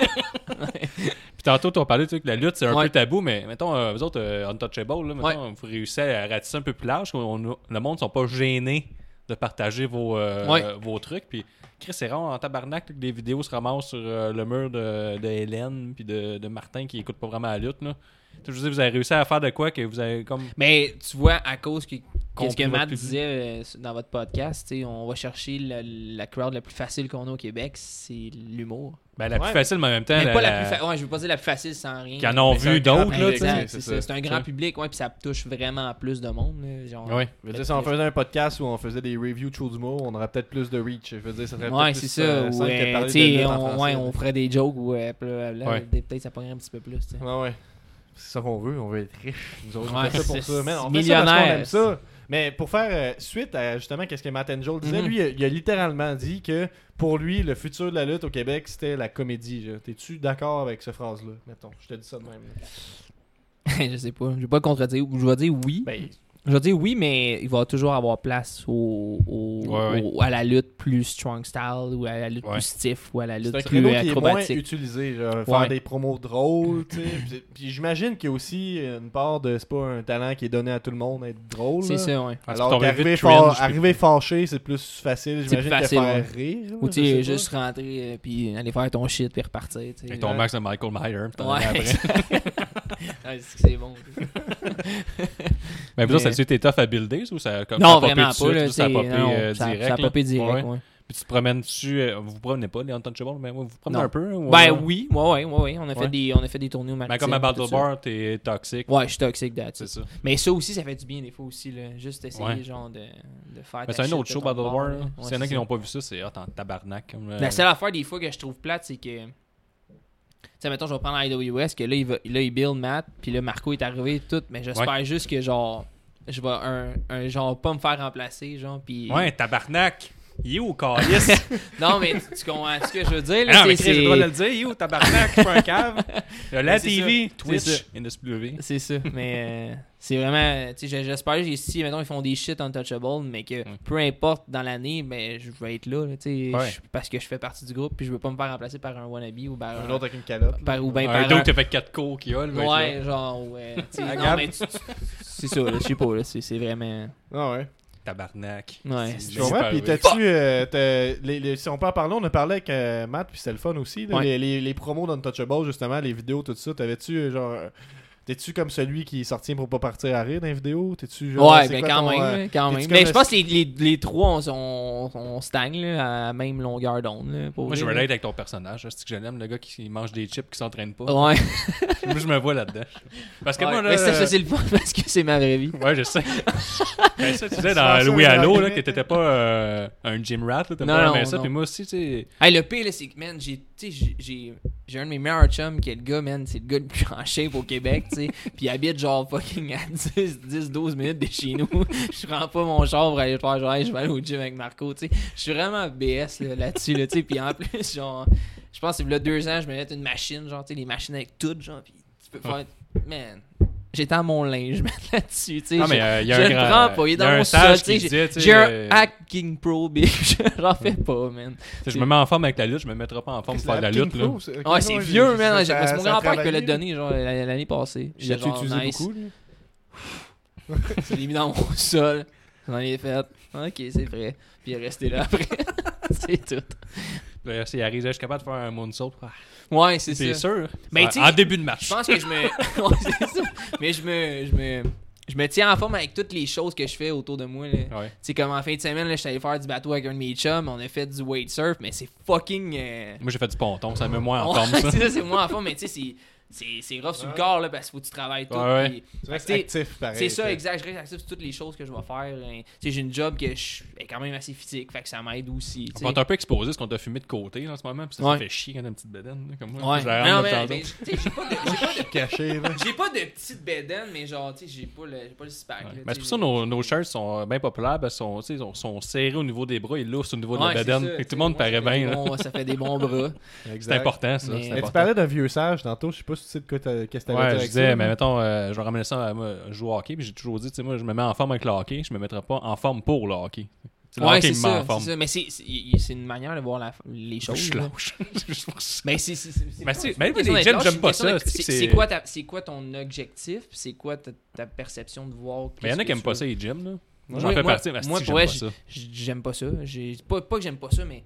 Puis tantôt, t'as parlé, tu sais, que la lutte, c'est un
Ouais.
peu tabou, mais mettons, euh, vous autres, euh, Untouchable, là, mettons, vous réussissez à ratisser un peu plus large. on- on- le monde ne sont pas gênés de partager vos, euh,
Ouais.
vos trucs. Puis, Chris, c'est rare en tabarnak là, que des vidéos se ramassent sur euh, le mur de, de Hélène puis de, de Martin qui écoute pas vraiment la lutte. Là. Tu sais, Je veux dire, vous avez réussi à faire de quoi que vous avez comme.
Mais tu vois, à cause que
Compris
qu'est-ce que
votre
Matt
public.
disait euh, dans votre podcast, tu sais, on va chercher la, la crowd la plus facile qu'on a au Québec, c'est l'humour.
Ben, la
Ouais.
plus facile, mais en même temps.
Mais pas la plus facile. Ouais, je veux pas dire la plus facile sans rien.
Qui en ont
Mais c'est un
vu
grand
d'autres, là,
public,
tu sais.
t'sais,
Exact,
c'est
c'est
ça.
ça. C'est un grand public, ouais, puis ça touche vraiment plus de monde. là, genre,
Ouais.
Je veux dire, si on faisait un podcast où on faisait des reviews de shows d'humour, on aurait peut-être plus de reach. Je veux dire, ça serait
Ouais,
peut-être
c'est
plus
ça.
euh,
ou,
simple que de
euh,
parler
tu
de
sais,
lutte en
on,
français,
ouais, on ferait des jokes ou euh, blablabla,
Ouais.
peut-être ça prendrait un petit peu plus. tu sais.
Ouais, ouais. C'est ça qu'on veut, on veut être riche. Nous autres,
Ouais,
on fait ça pour
c'est-
ça. Man, on fait ça
millionnaire.
parce qu'on aime ça. Mais pour faire euh, suite à justement qu'est-ce que Matt Angel disait,
Mhm.
lui, il a, il a littéralement dit que pour lui, le futur de la lutte au Québec, c'était la comédie. genre. T'es-tu d'accord avec cette phrase-là, mettons? Je te dis ça de même. là.
je sais pas. Je vais pas le contredire. Je vais dire oui.
Ben,
Je veux dire oui, mais il va toujours avoir place au, au-
Ouais,
au- à la lutte plus strong style ou à la lutte
Ouais.
plus stiff ou à la lutte
c'est un
plus euh,
créneau qui est moins
acrobatique.
utilisé. genre, faire
Ouais.
des promos drôles, tu sais. Puis- Puis j'imagine qu'il y a aussi une part de... C'est pas un talent qui est donné à tout le monde, être drôle.
C'est
là.
ça,
Ah,
ouais.
tu peux
Alors
tomber
qu'arriver
vite cringe,
fâ-
puis-
arriver fâché, c'est plus facile,
C'est plus
j'imagine, que
facile,
faire
ouais.
rire. là,
Ou
je
tu
sais pas.
juste rentrer euh, puis aller faire ton shit puis repartir. tu sais.
Et ton max de Michael Myers. puis t'en
Ouais,
allais après.
Ouais, c'est que c'est bon.
Mais vous autres, ça
Mais-
a-tu été tough à builder ou ça a comme ça a
non,
popé
vraiment
tout
pas.
de
Là,
suite, ou ça a
t'sais,
popé
non,
euh,
ça,
direct?
ça a
là?
popé direct.
Ouais.
ouais.
Puis tu te promènes dessus, euh, vous vous promenez pas les Untouchables, mais ouais, vous vous promenez
Non.
un peu. ou-
Ben oui, ouais, ouais, ouais, ouais. On a
Ouais.
fait des, on a fait des tournées au marché.
Mais comme à Battle Bar, t'es toxique.
Ouais, je suis toxique
C'est
là-dessus.
ça.
Mais ça aussi, ça fait du bien des fois aussi, là. Juste essayer,
Ouais.
genre, de, de faire.
Mais
ta
c'est un
shit
autre
de
show,
ton
Battle
bord,
War.
là.
là.
Ouais,
S'il y en a
c'est
qui
ça. Ben,
n'ont pas vu ça, c'est hot en tabarnak. comme, euh,
La seule affaire des fois que je trouve plate, c'est que. Tu sais, mettons, je vais prendre IWS, que là, il, va, là, il build Matt, puis là, Marco est arrivé, tout. Mais j'espère juste que, genre, je vais, un, un- genre, pas me faire remplacer, genre, puis.
Ouais, tabarnak! Il est où, Carlis?
Non, mais tu, tu comprends ce que je veux dire,
Ah
là?
non, mais
c'est-
Chris, j'ai le droit de le
c'est-
dire. Il est où, tabarnak? Je suis un cave. Il y a La
c'est
TV,
ça.
Twitch,
C'est
NSPW.
C'est ça, mais euh, c'est vraiment. Tu sais, j'espère que si, mettons, ils font des shit untouchables, mais que
Mm.
peu importe dans l'année, ben, je vais être là, là, tu sais,
Ouais.
je- parce que je fais partie du groupe, puis je veux pas me faire remplacer par un wannabe ou par
Un autre avec une calotte. là.
par, ou ben par
Un
un-
dos qui a fait 4 cours qui a, le
Ouais, genre, ouais. tu
Ah,
sais, non, mais tu- tu- c'est ça, là, je sais pas, là, c'est c'est vraiment.
Ah ouais.
Tabarnak.
Ouais.
C'est
Je comprends.
super,
Puis
oui.
t'as-tu. euh, t'as- les- les- si on peut en parler, on a parlé avec euh, Matt, puis c'était le fun aussi. là,
Ouais.
les, les, les promos d'Untouchable, justement, les vidéos, tout ça. T'avais-tu euh, genre. euh, T'es-tu comme celui qui est sorti pour pas partir à rire dans les vidéos T'es-tu genre.
ouais,
c'est
ben
quoi
quand
ton,
même,
euh,
là, quand
t'es-tu
même.
comme
Mais
le-
je pense que les, les, les trois, on, on, on stagne là, à la même longueur d'onde. là, pour
Moi, je
vrai,
relate avec ton personnage. C'est que je l'aime, le gars qui mange des chips, qui s'entraîne pas.
là. Ouais,
Moi, je me vois là-dedans. Parce que
ouais.
moi, là.
mais ça,
euh,
ça, c'est le fun parce que c'est ma vraie vie.
Ouais, je sais. Ben, ça, tu disais
Ça, ça,
dans Louis
ça,
Allo
ça,
là,
ça,
que t'étais pas euh, un gym rat, là, t'as
Non,
pas aimé
non,
ça.
non.
Puis moi aussi, tu sais.
Hey, le pire, là, c'est que, man, j'ai, tu sais, j'ai- j'ai, j'ai un de mes meilleurs chums qui est le gars, man, c'est le gars le plus en shape au Québec, tu sais. Puis il habite genre fucking à 10, 10 12 minutes de chez nous. Je prends pas mon char pour aller faire genre, Hey, je vais aller au gym avec Marco, tu sais. Je suis vraiment BS là, là-dessus, là, tu sais. Puis en plus, genre, je pense que là, deux ans, je me mettais une machine, genre, tu sais, les machines avec tout, genre, puis tu peux faire, man. J'étais à mon linge, man, là-dessus, tu sais.
Non,
Je-
mais euh, il y a
je
un
le
grand.
prends pas, il est
il y a
dans
un
mon
sage
sol,
qui
tu sais,
disait, tu sais,
J'ai
euh,
un hacking pro, big. J'en fais pas, man.
tu sais, Je me mets en forme avec la lutte, je me mettrai pas en forme pour faire de la
King
lutte, là.
Crow, c'est-
Ouais,
King
c'est
Crow,
vieux,
j'ai-
man.
ça-
C'est mon
ça a
grand-père qui
travaillé,
l'a
là.
donné genre l'année l'année passée.
Il l'a-tu
J'étais genre,
utilisé
nice.
beaucoup, lui?
Je l'ai mis dans mon sol. J'en ai fait. Ok, c'est vrai. Puis il est resté là après. c'est tout.
Là, s'il arrive, je suis capable de faire un moonsault. Ah,
Ouais, c'est
C'est
ça.
sûr.
Mais
En-
tu sais-
En début de match.
Je pense que je me. Ouais, c'est ça. Mais je me. Je me. Je me tiens en forme avec toutes les choses que je fais autour de moi. Là.
Ouais.
Tu sais, comme en fin de semaine, là, je suis allé faire du bateau avec un de mes chums. On a fait du wake surf, mais c'est fucking. euh,
Moi, j'ai fait du ponton, ça me met moins en
Ouais,
forme, ça.
c'est ça, c'est moi en forme, mais tu sais, c'est- c'est c'est rough sur le corps là, parce qu'il faut que tu travailles tout.
Ouais, ouais.
puis-
Tu restes
Fait que,
actif, pareil.
euh.
C'est ça,
t'sais.
exact. Je reste actif sur toutes les choses que je vais faire. hein. Tu sais, J'ai une job que je suis quand même assez physique, fait que ça m'aide aussi. tu sais.
On t'a un peu exposé ce qu'on t'a fumé de côté là, en ce moment, puis ça, ça
Ouais.
fait chier quand t'as une petite bédaine, là, comme moi.
Ouais.
Je la
Mais non,
rentre de temps en
mais,
temps.
mais, tu sais, j'ai pas de, j'ai pas de-
Caché, là.
j'ai pas de petite bedaine, mais genre, tu sais, j'ai pas le, j'ai pas le spack.
Ouais.
là,
Ben,
tu
c'est pour
sais,
ça
j'ai-
nos, nos shirts sont bien populaires, parce sont, tu sais, sont, sont serrés au niveau des bras et lourds au niveau de
Ouais,
la
c'est
bedaine.
ça,
Fait que
tu
tout
sais,
le monde
moi, ça
paraît
fait des
bien. là.
bons- Ça fait des bons bras.
C'est important, ça. c'est
Mais- Mais
Mais tu
important.
parlais d'un vieux sage tantôt, je sais pas si tu sais de quoi t'as- qu'est-ce que t'avais
Ouais,
dit
je
avec
disais,
ça,
mais
là.
mettons, euh, je ramenais ça à moi, je joue au hockey, puis j'ai toujours dit, tu sais, moi, je me mets en forme avec le hockey, je me mettrais pas en forme pour le hockey. C'est le
Ouais,
hockey
c'est
me met en
ça,
forme.
c'est ça. Mais c'est c'est- y- y- c'est une manière de voir la- les
Je
choses.
suis
là.
lâche. Je suis lâche.
Mais c'est c'est- c'est- c'est
Mais
pas-
c'est-
c'est pas
mais
une question
les
d'être
jeunes,
lâche,
j'aime
c'est une
pas
question
ça,
de-
c'est que
C'est
c'est-
c'est quoi, ta- c'est quoi ton objectif, puis c'est quoi ta, ta perception de voir.
Mais Ben, il y en a
qu'est-ce
qui
que
aiment
tu
pas
veux.
ça, les gyms, là. Moi,
Moi,
j'en fais
moi-
partie, mais
moi,
si,
pour
j'aime
vrai,
pas ça.
J- J'aime pas ça. J'ai pas, pas que j'aime pas ça, mais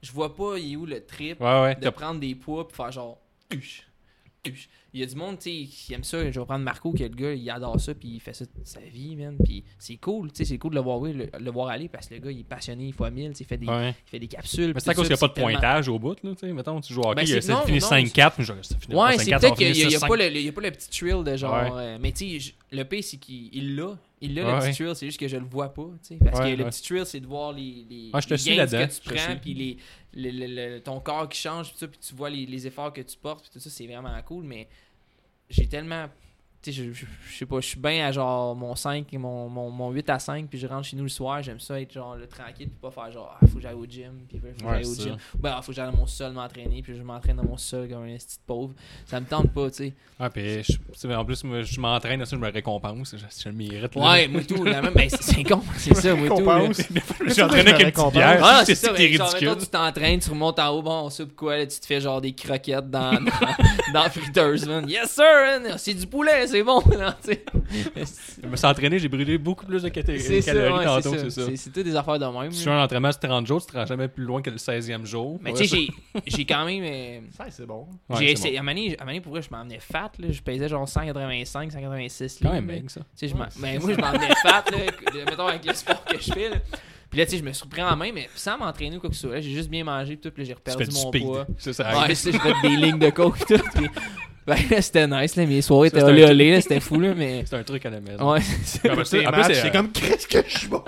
je vois pas il est où le trip
Ouais, ouais.
de
t'as-
prendre des poids puis faire genre. Huch, huch. Il y a du monde tu sais, qui aime ça. Je vais prendre Marco, qui est le gars, il adore ça, puis il fait ça toute sa vie, man. Puis c'est cool, tu sais, c'est cool de le voir, oui, le, le voir aller parce que le gars, il est passionné, il fois mille, tu sais, il fait des,
Ouais.
il fait des capsules.
Mais
puis
c'est à
tout
cause
ça,
qu'il n'y a pas de
puis c'est tellement-
pointage au bout, là. tu sais. Mettons, tu joues au hockey,
Ben,
il y a-
c'est-
ça
non,
finit
non,
5-4, mais genre, ça finit pas
Ouais, c'est
5-4, on
peut-être
finit
qu'il n'y a,
6-5.
pas le- le- il y a pas le petit thrill de genre.
Ouais.
euh, mais tu sais, j- le pire, c'est qu'il il l'a. Il l'a
Ouais,
le
ouais.
petit thrill, c'est juste que je le vois pas. tu sais, Parce
Ouais,
que le
ouais.
petit thrill, c'est de voir les, les,
Ouais, je te
les
suis
gains
là-dedans,
que tu
je te
prends,
suis.
puis les, le- le- le- ton corps qui change, puis, ça, puis tu vois les, les efforts que tu portes, puis tout ça, c'est vraiment cool. Mais j'ai tellement. Tu sais, je, je- je sais pas, je suis bien à genre mon 5 et mon, mon, mon 8 à 5, puis je rentre chez nous le soir, j'aime ça être genre le tranquille, puis pas faire genre, ah, faut que j'aille au gym, puis faut que
Ouais,
j'aille au
c'est ça.
gym. Ben, faut que j'aille dans mon sol m'entraîner, puis je m'entraîne dans mon sol comme un petit pauvre. Ça me tente pas, tu sais.
Ah, puis je- tu sais, en plus, moi, je m'entraîne à ça, je me récompense. Je, je le mérite. là.
Ouais, moi tout, la même. Ben, c'est c'est con, c'est ça, moi tout. là.
Récompense.
Je suis entraîné avec une petite
Récompense.
bière.
Ah,
c'est
c'est
ça
ça,
qui est
mais genre,
ridicule.
mettons, tu t'entraînes, tu remontes en haut, bon, on sait pourquoi, là, tu te fais genre des croquettes dans, dans, dans la friteuse, man. Yes, sir, man, c'est du poulet, c'est bon, là, tu sais.
Je me suis entraîné, j'ai brûlé beaucoup plus de caté-
C'est
calories
ça, ouais,
tantôt,
c'est
c'est
ça.
ça.
C'est- C'est toutes des affaires de même.
Si
là.
tu fais un entraînement sur 30 jours, tu te rends jamais plus loin que le 16e jour.
Mais
Ouais,
tu sais,
ça-
j'ai- j'ai quand même. euh,
Ça, c'est bon.
Ouais,
j'ai
c'est
essayé. À un moment donné, à un moment donné, pour vrai, je m'emmenais fat, là. Je pesais genre 185, 186
bon.
livres.
Quand même,
là.
mec, ça.
Tu sais, je m'en- mais moi, je m'emmenais fat, là, que- mettons, avec le sport que je fais. là. Puis là, tu sais, je me suis repris en main, mais sans m'entraîner ou quoi que ce soit. là, J'ai juste bien mangé, puis tout, puis là, j'ai
Tu
reperdu
fais du
mon
speed. Ah,
poids.
Ça, ça
Ouais,
arrive.
ça, je fais des lignes de coke, puis tout. Puis... Ben, là, c'était nice, là, mes soirées
Ça, c'est
étaient
un
olé
truc.
olé, là, c'était fou, là, mais.
C'est un truc à la maison.
Ouais, c'est
En plus,
Tes
en plus,
matchs,
c'est,
ben, c'est
euh,
comme qu'est-ce que je suis bon.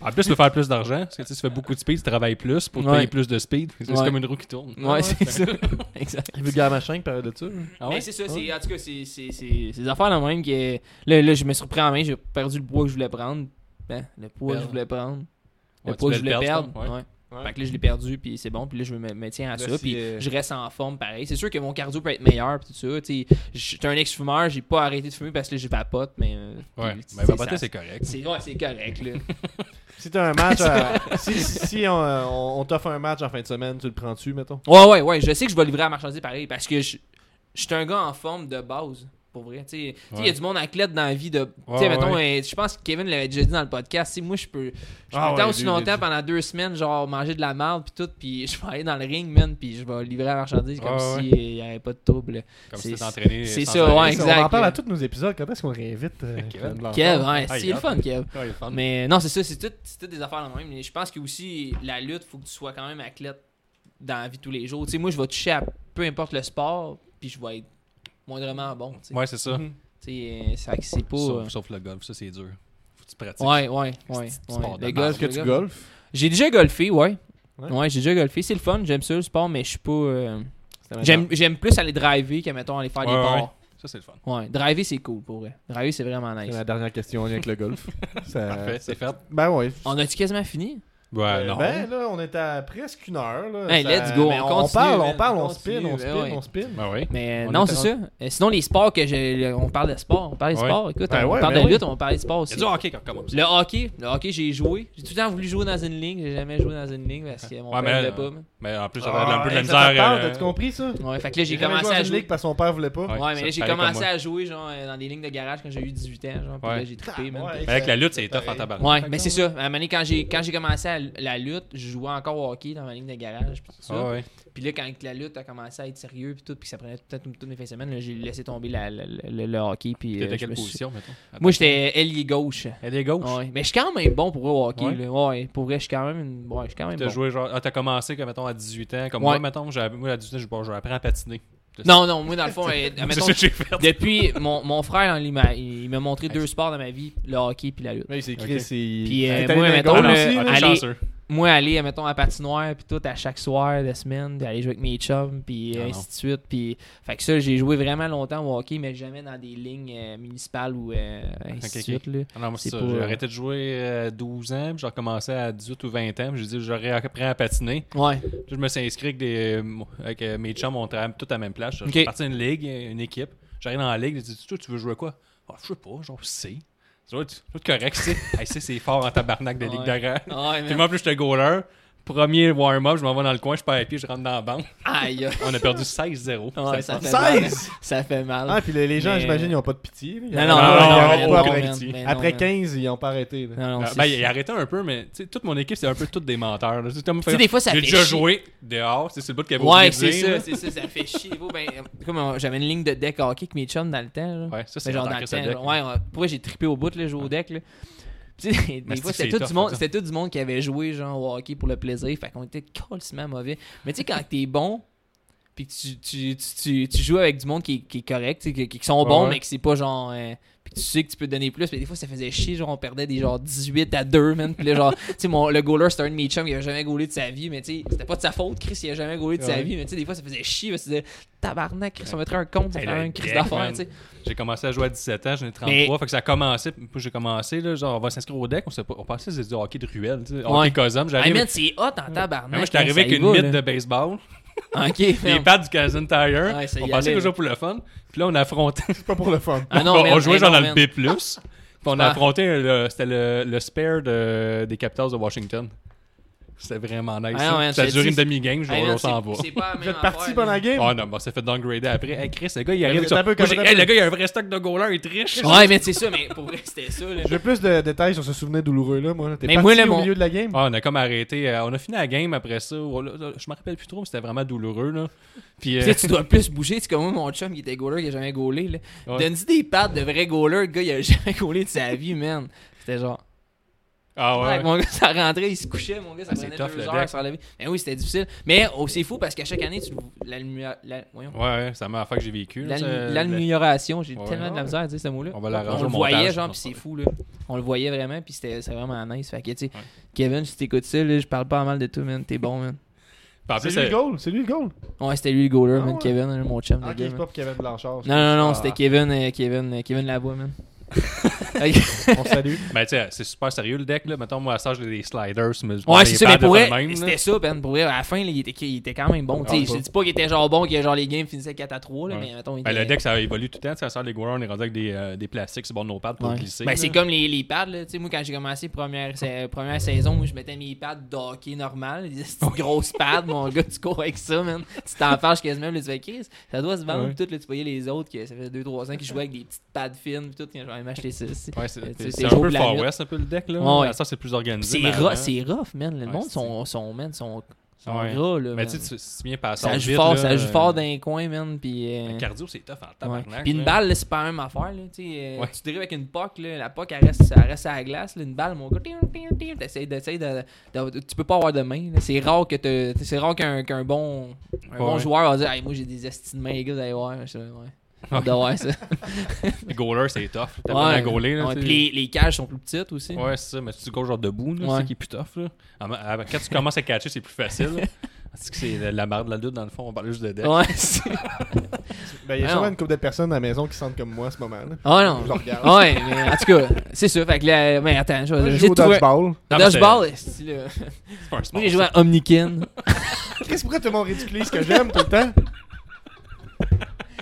en plus, tu veux faire plus d'argent. Parce que tu sais, tu fais beaucoup de speed, tu travailles plus pour te
Ouais.
payer plus de speed. C'est
Ouais.
comme une roue qui tourne.
Ouais, c'est ça. Exact.
Vulgaire machin qui parlait de ça. hein. là.
Ah ouais?
Mais c'est ça, c'est, en tout cas, c'est, c'est, c'est, c'est des affaires la même que. Là, là, je me suis repris en main, j'ai perdu le poids que je voulais prendre. Ben, le poids que je
Perdre.
voulais prendre. Le
Ouais, tu
poids
voulais
que je voulais
le
perdre.
perdre, ouais.
ouais.
Ouais.
Fait que là, je l'ai perdu, puis c'est bon, puis là, je me, me tiens à
Là,
ça,
si,
puis
euh,
je reste en forme pareil. C'est sûr que mon cardio peut être meilleur, puis tout ça. Tu sais, j'étais un ex-fumeur, j'ai pas arrêté de fumer parce que là, je vapote, mais. euh,
Ouais.
puis, tu
Mais
sais,
vapoter,
ça-
c'est correct.
c'est, ouais, c'est correct, là.
Si t'as un match, à- si, si, si on, euh, on- on t'offre un match en fin de semaine, tu le prends-tu, mettons?
Ouais, ouais, ouais. Je sais que je vais livrer à la marchandise pareil parce que je, je suis un gars en forme de base. Pour vrai, tu sais, Tu sais, il y
Ouais.
a du monde athlète dans la vie de. tu
Ouais,
sais, mettons, euh, je pense que Kevin l'avait déjà dit dans le podcast. Si moi, je peux. Je
Ah ouais,
me tente
lui,
aussi
il l'a
longtemps
dit.
pendant deux semaines, genre manger de la merde, puis tout, puis je vais aller dans le ring, man, puis je vais livrer à la marchandise comme
Ouais,
s'il
ouais.
n'y avait pas de trouble.
Comme
c'est-
si t'étais entraîné.
c'est
sans
ça,
arrêt.
ouais,
Ça,
exact.
On en parle à tous nos épisodes. Quand est-ce qu'on réinvite euh,
Kevin.
Blanchard?
Kev, ouais,
Ah, il
c'est le
hâte.
fun, Kev.
Ouais, il est fun.
Mais non, c'est ça, c'est tout, c'est tout des affaires la même. Mais je pense que aussi la lutte, faut que tu sois quand même athlète dans la vie de tous les jours. Tu sais, moi, je vais toucher à peu importe le sport, puis je vais être moindrement bon. tu sais.
Ouais, c'est ça.
Mhm.
Tu sais, euh, c'est vrai que c'est pas.
Sauf,
euh,
sauf le golf, ça c'est dur. Faut que tu pratiques.
Ouais, ouais, ouais.
c'est
ouais.
sport de
Le
merde.
golf,
Est-ce que
le
tu
golf.
golfes?
J'ai déjà golfé, ouais.
Ouais.
Ouais, j'ai déjà golfé. C'est le fun, j'aime ça le sport, mais je suis pas. euh,
C'est la
J'aime j'aime plus aller driver que, mettons, aller faire des
Ouais, ouais.
ports.
Ça c'est le
Euh,
fun.
Ouais, driver, c'est cool pour vrai. Driver, c'est vraiment
C'est
nice.
la dernière question en lien avec le golf. Ça-
Parfait, c'est fait.
Ben ouais.
On a-tu quasiment fini?
Ouais,
Euh,
non.
Ben là, on est à presque une heure. Là,
Hey, let's go,
mais
on
on,
continue,
parle, on
man,
parle,
on
on spin,
continue,
on
ben
spin,
ouais.
on spin.
Ben oui.
Mais
On
non,
est
c'est
en-
ça. Euh, sinon, les sports que j'ai. On parle de sport. On parle de
Ouais.
sport. Écoute,
Ben
on
ouais,
parle
ben
de
oui.
lutte, on parle de sport
Il y
aussi.
a du hockey quand commence.
Le hockey. Le hockey, j'ai joué. J'ai tout le temps voulu jouer dans une ligne. J'ai jamais joué dans une ligne parce que mon
Ouais,
père
mais-
voulait pas. man.
Mais en plus, j'avais
Ah,
un peu de la
hey, ça fait peur,
misère. euh,
T'as-tu compris ça?
Ouais, fait que là, j'ai
jamais
commencé
joué dans
à
une
jouer.
ligue parce que son père voulait pas.
Ouais,
Ouais, mais
ça,
là, j'ai
pareil comme
commencé
moi.
à jouer genre euh, dans des lignes de garage quand j'ai eu 18 ans. Genre, puis
Ouais.
là, j'ai trippé, man.
Ouais,
Mais avec la lutte, c'est tough en tabac.
Ouais, mais c'est ça. À un moment donné, quand j'ai, quand j'ai commencé à l- la lutte, je jouais encore au hockey dans ma ligne de garage. Puis tout ça.
Ah ouais.
Puis là, quand la lutte a commencé à être sérieux, puis tout, puis que ça prenait peut-être toutes mes fins de semaine, là, j'ai laissé tomber la- la- la- le, le hockey. Puis, euh,
T'étais
je
quelle
me suis-
position, mettons
Moi, j'étais ailier gauche.
Elle est gauche.
Ouais. Mais je suis quand même bon pour au hockey.
Ouais.
là. Ouais, pour vrai, je suis quand même, une- ouais, je suis quand même
T'as
bon.
joué genre. Ah, t'as commencé, comme, mettons, à 18 ans. Comme
Ouais.
moi,
Ah,
mettons, j'ai- moi, à 18 ans, j'ai bon, j'ai appris à patiner.
Non, non, moi, dans le fond, euh,
C'est
admettons,
ça que j'ai fait.
depuis, mon, mon frère, il m'a il m'a montré deux sports dans ma vie, le hockey et la lutte.
Mais c'est
Ok.
Chris, c'est.
Puis, euh,
T'es allé
moi,
dans les
mettons,
gars
Ah non,
le-
aussi, là?
ah, t'es
allez.
chanceux.
moi aller mettons à patinoire puis tout à chaque soir de la semaine puis aller jouer avec mes chums puis
Ah
euh,
non.
ainsi de suite puis fait que ça j'ai joué vraiment longtemps au hockey mais jamais dans des lignes euh, municipales ou euh, ainsi
Ok,
de
ok.
suite là.
Ah non, moi, c'est
C'est
ça. J'ai
pas- euh,
arrêté de jouer à 12 ans, puis j'ai recommencé à 18 ou 20 ans. puis J'ai dit, j'aurais appris à patiner.
ouais
Puis Je me suis inscrit avec, des, avec euh, mes chums, on travaille tous à la même place. Je
Ok.
suis parti d'une ligue, euh, une équipe. J'arrive dans la ligue, je dis, toi, tu veux jouer quoi Ah, Je sais pas, genre C. Ça doit être ça doit être correct, C. Hey, C, c'est fort en tabarnak de ligue
Ouais. Ah,
d'arrière.
ouais
Puis moi, en plus, j'étais goaler. Premier warm-up, je m'en vais dans le coin, je perds les pieds, je rentre dans la banque.
aïe aïe.
On a perdu 16-0.
Ouais, ça fait
16!
mal. ça fait mal
Ah, puis les, les gens,
Mais- euh,
j'imagine, ils ont pas de pitié. là. Ils
non non
arrêtent pas,
non, non,
ils
non,
arrêtent
non,
pas
non,
après-
non,
man,
Après
man.
15, ils ont pas arrêté. là.
Non, non,
Ah,
c'est-
ben, il a arrêté un peu, mais tu sais, toute mon équipe, c'est un peu tous des menteurs. là. C'est comme-
Tu sais, des fois, ça
J'ai
fait
déjà
chier.
joué dehors, c'est c'est le bout qu'il avait
ouais
oublié
c'est
de dire,
ça
là.
c'est ça ça fait chier Vous, ben, euh, comme euh, j'avais une ligne de deck hockey avec mes chums dans le temps là.
Ouais, ça, c'est
Mais genre
en
dans
tant
le
que ça,
temps,
deck.
genre, ouais, ouais. Pourquoi j'ai trippé au bout, là, jouer au deck, là. Tu sais,
Mais
des fois,
c'est
c'était
tough,
tout,
hein.
du
comme
monde-
ça.
c'était tout du monde qui avait joué genre au hockey pour le plaisir. Fait qu'on était colissement mauvais. Mais tu sais, quand t'es bon, puis que tu, tu, tu, tu, tu joues avec du monde qui, qui est correct, tu sais, qui, qui sont
Ouais,
bons,
ouais.
mais que c'est pas genre. euh, puis que tu sais que tu peux donner plus, mais des fois ça faisait chier, genre on perdait des genre 18 à 2, man. Puis là, genre, tu sais, mon- le goaler c'était un de mes chums, il avait jamais goalé de sa vie, mais tu sais, c'était pas de sa faute, Chris, il a jamais goalé de sa
Ouais.
vie, mais tu sais, des fois ça faisait chier, parce que tu disais, tabarnak, Chris, on mettrait un compte, ça
Hey,
ferait
le
un Chris
deck,
d'affaires,
man.
tu sais.
J'ai commencé à jouer à 17 ans, j'en ai 33,
Mais-
fait que ça a commencé, puis j'ai commencé, là, genre, on va s'inscrire au deck, on, sait pas, on pensait que c'était du hockey de ruelle, tu sais, hockey
Ouais.
Cosum,
Hey
j'arrive...
man, Ah, c'est hot en tabarnak.
mais moi, j'étais arrivé avec une mythe de baseball,
Ok,
les
man.
pads du Canadian Tire,
Ouais, ça y
on
allait,
pensait qu'on
là.
jouait pour le fun, puis là, on affrontait...
C'est pas pour le fun.
Ah non,
on,
man,
on jouait
hey,
genre
non,
dans
man.
le B+, puis on
Ah.
affrontait, euh, le- c'était le, le spare de- des Capitals de Washington. C'était vraiment nice.
Ah non,
ça.
man,
ça a
je te
duré
dis,
une demi-game, je
Hey, man,
on s'en
c'est-
va.
C'est pas la
Vous
même
êtes parti
affaire,
pendant
là.
la game?
Oh non, bon, ça fait downgrader après. Hey Chris, le gars, il arrive.
Mais
sur-
t'as un peu
Moi, j'ai-
comme-
hey, le gars, il a un vrai stock de goaler, il triche.
Ouais, mais c'est ça, mais pour vrai, c'était ça. Là.
Je veux plus de détails sur ce souvenir douloureux-là, moi. T'es
Mais
parti
moi, là,
au
mon-
milieu de la game?
Ah, on a comme arrêté. euh, on a fini la game après ça. Oh, là, là, je me rappelle plus trop, mais c'était vraiment douloureux. Là. Puis, euh,
Tu sais, tu dois plus bouger. Tu sais, comme moi, mon chum, il était goaler, il a jamais goalé. Là.
Ouais.
Donne-y des pattes de vrai goaler. Le gars, il a jamais goalé de sa vie, man. C'était genre.
ah ouais.
Ouais, Mon gars, ça rentrait, il se couchait. Mon gars, ça
Ah, c'est
prenait
tough,
deux
le
heures
deck.
sur la vie. Mais oui, c'était difficile. Mais oh, c'est fou parce qu'à chaque année, tu la, lumière- la- voyons.
Ouais, ouais, c'est la meilleure fois que j'ai vécu. là,
L'al-
ça-
L'amélioration, j'ai
Ouais.
tellement de la misère à dire ce mot-là.
On va l'arranger
On
au
le
montage,
voyait,
je
genre,
pense.
puis c'est fou, là. On le voyait vraiment, puis c'était c'est vraiment nice. Fait que, tu sais, Kevin, si t'écoutes ça, là, je parle pas mal de tout, man. T'es bon, man.
Puis en
C'est
plus,
lui le
euh,
goal, c'est lui le goal.
Ouais, c'était lui le goaler,
Ah
man.
ouais?
Kevin, hein, mon chum,
Ah,
le
ok,
gars,
c'est
man.
pas pour Kevin Blanchard.
Non, non, non,
Ah.
c'était Kevin, euh, Kevin, euh, Kevin Labois, man. Ok.
On salue.
ben, tu sais, c'est super sérieux le deck. Là. Mettons, moi, à ça, j'ai des sliders. mais je prends
ouais,
des
c'est ça, mais
pads
pour
de
vrai,
même, là.
c'était ça, Ben. Pour vrai, à la fin, là, il, était, il était quand même bon.
Ah,
tu sais
pas.
je dis pas qu'il était genre bon, que genre les games finissaient 4 à 3, là,
Ouais.
mais mettons, il
Ben,
était-
le deck, ça évolue tout le temps. Tu sais, à ça, les goalers, on est rendu avec des, euh, des plastiques sur le bord de nos pads pour
Ouais.
glisser.
Ben, c'est
là.
comme les, les pads, là. Tu sais, moi, quand j'ai commencé première, sa- première saison, moi, je mettais mes pads d'hockey normal, des petites grosses pads, mon gars, tu cours avec ça, man. Tu t'en fâches quasiment, là, tu fais Chris, ça doit se vendre,
Ouais.
pis tout, là, tu voyais les autres, que ça fait 2-3 ans qu'ils jouaient avec des petites pads fines, pis tout, j'en ai acheté ça. aussi.
Ouais,
Euh,
c'est-
tu
c'est
sais,
c'est
c'est
un
jour
peu
de la
Far
lutte.
West, un peu le deck. Là.
Ouais.
À ça, c'est plus
Pis
organisé.
C'est
mais
rough,
avant-
c'est rough, man. Le
Ouais,
monde
c'est-
sont, sont, man, sont, sont
Ouais.
gras, là.
Mais
man.
tu sais, c'est bien passé.
ça joue fort, ça joue
euh,
fort dans les coins, man, pis. euh,
Le cardio, c'est tough en
Ouais.
tabarnak.
Puis une
là.
balle, là, c'est pas la même affaire. Là. Tu sais, euh,
Ouais.
Tu dérives avec une POC, là, la POC, elle reste, elle reste à la glace. là. Une balle, mon gars, ting, ting, ting, t'essayes de- t'essayes de- de- tu peux pas avoir de main. là. C'est rare que te- c'est rare qu'un qu'un bon, un
Ouais.
bon joueur va dire Hey, Moi, j'ai des estis de main, les gars, vous allez voir. Je sais, ouais. Hâte de voir ça.
Le goaler, c'est tough. T'as pas à gauler. Là,
Ouais,
tu
puis
sais.
les, les cages sont plus petites aussi.
Ouais, c'est ça. Mais tu goes genre debout, là,
Ouais.
c'est qui est plus tough. Là. Avant- avant- Quand tu commences à catcher, c'est plus facile. là. Parce que c'est la- la merde de la lutte, dans le fond. On parlait juste de deck.
Ouais, c'est-
Ben, il y a
Ah,
sûrement
non.
une couple de personnes à la maison qui sentent comme moi à ce moment. là.
Ah non.
Je le regarde.
Ouais, mais en tout cas, c'est ça. Fait que là, mais attends, je
Moi,
vais
je joue au dodgeball.
Non, mais c'est-
Dodgeball, esti, là.
C'est pas un sport.
Moi, j'ai joué à Omnikin.
Qu'est-ce pourquoi tout le monde ridiculise ce que j'aime tout le temps?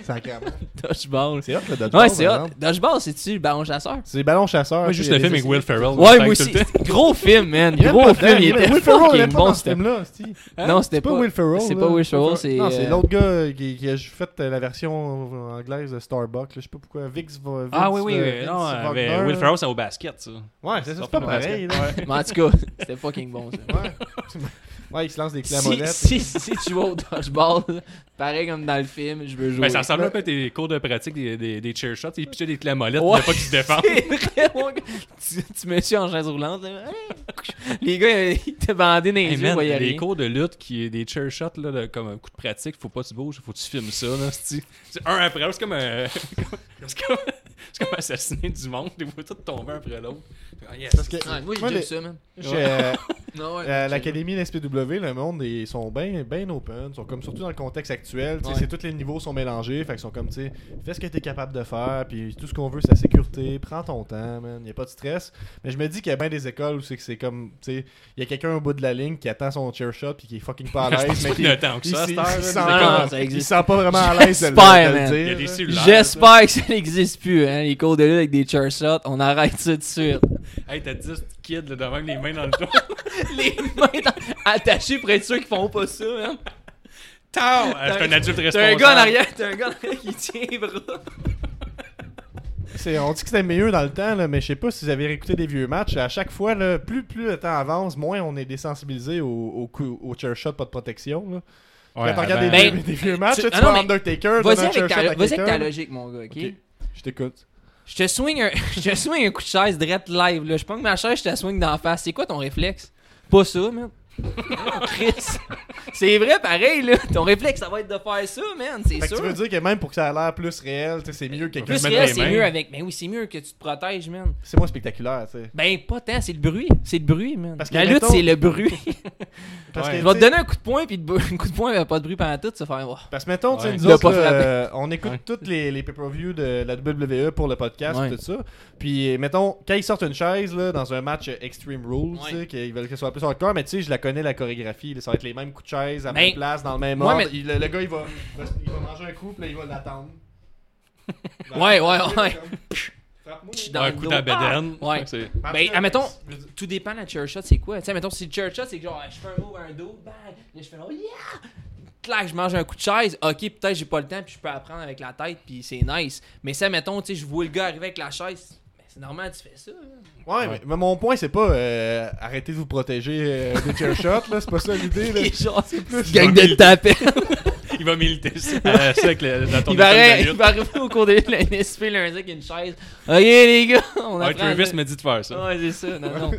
Sacrément.
Dodgeball.
C'est hot le dodgeball.
Ouais, c'est
par
hot.
exemple.
Dodgeball, c'est-tu le ballon chasseur?
C'est ballon chasseur.
Moi,
tu sais,
juste
il y a
le film
des
avec Will
essais-
Ferrell.
Ouais,
dans
moi
le
aussi.
tank tout le temps.
Gros film, man.
Il y a
Gros
même pas
film,
dedans,
il
mais
était
Will Ferrell, il est
fucking
pas
bon,
dans ce
c'était.
film-là. c'est-tu.
Hein?
Non, c'était
C'est pas
pas.
Will Ferrell.
c'est
là.
pas Will Ferrell, c'est,
Non, c'est
euh,
l'autre gars qui, qui a fait euh, la version anglaise de Starbucks. là. Je sais pas pourquoi. Vix va. Vince,
Ah oui, oui.
euh,
oui. Non,
Vince
avec
Wagner.
Will Ferrell, c'est au basket, ça.
Ouais, c'est ça,
Sort
c'est pas
le
pareil. là. Ouais.
Mais en tout cas, c'était fucking bon, ça.
Ouais, il se lance des clés à
Si,
molette.
si, si tu vas au dodgeball, Pareil comme dans le film, je veux jouer.
Ben, ça ressemble un peu à tes cours de pratique des, des, des chair shots. Ils pitchaient des clés à molette
Ouais.
pour pas qu'ils se défendent.
C'est vrai, mon gars. tu, tu me suis en chaise roulante. là. Les gars, euh, ils te bandaient dans les
Hey,
yeux,
man,
ils voyaient
les
rien.
cours de lutte qui est des chair shots là, de- comme un coup de pratique, faut pas que tu bouges, faut que tu filmes ça. Là, c'est c'est un après l'autre, c'est comme, un- c'est comme, c'est comme assassiner du monde, les vois tous tomber un après l'autre. Ah, yes.
Parce que
Ouais, moi, j'ai
moi,
déjà
les-
vu ça, man.
chez, euh,
Non, ouais,
à
j'ai-
l'Académie, l'SPW, le monde, ils sont bien ben open. Ils sont comme, surtout dans le contexte actuel, tu sais,
Ouais.
c'est tous les niveaux sont mélangés. Fait qu'ils sont comme, tu sais, fais ce que t'es capable de faire. Puis tout ce qu'on veut, c'est la sécurité. Prends ton temps, man. Y a pas de stress. Mais je me dis qu'il y a bien des écoles où c'est que c'est comme, tu sais, y a quelqu'un au bout de la ligne qui attend son chair shot puis qui est fucking pas à
Je
l'aise.
pense pas
mais qui
qu'il y a le temps que
il
ça, à
s'est-
cette heure,
il
là.
sent
C'est
Non,
pas-
ça
il
existe.
sent pas vraiment à l'aise de le-
J'espère,
de le
man.
dire,
Il y a des
là.
cellulaires.
J'espère que ça n'existe plus, hein, les cours de lutte avec des chair shots. On arrête ça tout de suite.
Hey, t'as 10 kids là, devant les mains dans le dos.
les mains dans- attachées près de ceux qui font pas ça, man.
Tao! Ah, C'est un adulte
T'as
responsable.
un gars en arrière, t'as un gars en arrière qui tient les bras.
C'est- on dit que c'était mieux dans le temps, là, mais je sais pas si vous avez réécouté des vieux matchs. À chaque fois, là, plus, plus le temps avance, moins on est désensibilisé au, au, coup- au chair shot pas de protection. Là.
Ouais, ah
Quand on regarde
avant-
des,
Ben,
vieux- des vieux matchs,
tu-
là, tu,
ah non,
vois
mais-
Undertaker, donne
Vas-y
un
avec,
chair
ta,
shot à
vas-y avec
quelqu'un.
ta logique, mon gars, ok?
Ok, Je t'écoute.
Je te swing un, je te swing un coup de chaise direct live, là. Je prends ma chaise, je te swing d'en face. C'est quoi ton réflexe? Pas ça, man. Non, Chris. C'est vrai, pareil, là. Ton réflexe, ça va être de faire ça, man. C'est
Fait que
sûr.
tu veux dire que même pour que ça a l'air plus réel, tu sais, c'est mieux que quelqu'un
Plus
Je
mette
mets
réel,
les
des-
c'est
mains.
mieux avec. Mais oui, c'est mieux que tu te protèges, man.
C'est moins spectaculaire, tu sais.
Ben, pas tant, c'est le bruit. C'est le bruit, man.
Parce que,
la lutte,
mettons-
c'est le bruit.
Parce
Ouais.
que,
Je vais
tu
te
sais,
donner un coup de poing, puis de bou- un coup de poing, mais pas de bruit pendant tout, ça fait voir.
Parce que mettons, tu sais,
Ouais.
nous
Il a
autres,
pas
là,
frappé.
euh, on écoute
Ouais.
toutes les, les pay-per-views de la WWE pour le podcast
Ouais.
tout ça. Puis mettons, quand ils sortent une chaise là, dans un match euh, Extreme Rules,
Ouais.
tu sais, qu'ils veulent que ce soit plus hardcore, mais tu sais, je la connais la chorégraphie, là, ça va être les mêmes coups de chaise à la
Ben,
même place, dans le même
moi,
ordre.
mais-
Il- le, le gars, il va, il va- il va manger un coup, puis là, il va l'attendre.
Ouais, ouais, ouais.
Frappe-moi.
Dans
un
le
coup
dos.
dans la bédaine.
Ah! Ouais.
C'est-
Ben, admettons, tout dépend de la chair shot, c'est quoi? Tu sais, mettons, si le chair shot, c'est que genre, je fais un move, un dos, bang, là, je fais un oh yeah! Clac, je mange un coup de chaise, ok, peut-être j'ai pas le temps, puis je peux apprendre avec la tête, puis c'est nice. Mais ça, mettons, tu sais, je vois le gars arriver avec la chaise, ben, c'est normal, tu fais ça. hein.
Ouais, Mais, mais mon point, c'est pas euh, arrêtez de vous protéger euh, des chair shots, là, c'est pas ça l'idée. là.
Et genre, c'est plus.
Gang de
taper.
Il va militer euh, ça avec le, dans ton
Il va,
école de
arri- il
lutte.
va arriver au cours de la NSP lundi avec une chaise. Ok, les gars, on
Ouais,
apprend. à- Ah,
Travis m'a dit de faire ça.
Ouais, c'est ça, non, non.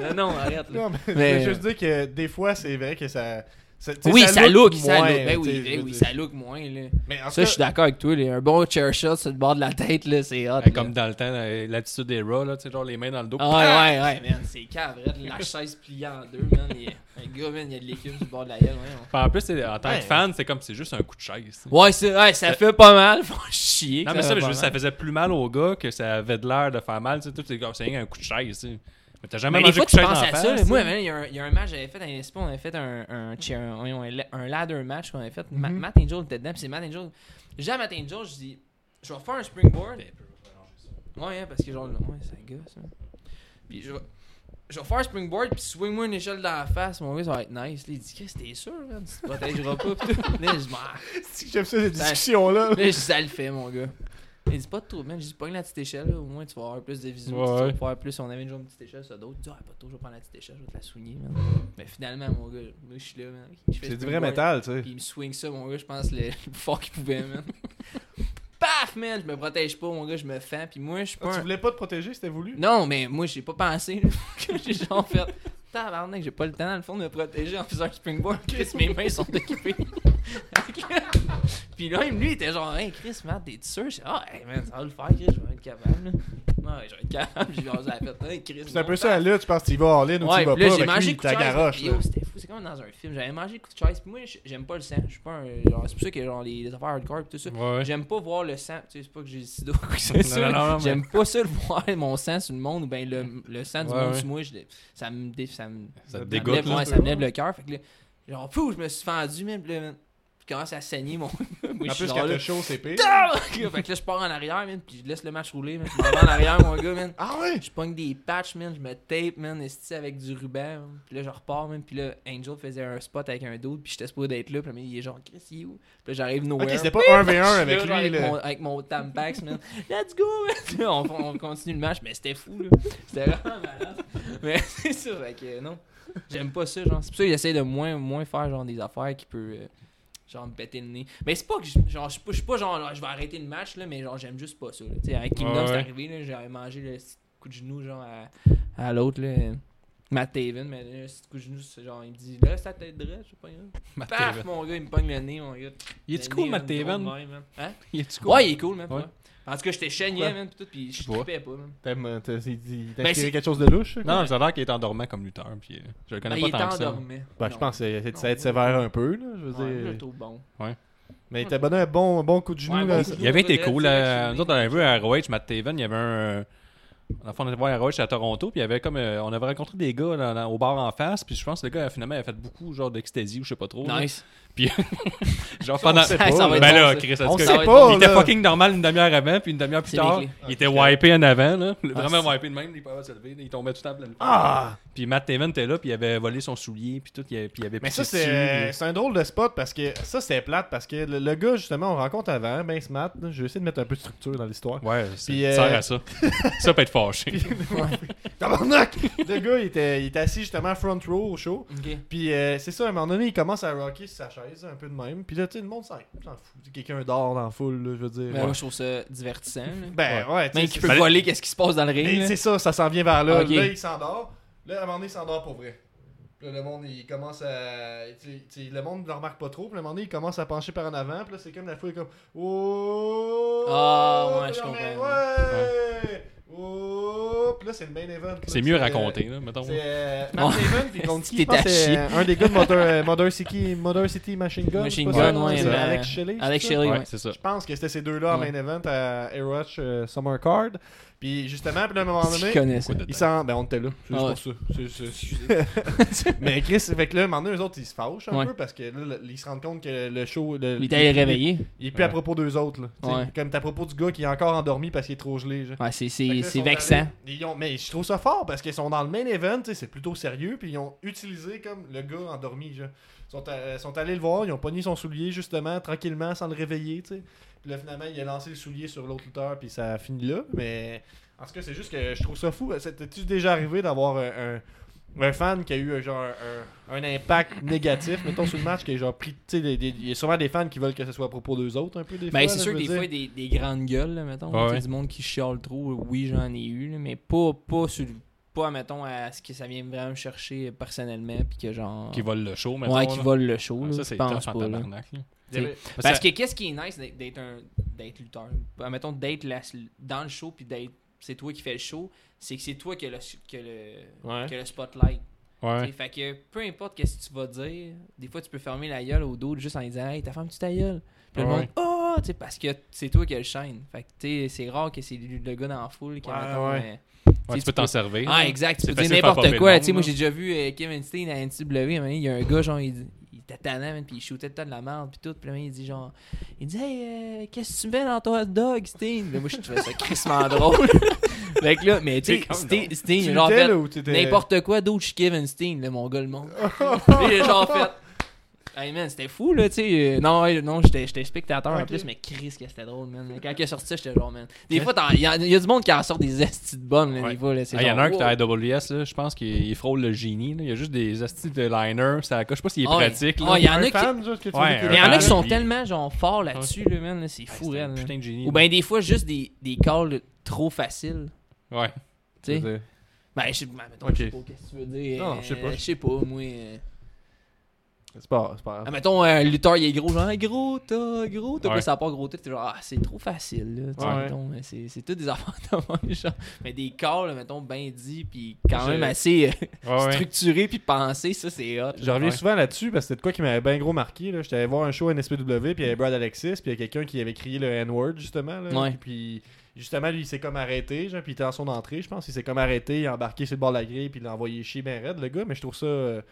Non, non, arrête. là.
Non, mais,
Mais-
je veux juste dire que des fois, c'est vrai que ça. ça- tu sais,
Oui, ça look, ça
moins,
look. Ben
tu sais,
oui,
je
ben
veux
oui,
dire.
ça look moins, là.
Mais en tout
Ça,
cas,
je suis d'accord avec toi. là. Un bon chair shot sur le bord de la tête, là, c'est hot.
Ouais,
là.
comme dans le temps, euh, l'attitude des Raw, là, tu sais, genre les mains dans le dos.
Ah ouais, ouais, ouais, man, c'est cave, arrête, la chaise pliée en deux, man. Il y a- Un gars, man, il y a de l'écume sur le bord de la gueule, ouais.
Puis en plus, c'est- en tant
Ouais.
que fan, c'est comme c'est juste un coup de chaise. tu sais.
Ouais, ça, ouais, ça fait pas mal, faut chier. que
Non, mais ça,
fait
mais je
pas
veux dire, ça
mal.
faisait plus mal au gars que ça avait de l'air de faire mal. tu sais, tout, C'est comme, c'est rien un coup de chaise. tu sais. Mais t'as jamais
Mais des
mangé
fois,
coup de
tu
chaise
penses
en
à
face.
ça. là.
tu sais.
Moi, man, il y, a un- il y a un match, j'avais fait à l'ESPO, on avait fait un, un, chi- un- voyons, un la- un ladder match qu'on avait fait.
Mm-hmm.
Ma-
Mhm.
Matt Angel était dedans, puis c'est Matt Angel. J'ai à Matt Angel, je dis, je vais faire un springboard. Ouais, hein, parce que genre, ouais, c'est un gars, ça. hein. Puis je vais, je vais faire un springboard, puis swing-moi une échelle dans la face, mon gars, ça va être nice. Là, il dit, Chris, t'es sûr, man? Tu te protégeras pas, pis tout. Là, je m'en-
si j'aime ça, cette discussion-là.
Là, je dis, ça le fait, mon gars. Il dit, pas de trop, man. Je dis, pogne la petite échelle, là, au moins, tu vas avoir plus de visuels.
Ouais,
Tu vas
ouais.
faire plus. Si on avait une journée petite échelle, ça d'autres. Il dit, ah, pas de trop, je vais prendre la petite échelle, je vais te la soigner, man. Mais finalement, mon gars, moi, je suis là, man. Je fais
C'est du vrai
springboard.
métal, tu sais.
Puis il me swing ça, mon gars, je pense le plus fort qu'il pouvait, man. Paf, man, je me protège pas, mon gars, je me fends. Puis moi, je suis
Ah,
pas
tu
un-
voulais pas te protéger, c'était voulu?
non, mais moi, j'ai pas pensé. là, que j'ai genre fait. Tabarnak, j'ai pas le temps, dans le fond, de me protéger en faisant un springboard. Chris, mes mains sont occupées. Puis là, même lui, il était genre, hey, Chris, Matt, t'es sûr? J'ai dit, ah, hey, man, ça va le faire, Chris, je vais être capable. là. Ouais, je vais être capable. J'ai genre, j'ai fait, hey, Chris.
C'est un
non,
peu ça, là, tu penses que tu vas en ligne ou tu
Ouais,
y vas
puis là,
pas,
j'ai
avec
mangé
lui,
coup de
ta
chaise.
garoche,
Yo,
là.
c'était fou, c'est comme dans un film. J'avais mangé coup de chaise. Puis moi, j- j'aime pas le sang. Je suis pas un. Genre, c'est pour ça que genre, les, les affaires hardcore et tout ça.
Ouais, ouais.
J'aime pas voir le sang. Tu sais, c'est pas que j'ai le sida ou quoi que ce soit.
Non, non, non, mais-
J'aime pas ça le voir, mon sang sur le monde ou bien le, le sang du
Ouais,
monde
ouais.
sur moi. je l'ai- ça me dé- ça me,
Ça
Ça te
ça me
dégoûte.
lève,
là.
ouais, ça me lève le cœur. Fait que là, genre, fou, je me suis fendu, même. Puis là, man, je commence à saigner mon. moi, je
En
suis
plus,
genre
quand
là.
t'es chaud, c'est pire.
fait que là, je pars en arrière, man, puis je laisse le match rouler, man. Je m'en vais en arrière, mon gars, man.
Ah ouais?
Je pogne des patchs, man. Je me tape, man, esti, avec du ruban. man. Puis là, je repars, man. Puis là, Angel faisait un spot avec un d'autre. Puis j'étais supposé d'être là. Puis là, il est genre, Chris, il est où? Puis là, j'arrive nowhere.
Ok, c'était pas 1v1
Je
avec
suis là,
lui,
genre, Avec
là.
mon, avec mon Tampax, man. Let's go, man. on, on continue le match, mais c'était fou, là. C'était vraiment malade. Mais c'est ça, fait que euh, non. J'aime pas ça, genre. C'est pour ça qu'il essaie de moins, moins faire, genre, des affaires qui peut. euh, genre me péter le nez. Mais c'est pas que je genre, je suis pas- je suis pas genre, genre, je vais arrêter le match, là, mais genre, j'aime juste pas ça. là. Tu sais, avec Kingdom,
Ouais,
c'est
ouais.
arrivé, là, j'avais mangé le petit coup de genou genre à, à l'autre, là. Matt Taven, mais là, le petit coup de genou, c'est genre, il me dit, là, c'est ta tête droite, je sais pas. hein.
Matt
Paf,
Taven.
mon gars, il me pogne le nez, mon gars.
Il est-tu
Le
cool,
nez,
Matt
man, gros de
Taven?
même, man. Hein?
Il est-tu cool?
Ouais, il est cool, man.
Ouais.
ouais. En tout cas, j'étais
Pourquoi?
chagné, man, pis tout, pis je
sais pas.
tripais pas, man. Ah,
T'aimes- t'as- Il il t'a
Ben,
inspiré
c'est-
quelque chose de louche?
Non, non, ça a l'air qu'il est endormant comme lutteur. Puis, euh, je le
Ben,
connais
il est
pas tant que ça.
endormi.
Ben, je
Non.
pense que c'est- ça va être
Non.
sévère un peu, là, je
Ouais,
veux
je le
dire.
trouve bon.
Mais il t'a donné un bon, bon coup de genou,
Ouais,
là.
bon
ça-
coup de
Il avait été
Direct,
cool.
direct
euh,
sur le
nous autres, on avait vu à ROH, Matt Taven, il y avait un. euh, à la fin, on était voir à ROH à Toronto, puis il y avait comme. euh, on avait rencontré des gars là, dans- au bar en face, puis je pense que le gars, finalement, il a fait beaucoup genre d'ecstasy ou je sais pas trop. là.
Nice.
Genre pendant.
sait
Ça
pas,
va
ben
être
là.
bon,
là,
ça.
Chris,
On
en tout
sait
cas,
ça va
pas,
être-
il était
là.
fucking normal une demi-heure avant, puis une demi-heure plus
C'est
tard.
réglé.
Il était wipé en avant, là. Vraiment
c'est-
wipé de même, il pouvait pas se lever, là, il tombait tout à pleine
Ah!
Puis Matt Taven était là, puis il avait volé son soulier, puis tout, il avait, puis il avait
Mais
pissé
ça, c'est euh,
dessus,
c'est un drôle de spot parce que ça, c'est plate parce que le, le gars, justement, on rencontre avant, ben Smart, là, je vais essayer de mettre un peu de structure dans l'histoire.
puis- Ouais, ça
Puis, euh,
sert à ça. ça peut être fâché.
Tabarnak! le gars, il était, il était assis justement front row au show.
Ok. Ben,
Puis euh, c'est ça, à un moment donné, il commence à rocker sur sa chaise, un peu de même. Puis là, tu sais, le monde s'en s'en fout. Quelqu'un dort dans la foule, là, je veux dire.
Ben, moi, je trouve ça divertissant. là.
Ben ouais, tu
Mais
sais,
qui
c'est-
peut
Fallait-
voler qu'est-ce qui se passe dans le ring.
Mais
là.
c'est ça, ça s'en vient vers là.
Ok.
Là, il s'endort. Là, à un moment donné, il s'endort pour vrai. Puis là, le monde, il commence à. tu sais- tu sais, le monde ne le remarque pas trop. Puis à un moment donné, il commence à pencher par en avant. Puis là, c'est comme la foule est comme. Oh!
Ah, ouais, je
Puis là, mais
comprends.
Ouais! Oh! Puis là, c'est le main event. là.
C'est mieux
euh,
raconté, là, mettons.
C'est euh,
Non.
Matt Damon, puis contre qui
T'es
Je pense que
à
c'est
chier.
euh, un des gars de Mother, euh, Mother City, Mother City Machine Gun.
Machine
je sais pas
Gun,
si
ouais,
c'est
mais-
Alex Shelley. c'est
Alex
ça?
Shelley,
Ouais,
ouais.
c'est ça.
Je pense que c'était ces deux-là en
Ouais.
main event à Airwatch Summer Card. Puis justement, puis là, à un moment
Si
donné,
je connais ça.
Beaucoup de
ils
temps.
s'en. Ben, on était là. C'est
Ah
juste pour ça. C'est- c'est- Mais Chris, fait que là, maintenant, eux autres, ils se fâchent un
Ouais.
peu parce que là, le- ils se rendent compte que le show. Le,
Il était réveillé.
Il est plus à propos d'eux autres. Là. Tu sais,
Ouais.
Comme t'as à propos du gars qui est encore endormi parce qu'il est trop gelé. genre.
Ouais, c'est-
Fait que
c'est
là,
c'est
ils sont
vexant.
allés- ils ont- mais je trouve ça fort parce qu'ils sont dans le main event, tu sais, c'est plutôt sérieux, puis ils ont utilisé comme le gars endormi. genre. Ils sont, à- sont allés le voir, ils ont pogné son soulier justement, tranquillement, sans le réveiller. tu sais. Puis là, finalement, il a lancé le soulier sur l'autre lutteur, puis ça a fini là. Mais en tout cas, c'est juste que je trouve ça fou. T'es-tu déjà arrivé d'avoir un, un- un fan qui a eu euh, genre un, un impact négatif, mettons, sur le match, qui est genre pris. tu sais, des- des- Il y a sûrement des fans qui veulent que ce soit à propos d'eux autres un peu. Des
Ben,
fois,
c'est
là, je
sûr que
veux
des
dire.
fois, il y a des, des grandes gueules, là, mettons.
Ouais,
Tu sais,
ouais.
Du monde qui chiale trop. Oui, j'en ai eu, là, mais pas, pas, sur, pas, mettons, à ce que ça vient vraiment me chercher personnellement. Puis que genre.
Qui vole le show, maintenant.
ouais, qui vole le show. là,
Ça,
je
c'est
pense
tough en
pas. là.
tabarnak. là.
Il y avait-
Parce que qu'est-ce qui est nice d'être- d'être un d'être lutteur, admettons d'être la- dans le show puis d'être c'est toi qui fais le show, c'est que c'est toi qui a le que le
Ouais.
qui a le spotlight.
Ouais.
T'sais, Fait que peu importe qu'est-ce que tu vas dire, des fois tu peux fermer la gueule au dos juste en disant hey t'as fait un petit ta gueule. Puis le
Ouais.
monde oh tu sais parce que c'est toi qui as le chaîne. Fait que tu sais, c'est rare que c'est le le gars dans la foule qui
Ouais,
admettons,
ouais.
euh,
Ouais,
tu
tu peux t'en servir.
ah, exact.
C'est
Tu peux dire
facile de faire
n'importe
popper le
quoi.
monde,
Tu sais, moi,
là.
j'ai déjà vu euh, Kevin Steen à NCW. à un moment donné, Il y a un gars, genre, il, dit- il était tannant, man, puis il shootait tout le temps de la merde, puis tout. Puis là, il dit, genre, il dit, hey, euh, qu'est-ce que tu mets dans ton hot dog, Steen? Mais moi, je trouvais ça crissement drôle. fait que là, mais tu
C'est
sais,
comme
Steen,
Tu
Steen,
luttais,
genre, fait
là, ou t'étais-
n'importe quoi d'autre, je suis Kevin Steen, là, mon gars, le monde. Puis il a genre fait. Hey man, c'était fou là, tu sais. Euh, Non, ouais, non, j'étais j'étais spectateur en
Ok. Hein?
plus, mais Chris, que c'était drôle, man. Quand il a sorti ça, j'étais genre, man. Des fois, il y, en- y a du monde qui en sort des estis de bonnes, là,
Ouais. Ah,
des fois. là, c'est
Il y en a
genre,
un qui est
wow.
à AWS, là, je pense qu'il il frôle le génie. là. Il y a juste des astuces de liner, ça coche. Je sais pas s'il est
Ah ouais.
pratique.
Ah,
Là.
il y en
Un
a qui-
fan, genre, que tu veux qu'il
Ouais, un
Mais il y en a
fan.
qui sont
Puis-
tellement genre forts là-dessus, là, man. là, c'est
Ah,
fou,
c'est un
raide, là.
Putain de génie.
Ou bien des fois, juste des, des calls trop faciles,
là. Ouais.
tu sais.
dire.
Ben, je sais ben, mettons,
Ok.
je sais pas, qu'est-ce que tu veux dire.
Non, je sais
euh,
pas.
Je sais pas, moi. euh,
C'est pas, c'est pas
Ah,
grave.
mettons, un lutteur, il est gros, genre, Hey, gros, t'as, gros, t'as,
Ouais.
pas ça part gros, t'as, t'es genre, ah, c'est trop facile, là, tu sais,
Ouais.
mettons, mais c'est, c'est tout des affaires de même, genre, mais des corps, là, mettons, ben dit, puis quand
Je-
même assez euh,
Ouais, ouais.
structuré, puis pensé, ça, c'est hot.
Je reviens
Ouais.
souvent là-dessus parce que c'était de quoi qui m'avait bien gros marqué. là. J'étais allé voir un show à NSPW, puis il y avait Brad Alexis, puis il y a quelqu'un qui avait crié le N-word, justement. là.
Ouais.
Puis justement, lui, il s'est comme arrêté, genre, puis il était en son entrée, je pense. Il s'est comme arrêté, il a embarqué sur le bord de la grille, puis il l'a envoyé chier ben raide, le gars. Mais je trouve ça. euh,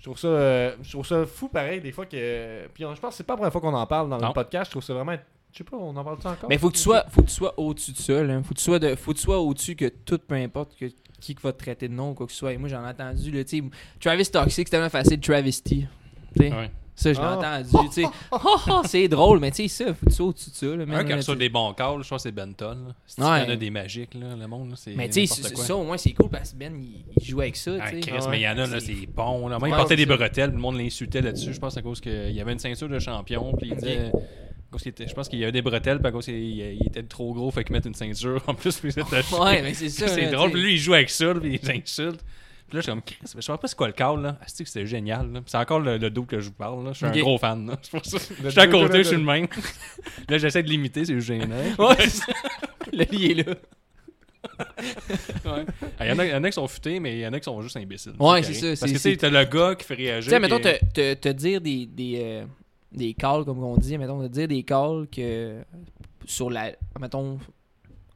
Je trouve, ça, euh, je trouve ça fou pareil des fois que. Puis on- je pense que c'est pas la première fois qu'on en parle dans
Non.
le podcast. Je trouve ça vraiment. Je sais pas, on en parle encore.
Mais faut que tu sois, faut que tu sois au-dessus de ça, là, faut que tu sois, de, faut que tu sois au-dessus que tout, peu importe que, qui que va te traiter de nom ou quoi que ce soit, et moi, j'en ai entendu, là, tu sais, Travis Toxic, c'est tellement facile, Travesty, tu sais.
Ouais.
Ça, je l'ai
Ah.
entendu. tu sais. Oh, oh, c'est drôle, mais tu sais, ça, faut que tu sois au-dessus de ça. Là,
Un
man,
qui
là,
reçoit
tu-
des bons calls, je pense que c'est Benton. C'est
Ouais.
y en a des magiques, là, le monde. là, c'est
Mais tu sais,
n'importe
ça,
quoi.
ça, au moins, c'est cool parce que Ben, il, il joue avec ça.
Ah,
tu sais.
Chris, mais il y en a, là,
C'est-
c'est bon. Là. Moi, il
Ouais,
portait
c'est
des
ça.
bretelles, puis le monde l'insultait là-dessus. Je pense à cause qu'il y avait une ceinture de champion, puis il disait. à cause qu'il était- Je pense qu'il y avait des bretelles, puis à cause qu'il il était trop gros, fait qu'il mettait une ceinture en plus, puis il s'est attaché.
Ouais, mais c'est ça,
C'est
là,
drôle,
tu sais.
puis lui, il joue avec ça, puis il insulte. Puis là, je suis comme, Chris, mais je sais pas c'est quoi le call, là. Ah, c'est que c'était génial, là. Puis C'est encore le, le dos que je vous parle, là. Je suis
Ok.
un gros fan, là. C'est pour ça. Je
Le
suis à
dos que
côté,
le-
je suis le même. là, j'essaie de l'imiter, c'est gênant.
Ouais, c'est ça. Là, il est là.
Ah, Il y, en a- il y en a qui sont futés, mais il y en a qui sont juste imbéciles.
Ouais, c'est
carré.
ça,
Parce
c'est-
que, tu sais, t'as le gars qui fait réagir.
Tu sais, mettons,
qui est-
te, te, te dire des, des, euh, des calls, comme on dit, mettons, te dire des calls que sur la. Mettons,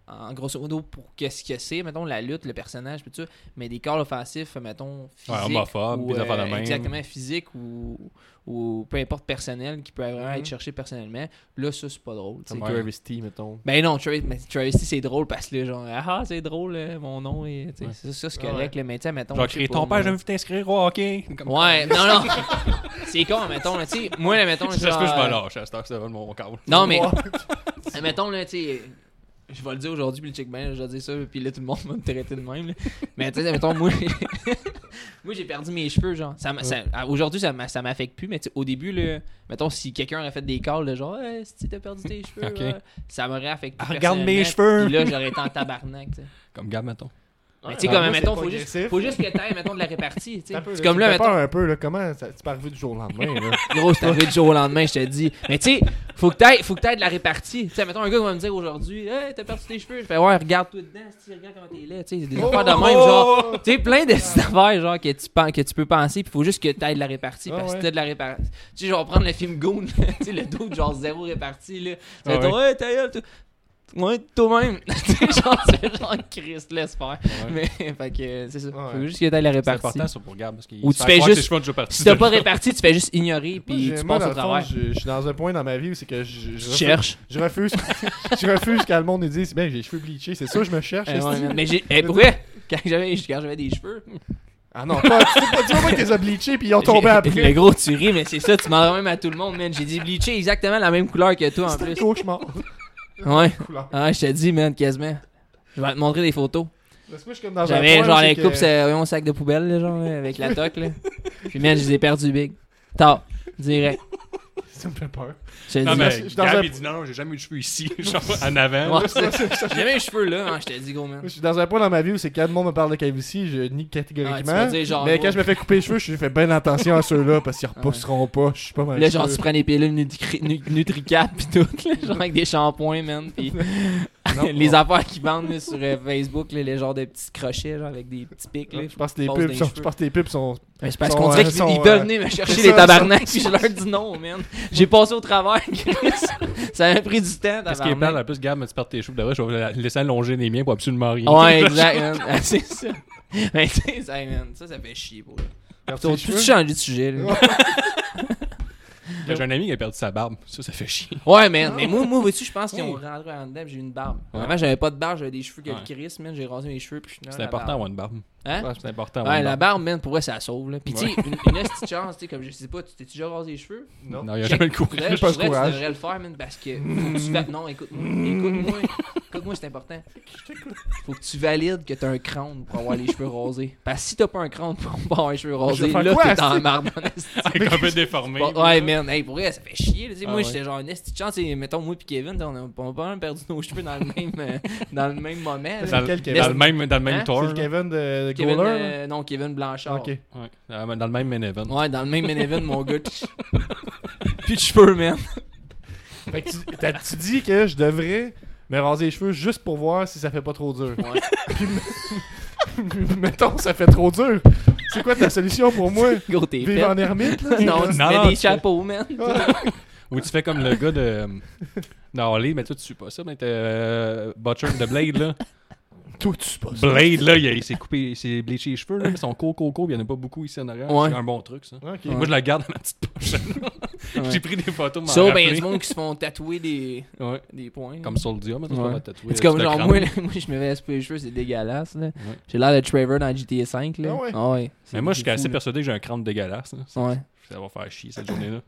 en grosso modo, pour qu'est-ce que c'est, mettons, la lutte, le personnage, puis tout ça, mais des calls offensifs, mettons, physiques.
homophobes,
ou, euh,
des affaires de même.
Exactement, physique ou, ou peu importe personnel, qui peut vraiment être cherché personnellement. Là, ça, c'est pas drôle. tu sais.
Mm-hmm. Ouais.
Travis T, mettons.
Ben non, Travis, mais Travis, c'est drôle parce que là, genre, ah, c'est drôle, euh, mon nom, et, tu sais,
Ouais.
ça, ça, c'est
Ouais,
correct, le métier, mettons.
Genre,
je sais
crier
pas,
ton
moi.
père, je veux t'inscrire au hockey. Comme-
euh, Ouais, non, non. c'est con, mettons, là, tu sais. Moi, là, mettons,
Ça se peut, que je
genre, euh,
me lâche à cette heure, ça va de mon câble.
Non, mais. Eh, mettons, là, tu sais. Je vais le dire aujourd'hui, puis le check ben, je vais dire ça, puis là, tout le monde va me traiter de même, là. Mais, tu sais, mettons, moi. moi, j'ai perdu mes cheveux, genre. Ça, m'a- ça- à- aujourd'hui, ça, m'a- ça m'affecte plus, mais, tu sais, au début, là, mettons, si quelqu'un aurait fait des calls de genre, hey, si t'as perdu tes cheveux,
Ok.
ouais, ça m'aurait affecté.
Ah, regarde mes
personnellement,
cheveux.
Puis là, j'aurais été en tabarnak, tu sais.
Comme Gab, mettons.
Mais,
Ah,
tu sais,
ben,
comme,
moi,
mettons,
c'est
faut juste,
progressif.
faut juste que t'ailles, mettons, de la répartie, tu sais.
T'as un peu,
C'est comme là,
t'as
mettons.
peur un peu, là. Comment ça- tu peux arriver du jour au lendemain, là?
Gros, je t'avais du jour au lendemain, je te dis. Mais tu sais, faut que t'ailles, faut que t'ailles de la répartie. Tu sais, mettons un gars qui va me dire aujourd'hui, hey, t'as perdu tes cheveux. Je fais ouais, regarde tout dedans, si regarde comment t'es là. Tu sais, des affaires de même, genre. Tu sais, plein de
Oh!
petites affaires, genre, que tu, pen- que tu peux penser, puis faut juste que t'ailles de la répartie.
Ah
parce que
ouais.
t'as de la répartie. Tu sais, genre, prendre le film Goon, tu sais, le dos, de genre, zéro réparti, là. Tu
Ah
fais ton, ouais, ta gueule, tout. Ouais, toi-même. tu sais, genre, c'est genre, Christ, laisse faire. Mais, fait que, euh, c'est ça. Faut
Ouais.
juste que t'ailles de la
C'est
répartie.
important, ça, pour Gab. Parce qu'il
Ou
se
tu
fait
fais
croire que
juste-
c'est le choix de jouer parti.
Si t'as pas réparti, tu fais juste ignorer, puis
Moi, j'ai-
tu
moi,
passes au
dans le
travers.
fond, Je je suis dans un point dans ma vie où c'est que je, je- je
Tu
refuse-
cherches.
je refuse, je refuse qu'à le monde nous dise, ben j'ai les cheveux bleachés, c'est ça que je me cherche.
Eh,
est-ce
ouais,
que-
man. mais j'ai. eh, pour vrai, quand j'avais, quand j'avais des cheveux.
Ah non, pas, tu, sais pas, tu vois pas que t'es as bleachés puis ils ont tombé
j'ai-
après.
Le gros, tu ris, mais c'est ça, tu m'en rends même à tout le monde, man. J'ai dit bleacher exactement la même couleur que toi en
C'est un
plus.
cauchemar.
Ouais.
Couleur.
Ah, je te dis, man, quasiment. Je vais te montrer des photos.
Parce que moi, je suis comme dans un
J'avais
point,
genre
Ah, c'est
les
que-
coupes, c'est euh, mon sac de poubelle, là, genre, là, avec la toque, là. Puis, man, je les ai perdus big. Tard, direct.
Ça me fait peur.
Je te
Non,
dis.
mais-
mais
je suis dans
Gab,
un-
il dit non, j'ai jamais eu de cheveux ici. Genre, en avant.
Ouais, c'est- J'avais les cheveux là, hein, je te dis, gros, man.
Je suis dans un point dans ma vie où c'est quand le monde me parle de calvitie, je nie
Ah,
catégoriquement.
tu vas dire genre,
mais
moi-
quand je me fais couper les cheveux, je fais bien attention à ceux-là parce qu'ils repousseront pas. Je suis pas mal
Là, genre, tu
sûr.
prends des pilules Nutri- Nu- NutriCap pis tout, là, genre avec des shampoings, man. Pis
Non,
les
non.
affaires qui vendent là, sur euh, Facebook, là, les genres de petits crochets, genre avec des petits pics. Là.
Je pense que les
Passe dans
pubs
les
sont-
cheveux.
je pense que les pubs sont
Mais c'est parce
Sont,
qu'on dirait
euh,
qu'ils
sont,
ils veulent
euh,
venir me chercher
c'est
les
ça,
tabarnak, pis je leur dis non, man. J'ai passé au travers, Chris. Ça a pris du
Qu'est-ce qu'il
temps, tabarnak.
parle? En plus, Gab, mais tu perds tes cheveux. D'ailleurs, je vais la- laisser allonger les miens pour absolument rien.
Ouais, exact, man. Ah, c'est ça. Mais tu sais, ça, man, ça, ça fait chier, pour
Perdu
Ils ont
les
tout
cheveux.
changé de sujet, là.
J'ai un ami qui a perdu sa barbe. Ça, ça fait chier.
Ouais, man. Mais moi, moi vois-tu, je pense qu'ils ont
Oui.
rentré en dedans, pis j'ai eu une barbe.
Ouais.
Avant, j'avais pas de barbe, j'avais des cheveux que
Ouais.
le Chris, man. J'ai rasé mes cheveux, puis je suis
C'est important, avoir une barbe.
Hein?
C'est important. avoir
Ouais,
une
la
barbe.
barbe, man, pour vrai, ça sauve. Là. Puis, tu sais, une, une petite chance, tu sais, comme je sais pas, tu t'es déjà rasé les cheveux?
Non.
Non, il a jamais le
Pour
courage.
vrai,
J'ai
je
pas le
vrai, tu
courage.
devrais le faire, man, parce que. faut que tu fa- Non, écoute-moi. Écoute-moi. Écoute-moi, c'est important. Faut que tu valides que t'as un crâne pour avoir les cheveux rasés. Parce que si t'as pas un crâne pour avoir les cheveux
Je vais
rasés,
faire
là,
quoi,
t'es dans la
asti?
marde, en esti.
Avec un peu déformé.
Bon, ouais, man, hey, pour vrai, ça fait chier. là, tu sais,
Ah
moi,
ouais.
j'étais genre un esti de chance. et Mettons, moi et Kevin, on a, on a pas mal perdu nos cheveux dans le même, euh, dans le même moment. là.
C'est
Dans,
lequel,
dans
Kevin?
le même, dans le
Hein?
même
C'est
tour.
le Kevin de, de
Kevin,
hein?
Goaler,
euh, non, Kevin
là?
Blanchard.
Ok.
Ouais, euh, dans le même main event.
Ouais, dans le même main event, mon gars. Plus de cheveux, man.
Fait que tu, t'as- tu dis que je devrais me raser les cheveux juste pour voir si ça fait pas trop dur.
Ouais.
Puis, mettons, ça fait trop dur. C'est quoi ta solution pour moi?
Gros, t'es
Vivre en
fait.
ermite, là?
Non, tu
Non,
mets des
tu-
chapeaux, man.
Ou tu fais comme le gars de. euh, Dans Harley, mais toi, tu suis pas ça, mais t'es euh, Butcher de Blade, là.
Toi, tu sais pas ça.
Blade, là, il, il s'est coupé, il s'est bleaché les cheveux, là, mais son court, court, court, il n'y en a pas beaucoup ici en arrière.
Ouais.
C'est un bon truc, ça.
Ah, Ok.
Moi, je la garde dans ma petite poche. J'ai
Ouais.
pris des photos, m'en
Ça, ben, il y a
rappeler.
du monde qui se font tatouer des,
Ouais.
des points. là.
Comme Soldier, mais
Ouais.
on va tatouer.
C'est
euh, sur
comme
le
genre,
crâne.
moi, là, moi, je me vais couper les cheveux, c'est dégueulasse. là. J'ai l'air de Trevor dans GTA V. Là.
Ah ouais?
Mais moi, je suis assez persuadé que j'ai un crâne dégueulasse. là. Ça-
Ouais.
Ça va faire chier cette journée-là.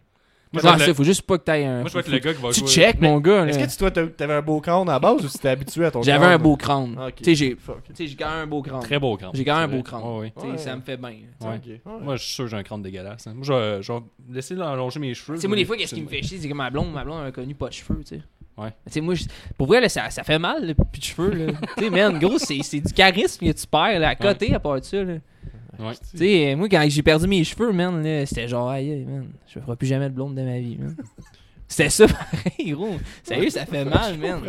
Moi,
Moi, je vais
ça,
être le-
faut juste pas que t'ailles un.
moi, je vais être
faut-
le gars qui va
Tu
jouer.
check, mon gars.
Est-ce
là.
que tu, toi, t'as- t'avais un beau crâne à la base ou tu t'es habitué à ton
J'avais
crâne?
un beau crâne.
Ah, ok.
Tu sais, j'ai-
Fuck.
tu sais, j'ai quand même un beau crâne.
Très beau crâne.
J'ai quand même
c'est
un beau
vrai.
crâne.
Ouais, ouais.
Tu sais,
Ouais.
Ça me fait bien. là.
Ouais.
Ok, ouais.
Moi, je suis sûr que j'ai un crâne dégueulasse. hein. Moi, je vais, je vais laisser allonger mes cheveux.
Tu sais,
je
moi,
vais
des fois,
les
qu'est-ce qui me
filmer.
fait chier, c'est que ma blonde, ma blonde, elle a connu pas de cheveux, tu sais.
Ouais.
Tu sais, moi, je- pour vrai, là, ça, ça fait mal, là, plus de cheveux, là. tu sais, man, gros, c'est c'est du charisme que tu perds, là, à côté, à part ça, là.
Ouais.
Tu sais, euh, moi, quand j'ai perdu mes cheveux, man, là, c'était genre, aïe, aïe, man, je ferai plus jamais de blonde de ma vie, man. C'était ça, pareil, gros. Sérieux, ça fait mal, man.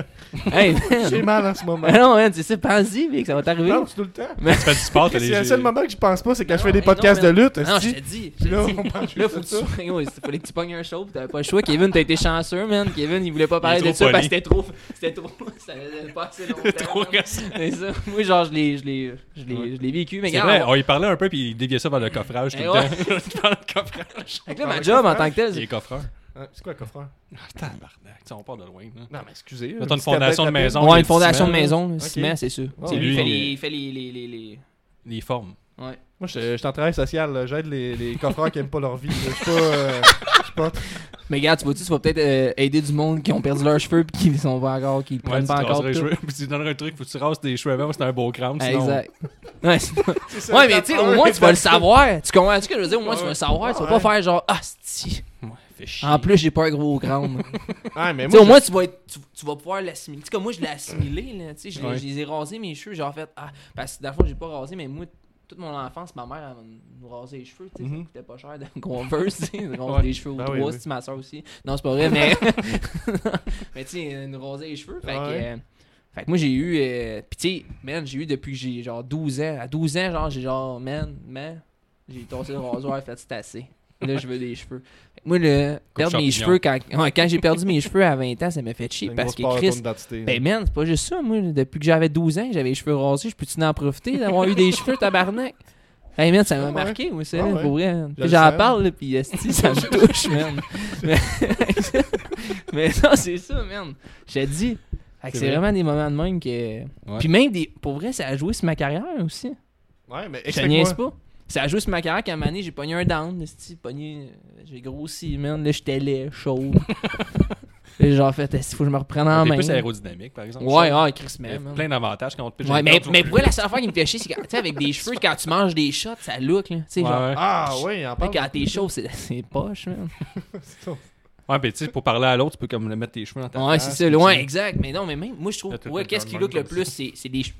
Hey,
J'ai
man.
mal en ce moment.
Ah non, man, c'est ça, pense-y, mec, ça va t'arriver.
Non, c'est tout le temps.
Tu fais du
Oh,
sport, t'as
C'est
des.
le seul moment que je pense pas, c'est quand je
Non,
fais des
mais non,
podcasts de
mais-
lutte.
Ah Non, je
esti.
te dis. je
Puis
te
Là,
dis.
on parle juste
Là, faut
de
que
ça.
tu... Ouais, c'est- fallait que tu pognes un show, pis t'avais pas le choix. Kevin, t'as été chanceux, man. Kevin, il voulait pas parler
trop
de ça
poli.
parce que c'était trop. C'était trop. Ça faisait pas assez longtemps.
Trop
man.
récent.
C'est ça. Moi, genre, je l'ai, je l'ai, je l'ai, je l'ai vécu, mais
C'est
regarde.
vrai, on y parlait un peu, puis il déviait ça vers le coffrage tout
Eh
le
ouais.
temps. Tu parles de coffrage.
Fait que là, ma job en tant que tel,
Il est
c'est.
coffreur.
Hein, C'est quoi, coffreur?
Ah, tabarnak. Tu sais, on part de loin. là.
Non, mais excusez.
Mettons
là,
une
si t'as
fondation
peut-être
de
la
maison.
peine.
Ouais,
les
une fondation de
petits
maison, le
Ok.
ciment, c'est sûr.
Ouais,
C'est
ouais.
lui, il fait
Lui,
les-
il-
il fait les. les- les- les-
Les formes.
Ouais.
Moi, je je suis en travail social. là. J'aide les, les coffreurs qui aiment pas leur vie. là. Je suis pas. euh, je suis pas.
Mais regarde, tu vois-tu, tu vas peut-être euh, aider du monde qui ont perdu leurs cheveux pis qui les sont pas encore, qui les
Ouais,
prennent
tu
pas encore.
raserais les
pis tout.
cheveux. Puis tu donnerais un truc, faut que tu rases tes cheveux avant, c'est un beau crâne.
Ah,
sinon-
Exact. Ouais, c'est-
C'est ça,
ouais, mais
t'as
tu sais,
peur,
au moins
t'as
tu vas le
peur.
savoir. Tu comprends ce que je veux dire? Au moins tu vas le savoir. Tu vas pas
Ouais.
faire genre, ah, si.
Ouais, fait chier.
En plus, j'ai pas un gros crâne.
Ouais, mais
Tu sais,
moi,
au
je-
moins, tu vas, être- tu, tu vas pouvoir l'assimiler. Tu sais, comme moi, je l'ai assimilé, là. Tu sais, je, l'ai-
Ouais.
je les ai rasés mes cheveux. J'ai en fait, ah, parce que dans le fond, j'ai pas rasé, mais moi, toute mon enfance, ma mère, elle me- nous rasait les cheveux. Tu sais, ça
Mhm.
coûtait pas cher de Converse, tu sais. Elle rase
Ouais.
des cheveux ou
Ah oui,
trois,
oui.
si ma soeur aussi. Non, c'est pas vrai, mais. mais tu sais, elle nous rasait les cheveux. Fait que.
Ouais.
euh, fait que moi j'ai eu euh, pis tu sais man j'ai eu depuis que j'ai genre 12 ans à 12 ans genre j'ai genre man man j'ai tossé le rasoir fait c'est assez là je veux des cheveux Fait que moi le perdre
champignon.
mes cheveux quand ouais, quand j'ai perdu mes cheveux à 20 ans ça m'a fait chier
C'est une
parce
grosse part
que
de ton
Chris
identité, là.
ben man c'est pas juste ça moi depuis que j'avais 12 ans que j'avais les cheveux rasés je peux-tu en profiter d'avoir eu des cheveux tabarnak Hey man, ça m'a
Ouais.
marqué, moi, ça,
Ah
là,
ouais.
pour vrai. hein.
Je le
Puis J'en
savais.
parle, là, pis esti, ça me touche, man. Mais, mais non, c'est ça, man. Je te dis. Fait que
C'est
c'est
vrai.
vraiment des moments de même que. Puis même des. Pour vrai, ça a joué sur ma carrière aussi.
Ouais, mais
Je te niaise
explique-moi.
pas. Ça a joué sur ma carrière qu'à un moment donné, j'ai pogné un down, esti, pogné, euh, j'ai grossi, man, là, j'étais laid, chaud. J'ai genre fait, il faut que je me reprenne en
Ah, T'es
main.
plus aérodynamique, par exemple.
Ouais,
Ça,
ouais, Chris,
il y a
man. man.
Plein d'avantages quand on te pitche
Ouais,
une
mais,
corde,
mais
faut-
pour vrai, la seule affaire qui me fait chier, c'est quand, tu sais, avec des cheveux, quand tu manges des shots, ça look, là. Tu sais,
Ouais,
genre,
ouais.
Ah, ouais, en
après,
parle.
quand t'es chaud, c'est c'est poche, man.
Ouais, pis tu sais, pour parler à l'autre, tu peux comme le mettre tes cheveux dans ta
ah. Ouais,
face,
Ah, c'est
puis
ça,
tu-
loin, exact. Mais non, mais même, moi, je trouve,
T'as tout
ouais,
le
qu'est-ce
temps
qui
de
look
même
le
comme
plus, c'est c'est des cheveux.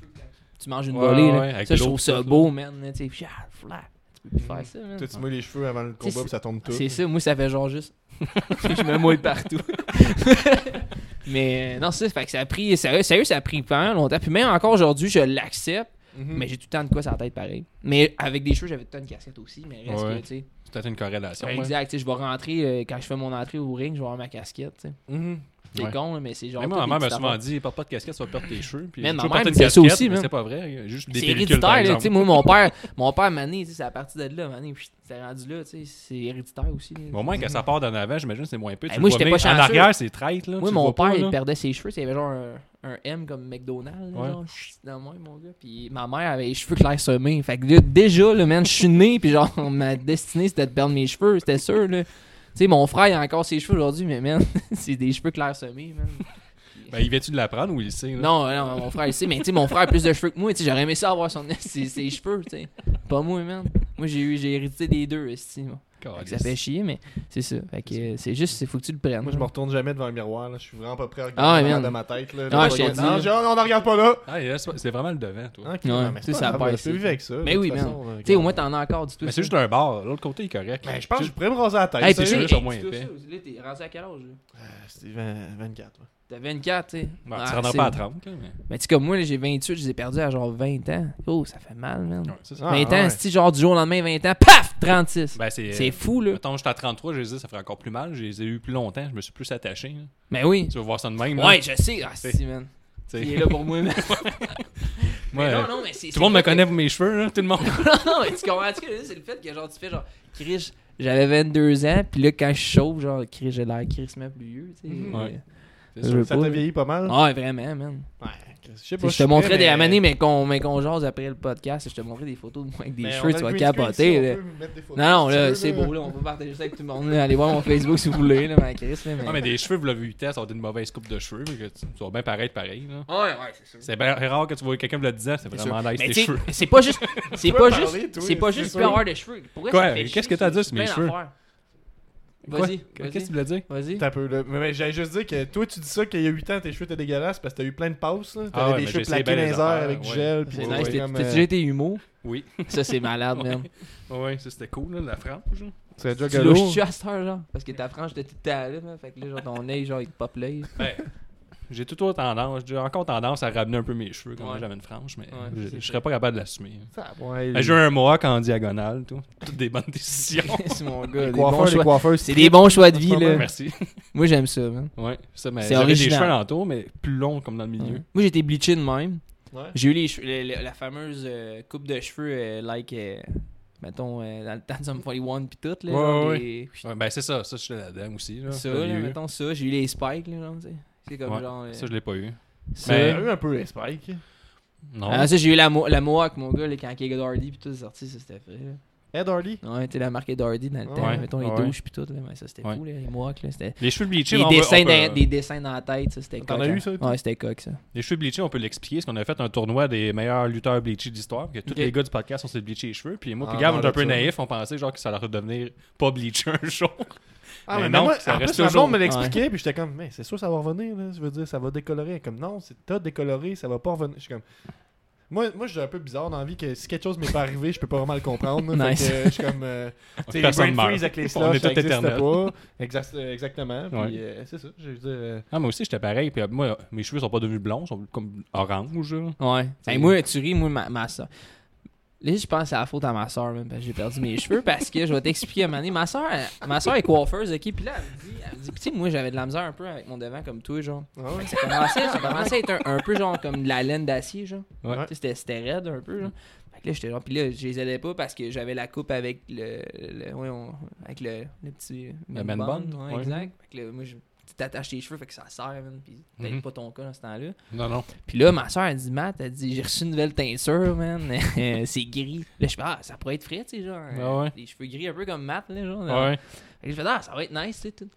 Tu manges une
Ouais,
volée,
ouais,
là.
avec
Ça, je trouve
l'autre,
ça
tout, Mm.
beau, man. là, Tu sais, fier, flat. Tu peux plus faire ça, man.
Toi, tu mouilles les cheveux avant le
Tu sais,
combat, puis ça tombe tout.
C'est ça, moi ça fait genre juste. je me mouille partout. mais euh, non, c'est ça, fait que ça a pris. Sérieux, sérieux, ça a pris vraiment longtemps. Puis même encore aujourd'hui, je l'accepte,
Mm.
Mhm.
mais j'ai tout le temps de quoi sur la tête pareil. Mais avec des cheveux, j'avais tout le temps une casquette aussi, mais reste
Ouais.
que, tu sais.
C'est peut-être une corrélation. ouais.
Exact, tu sais, je vais rentrer, euh, quand je fais mon entrée au ring, je vais avoir ma casquette, tu sais.
Mhm.
C'est
Ouais.
con, là, mais c'est genre.
Même
toutes
ma
des
mère m'a
petites
souvent
affaires.
dit porte pas de casquette, tu vas perdre tes cheveux. Puis
Mais
je
ma
veux
mère
porter une
me dit ça
casquette,
aussi,
mais
man.
c'est pas vrai. il y a Juste des
C'est
pellicules, par
héréditaire, là, tu sais.
exemple.
Moi, mon père, mon père, Mané, tu sais, c'est à partir de là, Mané, puis c'est rendu là, tu sais. C'est héréditaire aussi. là.
Au moins, quand ça part d'en avant, j'imagine que c'est moins peu.
Ben,
Tu
moi,
le vois
j'étais pas
venir. En
chanceux.
arrière, c'est traite, là.
Moi,
tu
mon
le vois
père,
pas,
il
là.
perdait ses cheveux. Il avait genre un, un M comme McDonald's. là,
Ouais.
Genre, chut, dans moi, mon gars. Puis ma mère avait les cheveux clairs semés. Fait que là, déjà, là, man, je suis né. Puis genre, ma destinée, c'était de perdre mes cheveux. C'était sûr, là. Tu sais, mon frère, il a encore ses cheveux aujourd'hui, mais man, c'est des cheveux clairs semés, man.
Ben, il vient-tu de l'apprendre ou il le sait, là?
Non, non, mon frère, il sait, mais tu sais, mon frère a plus de cheveux que moi. Tu sais, j'aurais aimé ça avoir son, ses, ses cheveux, tu sais. Pas moi, man. Moi, j'ai eu, j'ai hérité des deux, esti, moi. Fait que Ça fait chier, mais c'est ça. Fait que euh, c'est juste, il faut que tu le prennes.
Moi, je me retourne jamais devant le miroir. là. Je suis vraiment pas prêt à
Ah, ouais,
regarder dans ma
man.
tête. Là,
Ah,
Là,
je t'ai dit.
Non, j'ai- on n'en regarde pas là.
Ah, et là, c'est c'est vraiment le devant, toi.
Ok,
Ouais,
non, mais
tu sais,
pas
ça
grave,
passe,
là, Tu peux vivre avec ça.
Mais
de
oui,
toute
man.
façon, euh,
Tu sais, au moins, t'en as encore du tout.
Mais
ça.
c'est
Ben,
juste un bar. L'autre côté, il est correct.
Mais je pense que je
Juste-
pourrais me raser la tête.
Hey,
ça,
puis
c'est
tu
là.
juste au moins
hey, tout ça,
épais.
là, t'es rendu à quel âge,
Euh,
là?
C'était 20 24. ouais.
T'as 24, tu sais.
Bon,
Ah,
tu rendras
c'est-
pas à 30, là, mais.
Mais tu sais, comme moi, là, j'ai 28, je les ai perdus à genre 20 ans. Oh, ça fait mal, man.
Ouais, c'est ça.
Ah,
20
ouais.
ans, c'est genre du jour au lendemain, 20 ans, paf, 36.
Ben, c'est.
c'est fou, là.
Mettons, j'étais à 33, je les ai, ça ferait encore plus mal. Je les ai eu plus longtemps, je me suis plus attaché. là.
Mais oui.
Tu vas voir ça de même. là.
Ouais, je sais. Ah, si, man.
Tu sais.
Il est là pour moi, man. Mais
Ouais.
non, non, mais c'est.
Tout le monde me
c'est-
connaît pour mes cheveux, là, tout le monde.
non, mais tu comprends ce que je veux dire? C'est le fait que genre tu fais genre Chris, j'avais 22 ans, puis là quand je chauffe, genre Chris, j'ai l'air crissement plus vieux, tu sais.
Mm-hmm.
Euh,
Ouais.
Je
Ça
veux
ça
pas,
t'a
là.
vieilli pas mal?
hein?
Ah, ouais, vraiment, man.
Ouais, je sais
Tu
pas.
sais, Je te montrais des
mais-
manées, mais qu'on mais qu'on jase après le podcast, je te montrais des photos de moi avec des
mais Ben, on
cheveux,
a
tu
le
vas
green screen ici,
capoter.
on
là.
peut mettre des photos
Non, non,
si tu
là,
veux,
c'est beau, là, on peut partager ça avec tout le monde. là. Allez voir mon Facebook si vous voulez, là, ma Chris, là, mais...
Non, mais des cheveux, vous l'avez vu, ça va être une mauvaise coupe de cheveux, mais que tu, tu vas bien paraître pareil. là.
Ouais, ouais, c'est sûr.
C'est bien rare que tu vois quelqu'un vous le disant, c'est vraiment nice tes
Mais tu sais,
cheveux.
c'est pas juste. C'est
peux
pas
parler,
juste.
toi,
C'est pas
c'est
juste
sûr.
plus avoir de cheveux. Pourquoi
Quoi?
ça fait
Qu'est-ce
chier,
que t'as à
ça?
dire sur mes
Plein
cheveux?
d'affaires.
Quoi?
Vas-y,
Qu'est-ce que tu
vas-y.
voulais dire?
Vas-y.
T'as peu, là. Mais, mais j'allais juste dire que toi, tu dis ça qu'il y a 8 ans, tes cheveux étaient dégueulasses parce que t'as eu plein de passes. là. T'avais
Ah ouais,
des
mais
cheveux
j'ai essayé
plaqués dans
bien
les
les
airs
affaires,
avec du
ouais.
gel. puis
C'est
ouais,
nice. t'as-
comme,
T'as-tu
euh,
déjà été humo?
Oui.
Ça, c'est malade, man.
Ouais, ça c'était cool, là, la frange. là.
C'est déjà
Tu
galop.
louches-tu à cette heure, genre? Parce que ta frange, t'es tout talé, là. Fait que là, genre, ton œil, genre, il te pop l'œil.
Ben, j'ai tout autre tendance, j'ai encore tendance à ramener un peu mes cheveux quand
Ouais.
j'avais une frange, mais
Ouais,
je-
c'est
je
ça.
serais pas capable de l'assumer.
Ça, ouais,
Ben, J'ai eu un mohawk en diagonale, tout. Toutes des bonnes décisions.
c'est mon gars.
les
des bons
coiffeurs, les
choix-
coiffeurs,
C'est des bons choix de vie,
En ce
là.
moment,
Merci.
Moi, j'aime ça, man.
Ouais, ça, mais
C'est
j'avais des
original.
cheveux alentour, mais plus longs comme dans le milieu.
Ouais. Moi, j'étais bleaché de même.
Ouais.
J'ai eu les cheveux- le- le- la fameuse euh, coupe de cheveux, euh, like, euh, mettons, euh, dans le temps de Sum 41 pis tout, là.
Ouais,
genre,
ouais,
des-
Ouais, ben c'est ça, ça je suis là-dedans aussi. Là.
Ça,
Je l'ai
là,
eu.
mettons ça. J'ai eu les spikes, là, genre, tu sais. C'est comme
Ouais,
genre. euh,
Ça je l'ai pas eu.
ça.
T'as
Mais- euh,
eu un peu les spikes.
Non.
Ah, ça, j'ai eu la, mo la Mohawk, mon gars, là, quand Keg Hardy pis tout est sorti, ça, c'était vrai, là.
Ed Hardy.
Ouais, tu sais, la marque Dardy dans le temps,
Ouais,
mettons les
ouais.
douches puis tout, là, mais ça c'était
Ouais.
fou, là, les mohawks, là, c'était...
les cheveux bleachés,
Des,
on peut-
dessins
on peut-
dans, des dessins dans la tête, ça c'était coq.
T'en as
hein.
eu, ça, toi?
Ouais, c'était coq, ça.
les cheveux bleachés, on peut l'expliquer, parce qu'on a fait un tournoi des meilleurs lutteurs bleachés d'histoire, que tous
Ok.
les gars du podcast on s'est bleachés les cheveux, puis moi, puis
Ah,
Gab, on
non,
était un peu
là-dessus.
naïf, on pensait genre que ça allait redevenir pas bleaché un jour.
Ah,
Mais
mais,
Ben non,
moi,
ça
en
reste
plus, ma
toujours.
blonde me l'expliquait, puis j'étais comme, mais c'est sûr, ça va revenir, là. Je veux dire, ça va décolorer. Comme, non, c'est t'as décoloré, ça va pas revenir. Je suis comme, moi, moi, je suis un peu bizarre dans la vie que si quelque chose m'est pas arrivé, je peux pas vraiment le comprendre. là. Fait
Nice.
que, euh, je suis comme, euh, tu sais, les
Personne
brain
meurt.
freeze avec les
On est
slushs,
tout
ça existe
éternel.
pas. Exact- euh, exactement. Puis,
Ouais.
euh, c'est ça, je veux dire. euh,
Ah, moi aussi, j'étais pareil. Puis euh, moi, mes cheveux sont pas devenus blonds, ils sont comme orange. là.
Ouais.
T'sais-
Hey, Ben, moi, tu ris, moi, ma, ma soeur. Là, je pense que c'est la faute à ma soeur, même, parce que j'ai perdu mes cheveux, parce que je vais t'expliquer à un moment donné. Ma soeur, ma soeur est coiffeuse, ok, puis là, elle me dit, elle me dit, Puis tu sais, moi, j'avais de la misère un peu avec mon devant, comme toi, genre.
ah ouais.
Ça commençait, ça commençait à être un, un peu, genre, comme de la laine d'acier, genre.
Ouais.
Tu sais, c'était- c'était raide un peu, genre. Fait que là, j'étais genre, puis là, je les aidais pas parce que j'avais la coupe avec le, le- ouais, on- avec le, le petit
Le
man
man
bun,
bun,
ouais,
ouais.
exact. Fait que là, moi, je, tu t'attaches tes cheveux, fait que ça serre, man, puis peut-être
Mhm.
pas ton cas dans ce temps-là.
Non, non.
Puis là, ma soeur, elle dit, Matt, elle dit, j'ai reçu une nouvelle teinture, man. c'est gris. Là, je fais, ah, ça pourrait être frais, tu sais, genre.
Ah ouais.
Les cheveux gris, un peu comme Matt, là, genre.
Ouais.
Fait que je fais, ah, ça va être nice, tu sais, tout.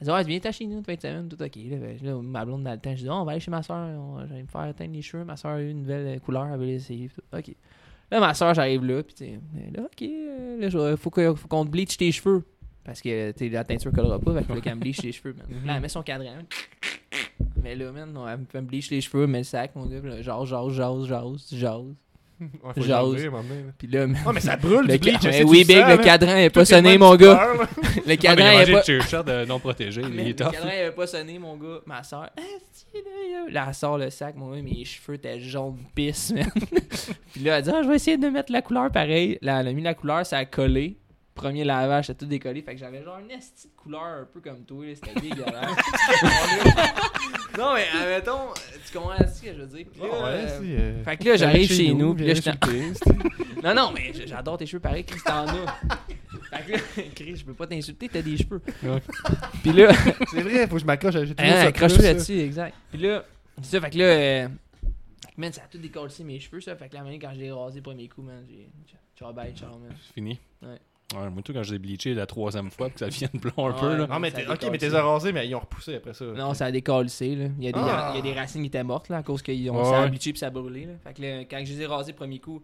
Elle dit, ouais, viens t'acheter chez nous, toute semaine, tout ok. Là, Fait que là, ma blonde, dans le temps, je dis, oh, on va aller chez ma soeur, on- je vais me faire teindre les cheveux. Ma soeur a eu une nouvelle euh, couleur, elle veut l'essayer, tout. Ok. Là, ma soeur, j'arrive là, puis tu sais, là, ok, euh, là, je- faut que- faut qu'on te bleach tes cheveux. Parce que, tu sais, la teinture collera pas, fait que là, qu'elle me bleach les cheveux, man. Là, elle met son cadran, mais là, man, non, elle me fait me bleach les cheveux, mais le sac, mon gars. puis là, Jase, jase, jase, jase, jase.
Ouais, faut
J'ose.
jaser, à un moment donné, là.
Puis là, man,
Ah, mais ça brûle
le
du bleach.
ca-
je
mais
sais, tu
oui,
le
big,
sens,
le
là.
cadran est
Tout
pas
est
sonné,
même
mon gars.
couleur, là.
Le
Ah,
cadran
mais il
est
a
pas.
mangé le t-shirt euh, non protégé.
Man,
Il
Ah, le
est tough.
cadran avait pas sonné, mon gars. Ma soeur, Ah, là, elle sort le sac, mon gars, mes cheveux étaient jaunes de pisse, man. Puis là, elle dit, ah, je vais essayer de mettre la couleur pareil. Là, elle a mis la couleur, ça a collé. Premier lavage, ça a tout décollé. Fait que j'avais genre une esti de couleur un peu comme toi, là. C'était dégueulasse. non, mais admettons, tu comprends ce que je veux dire? Puis là,
Ouais,
euh,
si, euh,
Fait que là, j'arrive chez nous, puis là,
viens
je
insulter,
Non, non, mais j- j'adore tes cheveux pareil, Chris, t'en as. Fait que là, Chris, je peux pas t'insulter, t'as des cheveux.
Ouais.
Puis là,
C'est vrai, faut que je m'accroche. à- j'ai toujours
hein,
ça
accroche-toi
plus, euh, là.
là-dessus, exact. Puis là, c'est ça, fait que là, euh, fait que, man, ça a tout décollé mes cheveux, ça. Fait que la manière quand je l'ai rasé, premier coup, man, j'ai. Ciao, bye, ciao, man.
C'est fini.
Ouais.
Ouais, Ah, moi, tout, quand je l'ai bleaché la troisième fois, que ça vienne blond un
Ouais.
peu. Là.
Non, mais
Ça
t'es-
décolle,
ok, mais t'es
ça.
rasé, mais ils ont repoussé après ça.
Non, ça a décalcé, là. Il y a des,
Ah.
il y a des racines qui étaient mortes, là, à cause qu'ils
Ouais,
ont ça a
ouais.
bleaché puis ça a brûlé, là. Fait que là, quand je les ai rasés, premier coup,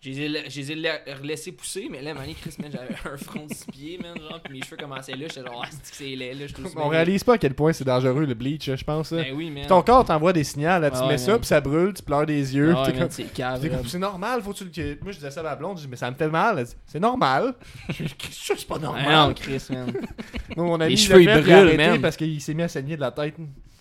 je les ai, la- je les ai la- laissés pousser, mais là, mané, Chris, man, j'avais un front de six pieds, man, genre, puis mes cheveux commençaient là, j'étais genre, ah, c'est que c'est laid, là, je trouve
On réalise pas à quel point c'est dangereux le bleach, hein, je pense. là.
Ben oui, man.
Puis ton corps t'envoie des signaux, là, tu
Ah ouais,
mets ça,
man.
puis ça brûle, tu pleures des
Ah
yeux.
ouais,
puis t'es
man,
comme-
c'est cave,
t'es comme,
là.
c'est normal, faut que tu le. que- Moi, je disais ça à ma blonde, je dis, mais ça me fait mal. Elle dit, C'est normal. Je suis c'est pas
Ah non,
normal.
Chris, man.
Moi, mon ami,
Les
il
cheveux,
l'a fait,
ils
puis il a
brûlent,
arrêté
man.
parce qu'il s'est mis à saigner de la tête.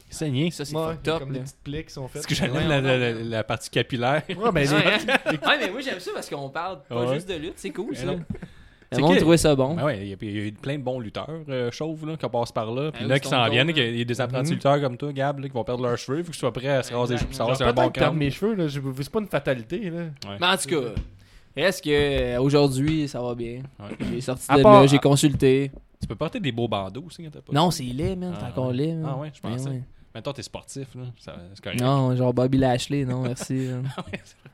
Saigné.
Ça, c'est
Ouais,
fucked up,
Comme les
là.
petites plaques qui sont faites.
Parce que j'enlève
Ouais,
la,
on
la-
en-
la- la partie capillaire.
Ouais, mais les-
Ouais, hein? Ouais, mais moi, j'aime ça parce qu'on parle pas
Ouais.
juste de lutte, c'est cool,
Mais
ça.
non.
Le
C'est
monde
qui-
trouvait ça bon.
Ben ouais, il y, a- il y a eu plein de bons lutteurs euh, chauves là, qui passent par là. Puis
Ben oui,
là, qui
Stone
s'en
Cold,
viennent,
là.
qu'il y a des apprentis
Mhm.
lutteurs comme toi, Gab, là, qui vont perdre leurs cheveux. Faut que tu sois prêt à se raser les cheveux.
Exactement.
Ça
Peut-être
un bon
que perdre
crâne.
mes cheveux, là, je- c'est pas une fatalité. Là.
Ouais.
Mais en tout cas, est-ce que euh, aujourd'hui ça va bien?
Ouais.
J'ai sorti
À
de
part-
là, j'ai consulté.
Tu peux porter des beaux bandeaux aussi quand t'as pas.
Non, c'est laid, man. C'est
Ah,
encore
ouais.
laid, man.
Ah ouais, je
Ben
pensais.
ouais.
Maintenant, t'es sportif, là. Ça- C'est correct.
Non, genre Bobby Lashley, non, merci. man.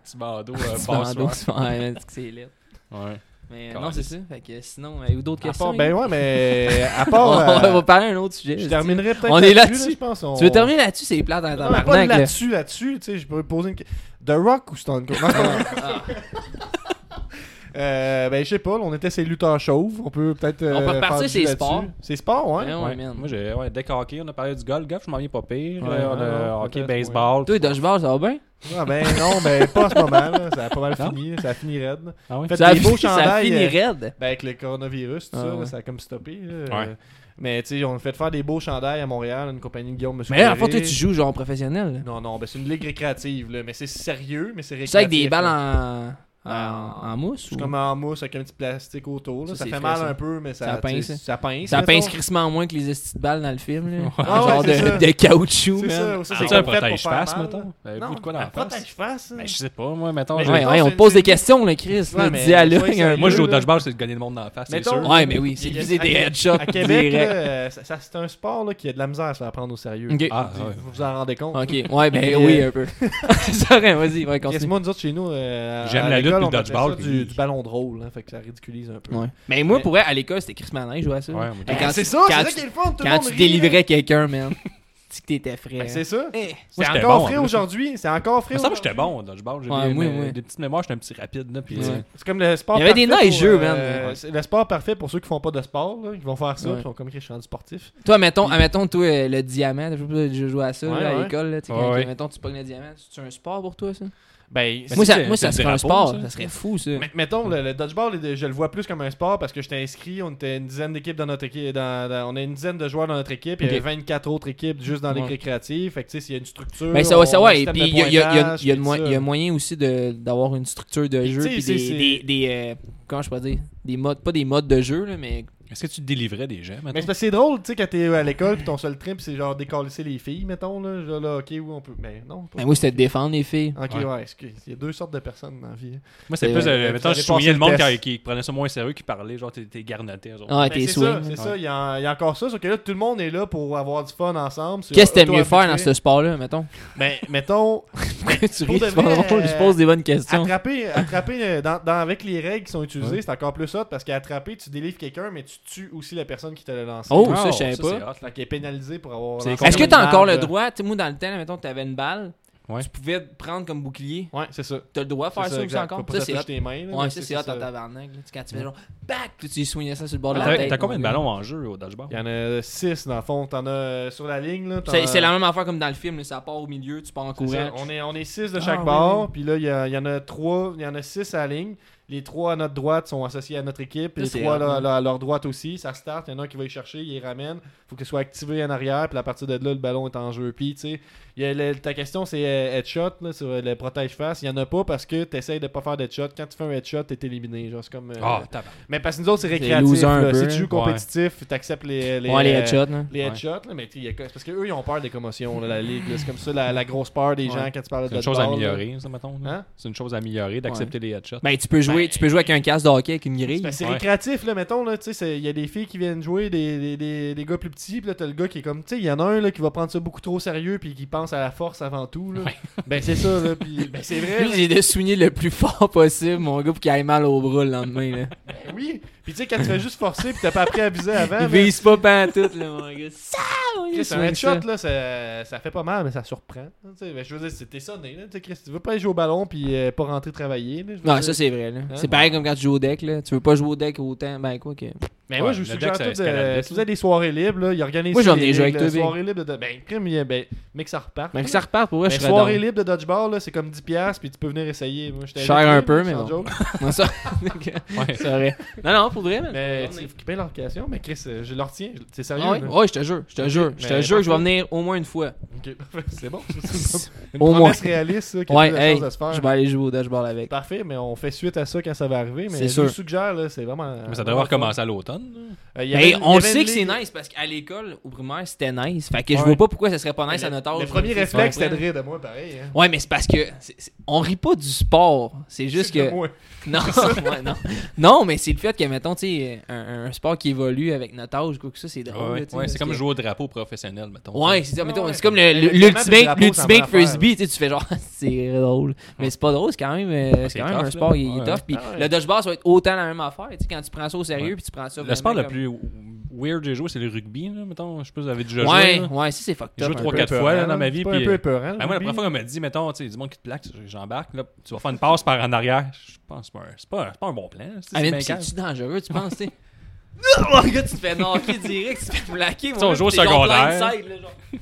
Petit bandeau, euh,
Petit
passe,
bandeau, c'est- ouais, man, c'est que c'est laid.
ouais. Ouais.
Mais euh,
Calais.
non, c'est ça. Fait que sinon, avez-vous d'autres
À
questions?
part, ben
Yves?
ouais, mais à
on,
part. euh,
va parler d'un autre sujet.
je
je
terminerai peut-être.
On est
là-dessus,
là-dessus.
là, je pense.
dis.
on-
Tu veux terminer là-dessus, c'est plate dans
Non, mais pas
tabarnak, là.
là-dessus, là-dessus, tu sais, je peux poser une question. The Rock ou Stone Cold? Non, c'est pas vrai.
Ah,
Euh, ben, je sais pas, là, on était ces lutteurs chauves. On peut peut-être.
On peut
euh,
repartir
faire du
sur les
là-dessus.
sports.
C'est sport, ouais.
Ben Ouais, ouais, man.
Moi, j'ai ouais, deck hockey, on a parlé du golf. Golf, je m'en viens pas pire.
Ouais,
Euh, on
ouais,
a
ouais,
hockey,
peut-être,
baseball.
Toi, Dodgeball, ça va bien?
Ah, ben non, ben pas en ce moment. là. Ça a pas mal fini. Ça a fini raide. là.
Ah ouais?
Faites
Ça a
des beaux
fini- Ça
chandails,
finit
euh,
raide.
Ben, avec le coronavirus, tout
Ah,
ça, là,
ouais.
ça a comme stoppé. là.
Ouais.
Euh, Mais tu sais, on a fait faire des beaux chandails à Montréal, une compagnie de Guillaume Monsieur.
Mais en
Ferré.
fait, toi, tu joues genre professionnel. là.
Non, non, ben c'est une ligue récréative, là. Mais c'est sérieux, mais c'est
Tu
récréatif.
sais, avec des balles
là.
en, en, en mousse
Je
ou.
suis comme en mousse avec un petit plastique autour. Là.
Ça,
Ça,
c'est
fait
frais,
mal
ça.
un peu, mais ça,
Ça pince,
tu
hein.
sais, Ça pince.
Ça pince
mettons.
crissement moins que les estis de balles dans le film. Là.
Ah ouais,
genre
c'est ça.
de, de caoutchouc,
C'est
man.
ça, ça,
C'est
c'est
un
qu'on fait pour
protège-face,
faire mal,
mettons.
là.
Euh,
Non,
vous de quoi dans
un
la face?
protège-face. hein.
Ben, je sais pas, moi, mettons.
Mais
j'ai-
ouais,
Ouais,
mettons,
ouais, on
c'est-
te pose
c'est-
des questions, le Chris.
Ouais,
le
mais soyez
dialogue. un
sérieux.
peu.
Moi, je joue au
là.
dodgeball, c'est de gagner le monde dans la face, c'est
Mettons-
sûr.
Ouais, mais oui, c'est
Il y a-
viser des
à-
headshots.
À Québec,
direct.
là, ça, ça- c'est un sport là, qui a de la misère à se faire prendre au sérieux.
Ok.
Ah,
Vous-
ouais.
Vous vous en rendez compte?
Ok, ouais, ben
Et,
oui,
euh,
un peu. C'est rien, vas-y, ouais,
Parce que
continue.
moi, nous autres, chez nous, euh, à-
J'aime
à
la lutte
l'école,
puis
on
le
appelle ça
dodgeball,
Du,
puis-
du ballon de rôle, hein, fait que ça ridiculise un peu.
Ouais. Mais moi,
Mais-
pour vrai, à l'école, c'était Chris Manin, je jouais à ça.
Ouais, moi,
Mais
Ben,
quand
c'est
tu-
ça, c'est
quand
ça
tu-
qui est le fun. tout le
Quand
monde
tu
rit, là.
délivrais quelqu'un, man, tu dis que t'étais frais.
Ben,
hein.
C'est ça.
Eh.
C'est
j'étais
encore
bon, hein.
frais
moi, j'étais-
aujourd'hui. C'est encore frais
Mais ça, moi,
aujourd'hui.
j'étais bon au dodgeball. J'ai
Ouais,
des,
moi,
mais-
ouais.
des petites mémoires, j'étais un petit rapide. Là, puis,
Ouais.
euh,
C'est comme le sport.
Il y avait des
parfait pour,
neigeux,
euh,
man.
c'est le sport parfait pour ceux qui font pas de sport. là. Ils vont faire ça.
Ouais.
Ils sont comme que je suis rendu sportif.
Toi, mettons, admettons, toi, euh, le diamant, je sais pas si je jouais à ça
Ouais,
là, à
ouais.
l'école. là, tu sais,
Ouais,
quand-
ouais.
Mettons, tu pognes le diamant. C'est un sport pour toi, ça?
Ben,
Mais
moi,
c'est-
ça,
c'est
moi, ça
le
serait un
drapeau,
sport.
ça.
Ça serait fou, ça.
M- Mettons, le, le dodgeball, il est- je le vois plus comme un sport parce que j'étais inscrit. On était une dizaine d'équipes dans notre équipe. dans- dans- on a une dizaine de joueurs dans notre équipe. Il y
Ok.
avait 24 autres équipes juste dans les
Ouais.
récréatives. Fait que tu sais, s'il y a une structure.
Ben, ça, ouais, ça,
on a un
ouais. Et
système
puis,
de
il y a, il y a- il y a-
pointage,
il y a de
puis
moyen-
tout ça.
il y a moyen aussi de- d'avoir une structure de
Puis,
jeu.
tu sais,
Puis
c'est-
des,
c'est-
des, des, euh, comment je pourrais dire Des modes, pas des modes de jeu, là, mais.
Est-ce que tu délivrais des gens,
Mais c'est
maintenant?
parce que c'est drôle, tu sais, quand t'es à l'école, puis ton seul trip, c'est genre décalisser les filles, mettons, là. Genre, là, ok, oui, on peut. Mais non. pas-
Ben, moi, c'était de défendre les filles.
Ok,
Ouais.
ouais, excuse. Il y a deux sortes de personnes dans la vie.
Moi, c'est
c'est-
plus.
euh,
euh, Mettons,
ça
je
dépend
soulignais
si
le monde
le
qui
test.
qui prenait ça moins sérieux, qui parlait, genre, t'es- t'es garnoté. eux autres.
Ah,
Ben,
tes
c'est ça,
swings.
c'est
là.
ça. Il y, a, il y a encore ça, sauf que là, tout le monde est là pour avoir du fun ensemble. sur
Qu'est-ce que t'aimes mieux
auto-habitué.
faire dans ce sport-là, mettons
Ben, mettons,
Tu
Pour
ris,
de
c'est pas
vrai,
drôle, je
euh,
pose des bonnes questions.
attraper, attraper euh, dans, dans- avec les règles qui sont utilisées, c'est encore plus hot parce qu'attraper, tu délivres quelqu'un, mais tu tues aussi la personne qui te l'a lancé.
Oh, ça, je savais
Ah, c'est
pas.
hot, là.
Fait qu'il est pénalisé pour avoir.
C'est
lancé
con.
Est-ce que
une
t'as encore
balle,
le
là.
droit Tu sais, moi, dans le temps, là, mettons, t'avais une balle,
Ouais.
tu pouvais te prendre comme bouclier.
Ouais, c'est ça.
T'as le droit de faire ça aussi
exact. Faut
encore
pas
Ça,
que
c'est
touche
hot.
tes mains. là,
Ouais,
mais
ça, c'est hot en
ça.
tabarnak. là. Tu sais, Quand tu fais genre, back, puis tu soignes ça sur le bord de la
T'as
tête.
t'as combien de
mon gars.
ballons en jeu au dodgeball?
Ah,
Il y en a 6 dans le fond. T'en as euh, sur la ligne. là, t'en
C'est
as-
c'est la même affaire comme dans le film, là, ça part au milieu, tu pars en
C'est ça,
courant.
On est, on est six de chaque
oui,
bord,
oui.
puis là, il y, a- il y en a trois, il y en a six à la ligne. Les trois à notre droite sont associés à notre équipe, puis
Ça,
les
c'est
trois
hot,
là,
hein.
là, à leur droite aussi. Ça start, il y en a un qui va les chercher, il les ramène. faut que ce soit activé en arrière, puis à partir de là, le ballon est en jeu. Puis, tu sais, il y a le- ta question, c'est euh, headshot, là, sur euh, le protège-face. Il y en a pas parce que tu essayes de pas faire d'headshot. Quand tu fais un headshot, t'es éliminé. Genre, c'est comme, euh,
ben,
Ah, tabarnak.
Mais parce que nous autres, c'est
C'est
récréatif.
loser un
là.
peu,
Si
hein.
tu joues compétitif, t'acceptes les, les,
Ouais, les
euh,
headshots, là.
les headshots, là, mais tu sais, il y a- c'est parce qu'eux, ils ont peur des commotions, là, la ligue. là. C'est comme ça la, la grosse peur des
Ouais.
gens quand tu parles de
C'est une chose à
dodgeball, là.
améliorer, ça, mettons. là.
Hein?
C'est une chose à améliorer d'accepter les headshots.
Ben, tu peux jouer,
Ben,
tu peux jouer avec un casque de hockey, avec une
C'est
grille.
parce que c'est
Ouais.
récréatif, là, mettons, là, tu sais, c'est- il y a des filles qui viennent jouer, des, des, des, des gars plus petits, puis là, t'as le gars qui est comme, tu sais, il y en a un, là, qui va prendre ça beaucoup trop sérieux, puis qui pense à la force avant tout, là. Ben, c'est ça, là, puis, ben, c'est vrai,
Lui,
là.
j'ai de soigner le plus fort possible, mon gars, pour qu'il aille mal au bras le lendemain. Là.
Ben oui. Puis, tu sais, quand tu fais juste forcer, puis t'as pas appris à viser avant,
Il
là,
vise pas pantoute, là, mon gars. Ça, mon gars,
Chris, un
swing ça.
headshot, là, ça, ça fait pas mal, mais ça surprend. là, tu sais. Ben, je veux dire, c'était sonné, là, tu sais, Chris, tu veux pas aller jouer au ballon, puis euh, pas rentrer travailler, là, je veux
Non,
dire.
ça c'est vrai. là.
Hein?
C'est pareil comme quand tu joues au deck. Là. Tu veux pas jouer au deck autant. Ben quoi que.
Mais
Ouais,
moi, je vous
le
suggère
deck, ça
tout de...
escaladiste,
Si vous avez des soirées libres, là, ils organisent
Moi, j'en ai
des
joué
règles,
avec toi,
soirées libres de... Ben, crime, il y a- ben, mais que ça reparte.
Mais que ça reparte, pour vrai,
Mais
je serais
soirée
down.
libre de dodgeball, là, c'est comme 10$, piastres, puis tu peux venir essayer. Moi, je t'ai
Cher
invité,
un peu,
sans
mais bon.
joke.
Non, ça-
Ouais.
c'est vrai. Non, non, pour vrai, man.
Mais tu sais, faut qu'ils payent leur location, mais Chris, euh, je leur tiens. C'est sérieux.
Ah ouais?
là.
Ouais, je te jure, je te jure, je te
mais
jure que je vais
parfait.
venir au moins une fois.
Ok, parfait, c'est bon. C'est une
Au
promesse réaliste, ça, qui est
Ouais,
plus la
hey,
chose à se faire.
je vais aller jouer au dashboard avec.
Parfait, mais on fait suite à ça quand ça va arriver. Mais
C'est
je vous
sûr.
suggère, là, c'est vraiment.
Mais ça devrait recommencer à l'automne.
Euh, il y avait- il
Mais
y
on
avait
le sait
une
que c'est
ligue-
nice parce qu'à l'école, au primaire, c'était nice. Fait que je
Ouais.
vois pas pourquoi ça serait pas nice à
Le
notre âge.
le premier
Tu
réflexe, c'était
comprends?
de rire de moi, pareil. hein.
Ouais, mais c'est parce que c'est- c'est- on rit pas du sport. C'est juste
C'est de
que.
moi.
Non, ouais, non. Non, mais c'est le fait que, mettons, tu sais, un, un sport qui évolue avec notre âge, quoi que ça, c'est
là.
drôle. là,
Ouais,
Ben, tu sais,
ouais,
parce
c'est comme
que-
jouer au drapeau professionnel, mettons.
Ouais, c'est ça,
Ouais,
mettons,
ouais.
c'est comme
Mais
le- le-
le thème des
l'ultimate
drapeaux, ça me
l'ultimate
rappelle.
frisbee, tu sais, tu fais genre, c'est drôle. Mais c'est pas drôle, c'est quand même, euh, c'est
Ah, c'est
quand même
tough,
un
là.
sport, il est
Ouais,
tough.
ouais.
Puis
Ah ouais.
le dodgeball, ça va être autant la même affaire, tu sais, quand tu prends ça au sérieux,
Ouais.
puis tu prends ça
Le sport le
vraiment
plus weird que j'ai joué, c'est le rugby, là, mettons. Je sais pas si vous avez déjà
comme-
joué.
Ouais,
là.
ouais, ça, c'est fucked
J'ai
up.
joué
un
trois,
peu.
quatre fois, là, dans ma
C'est
vie,
pas Un
euh,
puis-
peu
ben,
épeurant.
Ah, moi, la première fois qu'on m'a dit, mettons, tu sais, du monde qui te plaque, j'embarque, là, tu vas faire une passe par en arrière. Je pense que c'est pas un- c'est pas, un- c'est pas un bon plan. tu sais,
Ah,
c'est
mais
bien calme.
c'est-tu dangereux, tu penses, tu sais? Oh, le gars, tu te fais knocker direct, tu te fais blacker.
sais, on joue au secondaire. Tu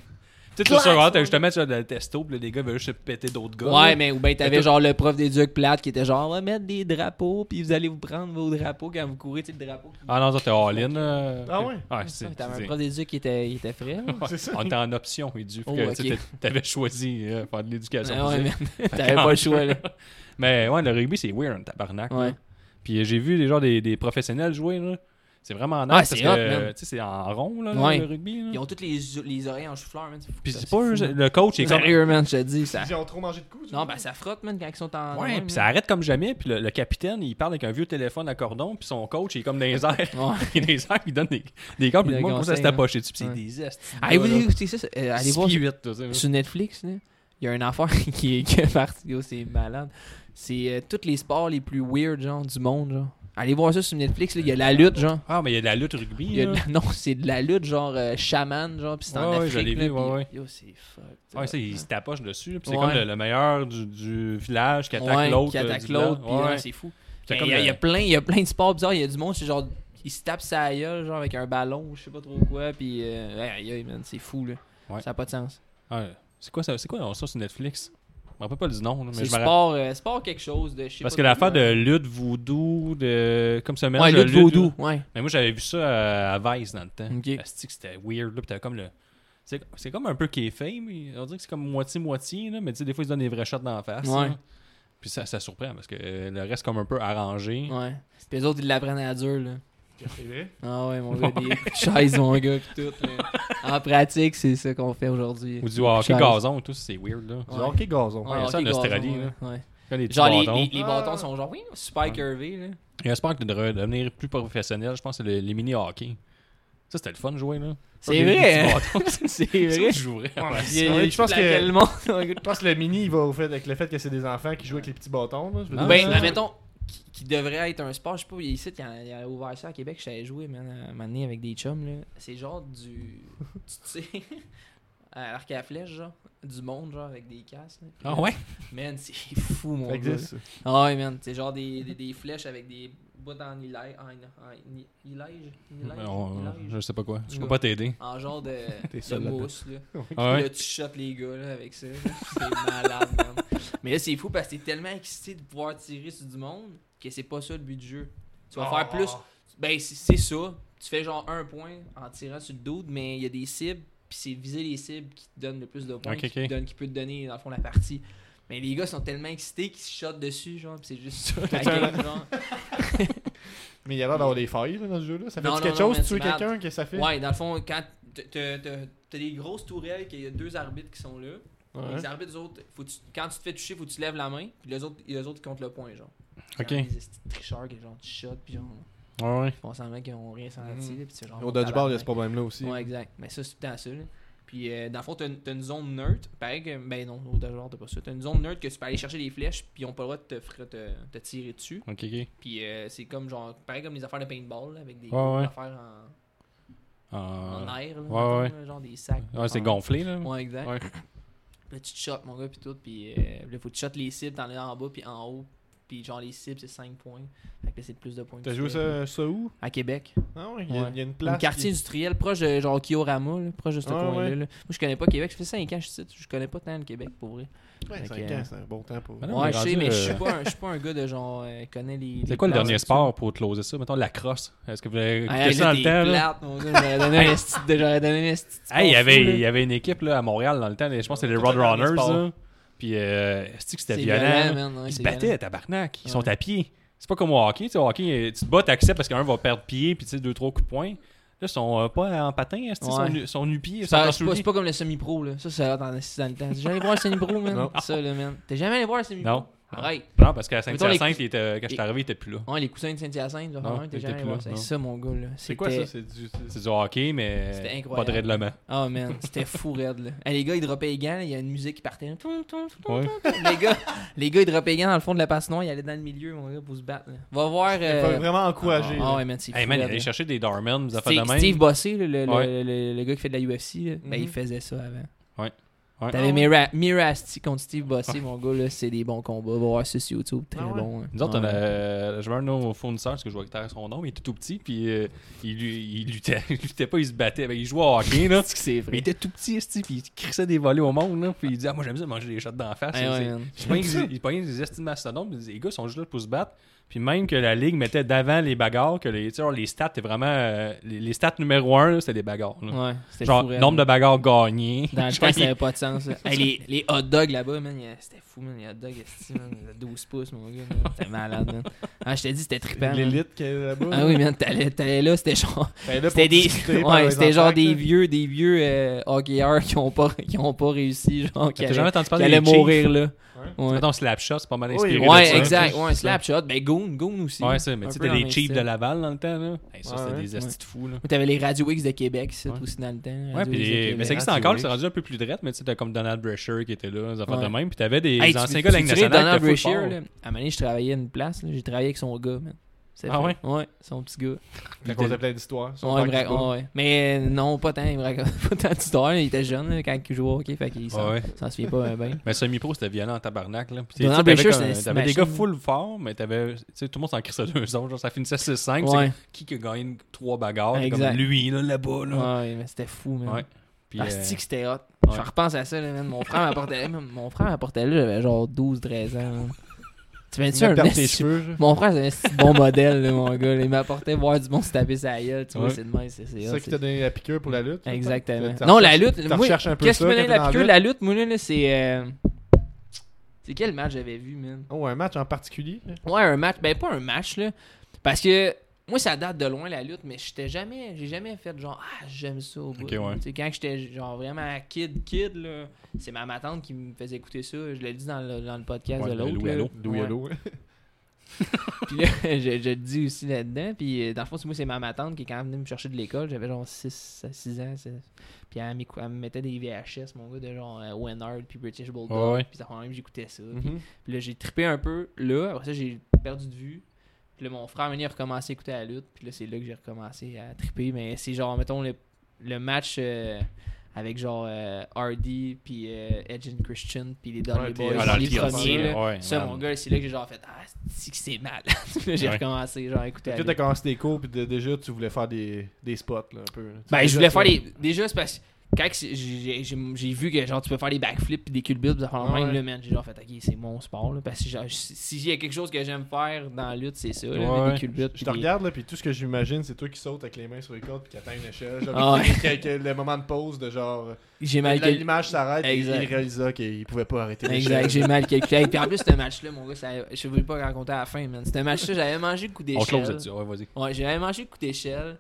sais, tout
Clac!
sur t'as justement tu as le testo, puis là, les gars veulent juste se péter d'autres gars.
Ouais,
là.
mais ou ben t'avais genre le prof des ducs plates qui était genre, on va mettre des drapeaux, puis vous allez vous prendre vos drapeaux quand vous courez, tu sais, le drapeau. qui-
Ah non, ça, t'es all-in. là.
Ah ouais?
Ouais, c'est.
Ah, T'avais un
c'est-
prof des ducs qui était, il était frais. là.
ouais, On était en option, il dit.
Oh,
que, tu sais,
ok.
t'a- T'avais choisi euh, faire de l'éducation.
Ah ouais,
physique.
mais T'avais pas le choix, là.
Mais ouais, le rugby, c'est weird, un tabarnak. là.
Ouais.
Puis euh, j'ai vu des, genre, des, des professionnels jouer. là. C'est vraiment nice
Ah,
parce
c'est
que
hot,
euh,
man.
tu sais, c'est en rond là,
Ouais.
le rugby. là.
Ils ont toutes les, les oreilles en chou-fleur, man. fou,
Puis
ça,
c'est pas
fou,
un-
man.
le coach il est comme
Sérieux, man, je te dis. Ça...
Ils ont trop mangé de coups. tu
Non,
vois.
ben ça frotte, man, quand ils sont en.
Ouais,
man.
puis ça arrête comme jamais. Puis le, le capitaine, il parle avec un vieux téléphone à cordon, puis son coach, il est comme dans les airs.
Ouais.
il est dans les airs, puis il donne des, des cartes,
Il
puis
a
moi, comment ça
conseil,
s'est
là.
approché dessus, puis
Ouais.
c'est des estes.
Allez, vous écoutez ça, ça, euh, allez voir sur,
8, tu sais. là.
sur Netflix, là. Il y a une affaire qui est, qui est partie, yo, c'est malade. C'est euh, tous les sports les plus weird, genre, du monde, genre. Allez voir ça sur Netflix, là. Il y a la lutte, genre.
Ah, mais il y a de la lutte rugby.
Il y a de
là.
la- non, c'est de la lutte, genre euh, chaman, genre, pis c'est en
Ouais, ouais, je
Afrique.
l'ai
là,
vu, ouais,
pis-
ouais.
Yo, c'est fuck.
Ouais, ça, il se tapoche dessus, puis c'est
Ouais.
comme le, le meilleur du, du village qui attaque
Ouais,
l'autre.
qui
euh,
attaque
du village.
l'autre, pis
Ouais.
ouais, c'est fou.
C'est
Mais
comme
Il y, a-
le-
il y a plein, il y a plein de sports bizarres. Il y a du monde, c'est genre, il se tape sa gueule, genre, avec un ballon, ou je sais pas trop quoi, pis euh, aïe, aïe, aïe, man, c'est fou, là.
Ouais.
Ça n'a pas de sens.
Ouais. C'est quoi ça, c'est quoi ça sur Netflix Je me rappelle pas du nom, là, mais
C'est
je me rappelle.
sport, euh, sport quelque chose de, je sais
Parce que
pas
l'affaire
trop,
de lutte voodoo, de comme ça
là. Ouais,
mélange de
lutte vaudou, ouais.
Mais moi, j'avais vu ça euh, à, Vice dans le temps.
Ok.
Asti que c'était weird. Là, puis t'avais comme le. C'est c'est comme un peu kayfabe. mais On dirait que c'est comme moitié-moitié, là, mais tu sais, des fois, ils se donnent des vrais shots dans la face.
Ouais.
là. Puis ça, ça surprend parce que euh, le reste, comme un peu arrangé.
Ouais. Pis les autres, ils l'apprennent à dur, là.
C'est vrai.
Ah ouais, mon gars, des coups de chaise, mon gars, pis tout, là. En pratique, c'est ça qu'on fait aujourd'hui.
Ou du hockey
Chaise.
gazon et tout, c'est weird. Là.
Du
Ouais.
hockey gazon.
Ouais, ça, en
ok, gazon,
Australie,
ouais,
là.
ouais.
Quand les petits
Genre, les,
bâtons.
les, les
Ah.
bâtons sont genre, oui, super
Ouais.
curvés. Là.
Il y a un sport qui devrait devenir plus professionnel, je pense, c'est le- les mini-hockey. Ça, c'était le fun de jouer. là.
C'est
Les
vrai,
petits
hein?
bâtons, ça,
C'est
je
vrai.
jouerais. à
Ouais,
ça.
Il y a- Ouais, je pense que-
le monde.
Je pense que le mini, il va au fait avec le fait que c'est des enfants qui jouent avec les petits bâtons. là, je veux
Non,
dire.
ben,
Ouais.
mettons, qui, qui devrait être un sport, je sais pas, ici, il y en a- il y en a ouvert ça à Québec, je savais jouer, man, à un moment donné, avec des chums, là. C'est genre du. Tu sais. À l'arc à la flèche, genre. Du monde, genre, avec des casques. là.
Ah ouais?
Man, c'est fou, mon
Ça
gars.
existe. ça.
Ah ouais, man. C'est genre des, des, des flèches avec des bouts en hilage. En, en, ni- hilage? Hilage?
On-
Hilage?
je sais pas quoi. Je
Ouais.
peux pas t'aider.
En genre de,
T'es
de
seul là-dedans.
mousse, là.
Ah
Là,
ouais?
tu shottes les gars là, avec ça. là. C'est malade, man. Mais là, c'est fou parce que t'es tellement excité de pouvoir tirer sur du monde que c'est pas ça le but du jeu. Tu vas
Ah.
faire plus. Ben, c'est- c'est ça. Tu fais genre un point en tirant sur le dude, mais il y a des cibles, puis c'est viser les cibles qui te donnent le plus de points,
Ok,
qui, te
ok.
donnent- qui peut te donner, dans le fond, la partie. Mais les gars sont tellement excités qu'ils se shotent dessus, genre, pis c'est juste ça. La game, genre.
Mais il y a l'air d'avoir des failles là, dans ce jeu-là. Ça
Non,
fait
non,
quelque
non,
chose
mais
de tuer
c'est malade.
quelqu'un que ça fait.
Ouais, dans le fond, quand t'as- t'as t'as- t'as des grosses tourelles, qu'il y a deux arbitres qui sont là.
Ouais.
Les arbitres, eux autres, faut tu- quand tu te fais toucher, faut que tu lèves la main, puis les autres, les autres ils comptent le point, genre.
Ok.
Genre, Les esti de tricheurs qui genre tu shot, puis genre,
Ouais, ouais.
ils font semblant qu'ils ont rien senti,
Mhm.
là, puis c'est genre.
Au dodgeball, il y a ce
tabarnak.
problème-là aussi.
Ouais, exact. Mais ça, c'est tout le temps ça, là. Puis euh, dans le fond, t'as une, t'as une zone neutre, pareil que. Ben non, au dodgeball, t'as pas ça. T'as une zone neutre que tu peux aller chercher des flèches, puis ils ont pas le droit de te, fra- te- te tirer dessus.
Ok, ok.
Puis euh, c'est comme genre. Pareil comme les affaires de paintball, là, avec des
Ouais, ouais.
affaires
Euh,
en, en air,
ouais,
là, mettons,
ouais.
là, genre des sacs.
Ouais, c'est
en-
gonflé, là.
Ouais, exact.
Ouais.
Là, tu te shots, mon gars, puis tout. Puis euh, là, faut que tu shottes les cibles, t'en es en bas, puis en haut, puis genre les cibles, c'est 5 points. Fait que c'est plus de points. que
T'as
tu
joué
fais.
ça, ça où
À Québec.
Ah ouais, il y, a-
Ouais.
il y a une place.
Un quartier
qui-
industriel proche de genre Kiorama, là, proche de ce
Ah,
coin-là.
ouais.
là. Moi, je connais pas Québec. Je fais 5 ans, je suis ici, Je connais pas tant le Québec, pour vrai.
Ouais,
Fait
cinq
que,
ans,
euh,
c'est un bon temps pour.
Ben non, on est
Ouais, je sais,
rendu,
mais je
euh,
suis pas, un- je suis pas un gars de genre. euh, connais les.
C'est
les
quoi le
places,
dernier
tout ça.
sport pour closer ça Mettons la crosse. Est-ce que vous avez
Ah,
écouté
hey,
ça dans
là,
le
t'es
temps là?
plate, mon gars, j'aurais donné un esti de- j'aurais donné un esti de sport
Hey, il y avait,
fou, là.
il y avait une équipe là, à Montréal dans le temps, je pense que c'était les
Tout le
Road
temps des
Runners.
sports.
là. Puis, euh, est-ce que c'était
C'est
violent? là?
man, ouais,
ils se
c'est
battaient,
violent.
tabarnak. Ils
Ouais.
sont à pied. C'est pas comme au hockey. Tu sais, au hockey, euh, tu te bats, t'acceptes parce qu'un va perdre pied, puis tu sais, deux, trois coups de poing. Là, ils sont euh, pas en patin, esti, ils sont
Ouais.
nu- ils sont nu-pieds. ils sont en
Ça, C'est pas,
souliers.
c'est pas comme le semi-pro, là. Ça, c'est hot en esti dans le temps. T'es jamais allé voir un semi-pro, man.
Non.
Ça, là, man. T'es jamais allé voir un semi-pro.
Non.
Arrête.
Non, parce qu'à
Mettons les-
Saint-Hyacinthe, il était- quand je suis arrivé, il était plus là.
Ouais, les coussins de Saint-Hyacinthe, genre,
Non,
ouais, t'es
t'étais
jamais allé
plus
voir
là,
ça.
non.
C'est ça, mon gars, là.
C'est quoi
C'était-
ça C'est du.
C'est du hockey, mais
C'était
pas
incroyable.
de règlement.
Ah, man, c'était fou raide, là. Eh, les gars, ils droppaient les gants, là, il y a une musique qui partait. là. Toum, toum, toum, toum,
Ouais.
toum. Les, gars, les gars, ils droppaient les gants dans le fond de la patinoire, ils allaient dans le milieu, mon gars, pour se battre, là. Va voir. euh,
Faut vraiment encourager.
Ah,
là.
ouais, man, c'est
Hey
fou
man, il
raide,
allait
là.
chercher des Darman, des affaires de
Steve,
même.
Steve Bossé, là, le, le-
Ouais.
le- le gars qui fait de la UFC, là, ben,
Mhm.
il faisait ça avant.
Ouais. Ah.
T'avais Mira, Mirasti contre Steve Bossé, mon gars, là, c'est des bons combats. Va voir ça sur YouTube, très
Ah ouais?
bon. hein.
Nous autres,
Ah
on
ouais.
a. J'avais un de nos fournisseurs, parce que je vois que t'as son nom, il était tout petit, puis euh, il, lui- il luttait, il luttait pas, il se battait. Ben, il jouait au hockey, là.
C'est que c'est vrai.
Mais il était tout petit, esti, puis il crissait des volets au monde, là. Puis il disait, ah, moi j'aime ça manger des shots d'en face.
Eh
là,
ouais,
c'est-
man.
Je pense qu'ils pognaient des estimes mastodontes, puis ils disaient, les gars sont juste là pour se battre. Puis même que la ligue mettait d'avant les bagarres, que les, tu sais, genre, les stats, c'est vraiment. euh, les, les stats numéro un, là, c'était les bagarres. là.
Ouais, c'était
genre,
fou, raide,
nombre
là.
de bagarres gagnées.
Dans le
Genre,
temps,
il-
ça n'avait pas de sens. là. Hey, les, les hot dogs là-bas, man, il y a- c'était fou, man. Les hot dogs, esti, man, il y a 12 pouces, mon gars. man. C'était malade, man. Ah, je t'ai dit, c'était trippant. man.
L'élite qui est là-bas.
Ah oui, man, t'allais, t'allais là, c'était genre.
T'es là pour
C'était des.
discuter, parler
Ouais, c'était genre
contacts,
des
là.
vieux, des vieux euh, hockeyeurs qui ont pas, qui ont pas réussi, genre, qui
T'as
allaient,
jamais entendu
qui
parler
allaient
des Chiefs?
mourir là. Ouais,
Mettons, Slapshot, c'est pas mal
Oui,
inspiré. de
Ouais,
ça.
exact.
c'est
Ouais, Slapshot. Ben, Goon, Goon aussi.
Ouais, ça, mais
Un
tu sais,
peu
t'as
dans
les
le
Chiefs
style.
de Laval dans le temps, là. Hey, ça,
Ouais,
c'était
ouais.
des estis de fous, là.
Ou T'avais les Radio X de Québec, c'est
Ouais.
aussi dans le temps.
Ouais,
Radio X de
puis,
Québec.
mais ça existe
Radio
encore,
X.
c'est rendu un peu plus drette, mais tu sais, t'as comme Donald Brasher qui était là, des affaires de
Ouais.
même, puis t'avais des
Hey, tu-
anciens
tu-
gars de la
tu
Ligue
dirais
nationale
Donald
qui étaient
Brashear,
fort.
là. À un moment donné, je travaillais à une place, là, j'ai travaillé avec son gars, man. C'est
Ah
fait.
ouais?
Ouais, son petit gars.
Il racontait plein d'histoires. son
Ouais,
père qui
bra-
se bat.
ouais, ouais. Mais euh, non, pas tant, il me raconte pas tant d'histoires, là. il était jeune là, quand il jouait au hockey, fait qu'il s'en
Ouais, ouais.
s'en souvient pas euh, bien.
Mais semi-pro, c'était violent en tabarnak, là. Puis, tu sais,
Donald
t'avais
Brasher,
comme-
c'était une
T'avais des
machine.
gars full fort, mais t'avais. Tu sais, tout le monde s'en crissait deux autres, genre, ça finissait 6-5, c'est
Ouais,
qui qui a gagné une- trois bagarres, t'es
Exact.
comme lui, là, là-bas, là.
ouais, mais c'était fou, man.
Ouais. Puis, euh,
Asti Ah, que c'était hot.
ouais.
Je repense à ça, là, man. Mon frère m'apportait man, Mon frère m'apportait là, j'avais genre 12-13 ans. man. Tu viens-tu
Il a
un
perdu tes
esti-
cheveux. genre.
Mon frère, c'est un esti bon modèle, là, mon gars. là. Il m'apportait voir du bon se taper sa gueule. Tu vois,
Ouais.
c'est de même. C'est c'est
C'est
hot,
ça qui
c'est-
t'a donné la piqûre pour la lutte. ça?
Exactement.
Tu- tu
Non, la
recherches-
lutte.
Tu
moi,
recherches un peu
Qu'est-ce qui
ça.
me donne
quand t'es
la
dans
piqûre? La lutte, moi, là, là, c'est. euh, C'est quel match j'avais vu, man?
Oh, un match en particulier.
Ouais, un match. Ben, pas un match, là. Parce que moi, ça date de loin, la lutte, mais j'étais jamais. J'ai jamais fait genre, ah, j'aime ça au bout.
Ok, ouais.
Tu sais, quand j'étais genre vraiment kid, kid, là, c'est ma ma tante qui me faisait écouter ça. Je l'ai dit dans le, dans le podcast
Ouais,
de
de
l'autre.
Lou
là.
à l'eau.
Lou
Ouais.
Yellow.
Puis là, je, je le dis aussi là-dedans. Puis euh, dans le fond, c'est moi, c'est ma ma tante qui est quand même venue me chercher de l'école. J'avais genre 6, 6 ans. c'est- Puis elle, m'écou- elle me mettait des VHS, mon gars, de genre euh, Wenard, puis British Bulldog.
Ouais, ouais.
Puis ça, quand même, j'écoutais ça.
Mhm.
Puis là, j'ai trippé un peu. Là, après ça, j'ai perdu de vue. Puis là, mon frère m'a dit, il a recommencé à écouter la lutte. Puis là, c'est là que j'ai recommencé à tripper. Mais c'est genre, mettons, le, le match euh, avec genre euh, Hardy, puis euh, Edge and Christian, puis les Dudley
Ouais, t'es-
Boys,
ah, la
les
TLC,
premiers. là.
ouais,
Ça,
man.
mon gars, c'est là que j'ai genre fait Ah, c'est que c'est mal. Là, j'ai
Ouais.
recommencé, genre, à écouter.
Fait
la
que là, t'as
lutte.
commencé tes cours, puis de- déjà, tu voulais faire des, des spots, là, un peu. là. Tu
Ben, je
déjà,
voulais
tu
faire les. Déjà, c'est parce que quand que c'est- j'ai j'ai- j'ai vu que genre tu peux faire des backflips puis des culbutes pis des affaires de
Ouais,
même
ouais.
là man j'ai genre fait ok c'est mon sport là parce que genre, si si y a quelque chose que j'aime faire dans la lutte c'est ça là,
Ouais,
des culbutes
Je
pis
te
des-
regarde, là, puis tout ce que j'imagine, c'est toi qui sautes avec les mains sur les cordes, puis qui atteins une échelle. Genre,
Ah ouais.
que- que le moment de pause, de genre.
j'ai mal
là,
calculé
L'image s'arrête, et il
Exact.
réalisa qu'il pouvait pas arrêter
exact
l'échelle.
j'ai mal calculé puis en plus ce match là mon gars ça- je voulais pas le raconter à la fin man ce match là j'avais mangé le coup
On close
d'échelle
là-dessus, ouais, vas-y.
Ouais, j'avais mangé le coup d'échelle.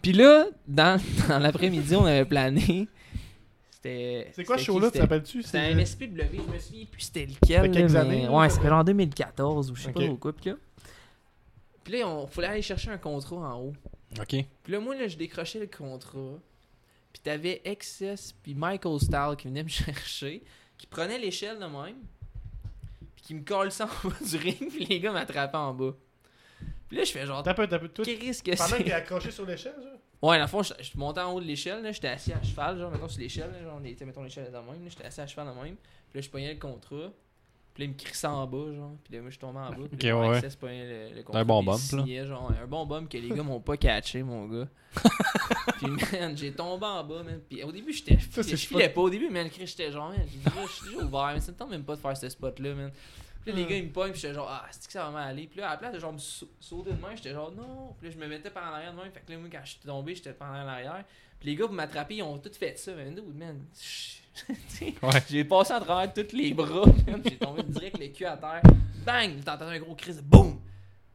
Puis là, dans, dans l'après-midi, on avait plané. C'était.
C'est quoi ce
c'était
show-là,
qui,
tu
c'était-
t'appelles-tu
C'était un SPW, je me souviens plus c'était lequel.
Fait quelques
là,
années,
mais-
là,
Ouais,
ça?
c'était en 2014 ou je sais
Ok.
pas, ou quoi. Puis là, puis là on fallait aller chercher un contrat en haut.
Ok.
Puis là, moi, là, je décrochais le contrat. Puis t'avais Excess puis Michael Stahl qui venait me chercher, qui prenait l'échelle de même, puis qui me collait ça en bas du ring, puis les gars m'attrapaient en bas. Puis là, je fais genre,
T'as peu, t'as peu. Toi,
qu'est-ce que
pendant que t'es
c'est?
accroché sur l'échelle, genre.
Ouais, dans le fond, je, je montais en haut de l'échelle, là, j'étais assis à cheval, genre, mettons sur l'échelle, là, genre, on était, mettons, l'échelle est de même, là, j'étais assis à cheval de même, puis là, je pognais le contrat, puis Puis là, il me crissait en bas, genre. Puis là, moi, je suis tombé en bas.
Ok,
Puis là,
ouais,
mon
ouais.
access pognait le, le contrat,
un bon
puis il
bump, là.
signait, genre, un bon bum que les gars m'ont pas catché, mon gars. puis, man, j'ai tombé en bas, man. Puis au début, j'étais.
Ça, c'est
Je filais pas. Au début, man, Chris, j'étais genre, man, j'ai dit, là, je suis déjà ouvert, mais ça me tente même pas de faire ce spot-là, man. Puis là, les gars, ils me pognent, puis j'étais genre, ah, c'est que ça va mal aller. Puis là, à la place de genre me sau- sauter de main, j'étais genre, non. Puis là, je me mettais par en arrière de main. Fait que là, moi, quand je suis tombé, j'étais par en arrière. Puis les gars, pour m'attraper, ils ont tout fait ça, man. Dude, man. tu sais,
Ouais.
J'ai passé à travers tous les bras, man. J'ai tombé direct le cul à terre. Bang! T'entends un gros cri de boum!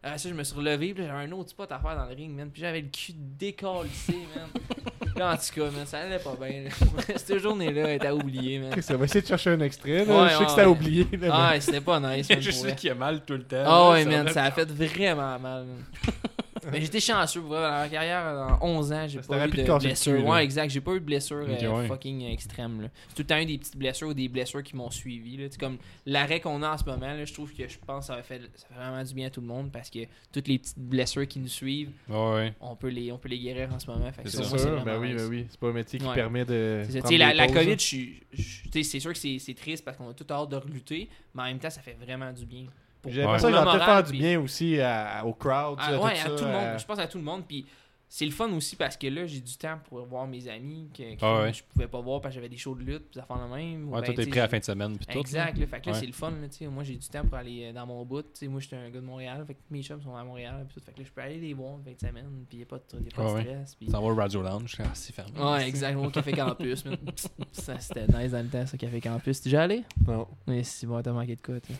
Après ça, je me suis relevé, puis là, j'avais un autre spot à faire dans le ring, man. Puis j'avais le cul décalissé, man. Là, en tout cas, man, ça allait pas bien. là. Cette journée-là elle était oubliée, man.
Ça va essayer de chercher un extrait. là. je
Ouais,
sais
ouais,
que c'était
ouais.
oublié. là, mais-
Ah, c'était pas nice, man.
Je
pour vrai.
sais qu'il y a mal tout le temps.
Ah
là,
ouais,
ça
man,
va-
ça a fait vraiment mal. man. Mais j'étais chanceux, pour vrai, dans ma carrière, dans 11 ans, j'ai
Ça
pas
s'était
eu
rapide
de
de casser le
blessure.
cul, là.
ouais, exact, j'ai pas eu de blessure euh,
Ok, ouais.
fucking extrême. là. C'est tout le temps eu des petites blessures ou des blessures qui m'ont suivi. Là. Tu sais, comme l'arrêt qu'on a en ce moment, là, je trouve que je pense que ça fait, ça fait vraiment du bien à tout le monde parce que toutes les petites blessures qui nous suivent,
Ouais, ouais.
on peut les, on peut les guérir en ce moment. Fait que
C'est
ça,
C'est
moi,
sûr,
sûr,
vraiment
ben oui,
nice.
ben oui. C'est pas un métier qui
Ouais.
permet de.
C'est ça. Tu
prendre
sais, la,
des
la
pauses, hein.
COVID,
là.
je suis- je- tu sais, c'est sûr que c'est c'est triste parce qu'on a tout hâte de relutter, mais en même temps, ça fait vraiment du bien. Pour-
J'ai
Ouais.
l'impression que
pour
ça va
le
peut-être
moral,
faire du
puis-
bien aussi à- au crowd. tu
Ah,
sais,
ouais, à
ça,
tout le monde.
euh,
à-
Je pense à tout le monde. Puis c'est le fun aussi parce que là, j'ai du temps pour voir mes amis que, que
Ah ouais.
je pouvais pas voir parce que j'avais des shows de lutte, puis affaires de même. ou
Ouais, toi,
ben,
t'es
tu sais,
prêt à la
j'ai-
fin de semaine. Puis tout. là.
Exact, là, fait que là,
Ouais.
c'est le fun. Là, tu sais. moi, j'ai du temps pour aller euh, dans mon bout. tu sais. moi, j'étais un gars de Montréal, fait que mes chums sont à Montréal. Puis tout, fait que là, je peux aller les voir 20 semaines, puis il a pas de, y a pas de
Ah ouais.
stress. puis-
Ça va au Radio Lounge. Ah, c'est fermé.
Ouais, exactement. Au Café Campus, man. Ça, c'était nice dans le temps, ça, Café Campus. T'es déjà allé?
euh, Non.
Mais si, bon, t'as manqué de quoi, toi.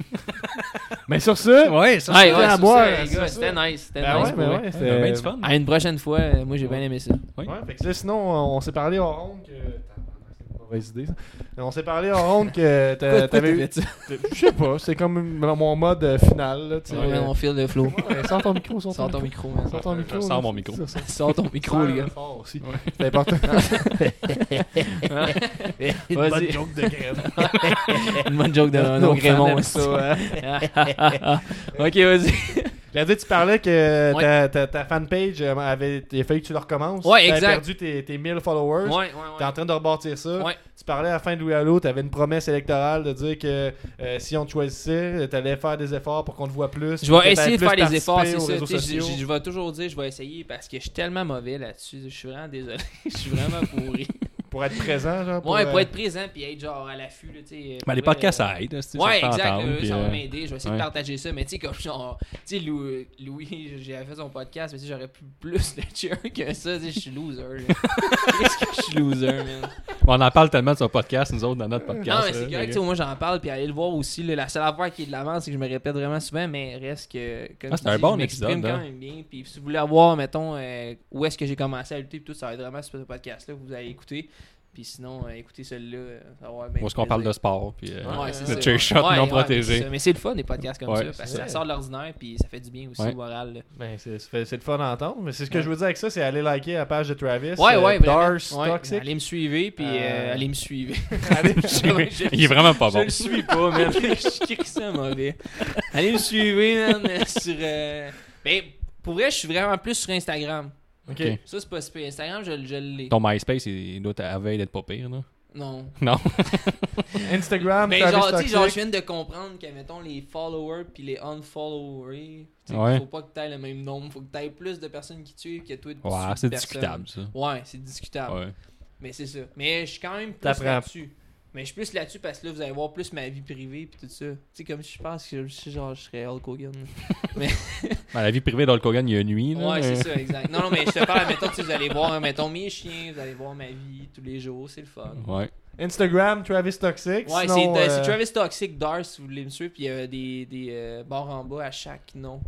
Mais sur ce,
Ouais, ça.
Ouais,
à
ouais, sur
boire,
ça, les
sur
gars,
ça.
c'était nice. C'était
Ben
nice.
ouais,
pour
ben
vrai.
ouais,
C'est bien
c'était-
du fun.
À une prochaine fois, euh, moi, j'ai bien aimé ça.
Ouais, fait que là, sinon, on, on s'est parlé en ronde que. Tabarnak, c'est une Mauvaise idée, ça. On s'est parlé en ronde que t'a-
Pourquoi- pourquoi
t'avais
t'as
eu.
fait ça?
Je sais pas, c'est comme mon mode euh, final. Là, tu sais.
Ouais, man, on file le flow.
Ouais, sors ton micro, sors ton
Sors ton
micro.
micro, man.
Sors ton micro.
Sors
là,
mon
c'est-
micro.
c'est ça,
Sors ton
c'est-
micro, les gars.
Faire fort aussi. C'est important.
Une
bonne
joke de Grémont. Une bonne joke de non,
Nos fans
Grémont.
aiment
aussi.
ça, hein.
ok, vas-y.
Là, tu parlais que
Ouais.
ta, ta, ta fanpage euh, avait il a fallu que tu la recommences.
Ouais,
T'avais
exact.
perdu tes, tes 1000 followers.
Ouais, ouais,
T'es en
ouais.
train de rebâtir ça.
Ouais.
Tu parlais à la fin de Louis Allo, t'avais une promesse électorale de dire que euh, si on te choisissait, t'allais faire des efforts pour qu'on te voit plus.
Je vais
que
essayer de
t'allais
faire
plus
des efforts,
participer
c'est
aux réseaux
ça. tu sais, Je,
sociaux.
je- je vais toujours dire, je vais essayer parce que je suis tellement mauvais là-dessus. Je suis vraiment désolé. Je suis vraiment pourri.
Pour être présent, genre.
ouais, pour
euh,
être présent puis être genre à l'affût, là, tu sais.
Mais
pour
les
vrai,
podcasts,
euh,
ça aide. hein, c'est-
Ouais,
ça fait
exact,
entendre,
euh,
puis,
ça va
euh,
m'aider, je vais essayer
ouais.
de partager ça, mais tu sais, comme genre, tu sais, Louis, Louis j'avais fait son podcast, mais tu sais, j'aurais pu plus le cheer que ça, tu sais, je suis loser, là. Qu'est-ce que je suis loser, man.
On en parle tellement de son podcast, nous autres, dans notre podcast.
Non, mais
là,
c'est
les
correct, tu
gars.
sais, moi j'en parle, puis allez le voir aussi, là, la seule affaire qui est de l'avance, c'est que je me répète vraiment souvent, mais reste que, comme
Ah,
tu
c'est un
dis,
bon
je m'exprime
épisode,
quand
hein.
même bien, puis si vous voulez avoir, mettons, euh, où est-ce que j'ai commencé à lutter, puis tout, ça va être vraiment sur ce podcast-là, que vous allez écouter, puis sinon, euh, écoutez celui-là, euh, ça va avoir bien
Où est-ce qu'on
plaisir.
parle de sport, puis euh,
Ouais, c'est
de
ça.
chair shot
Ouais,
non
ouais, mais c'est
protégé.
ça. Mais c'est le fun des podcasts comme
Ouais,
ça, parce
c'est
que ça
ça.
sort de l'ordinaire puis ça fait du bien aussi
Ouais.
au moral. là.
Ben, c'est c'est- c'est le fun à entendre, mais c'est ce que je veux dire avec ça, c'est aller liker la page de Travis.
Ouais,
euh,
ouais, vraiment.
Dars
Ouais,
Toxic.
Allez me suivre puis
Euh,
euh, allez me suivre.
Allez,
Ouais, je-
Il est vraiment pas
je
bon.
le suis pas, man. je suis ça mauvais. Allez me suivre, man, euh, sur. euh, Ben, pour vrai, je suis vraiment plus sur Instagram.
Ok.
Ok.
Ça, c'est pas si pire. Instagram, je, je l'ai.
Ton MySpace, il il doit être à veille d'être pas pire, là.
Non.
Non.
Instagram,
Mais
Travis
Ben, genre, tu sais,
Toxic.
genre, je viens de comprendre que, mettons, les followers puis les unfollowers, tu sais,
Ouais.
faut pas que t'aies le même nombre. Faut que t'aies plus de personnes qui tuent que toi de
Ouais,
suivre
c'est
personne.
discutable, ça.
Ouais, c'est discutable.
Ouais.
Mais c'est ça. Mais je suis quand même plus
T'apprends.
là-dessus. Mais je suis plus là-dessus parce que là, vous allez voir plus ma vie privée puis tout ça. Tu sais, comme je pense que je suis genre, je serais Hulk Hogan.
Ben, la vie privée d'Hulk Hogan, il y a une nuit, là.
Ouais,
mais-
c'est ça, exact. Non, non, mais je te parle, mettons, tu sais, vous allez voir, hein, mettons, mes chiens, vous allez voir ma vie tous les jours, c'est le fun.
Ouais.
Instagram, Travis Toxic.
Ouais, c'est
sinon,
euh, c'est
euh,
Travis Toxic Dars, si vous voulez me suivre, puis il y a des, des euh, barres en bas à chaque nom.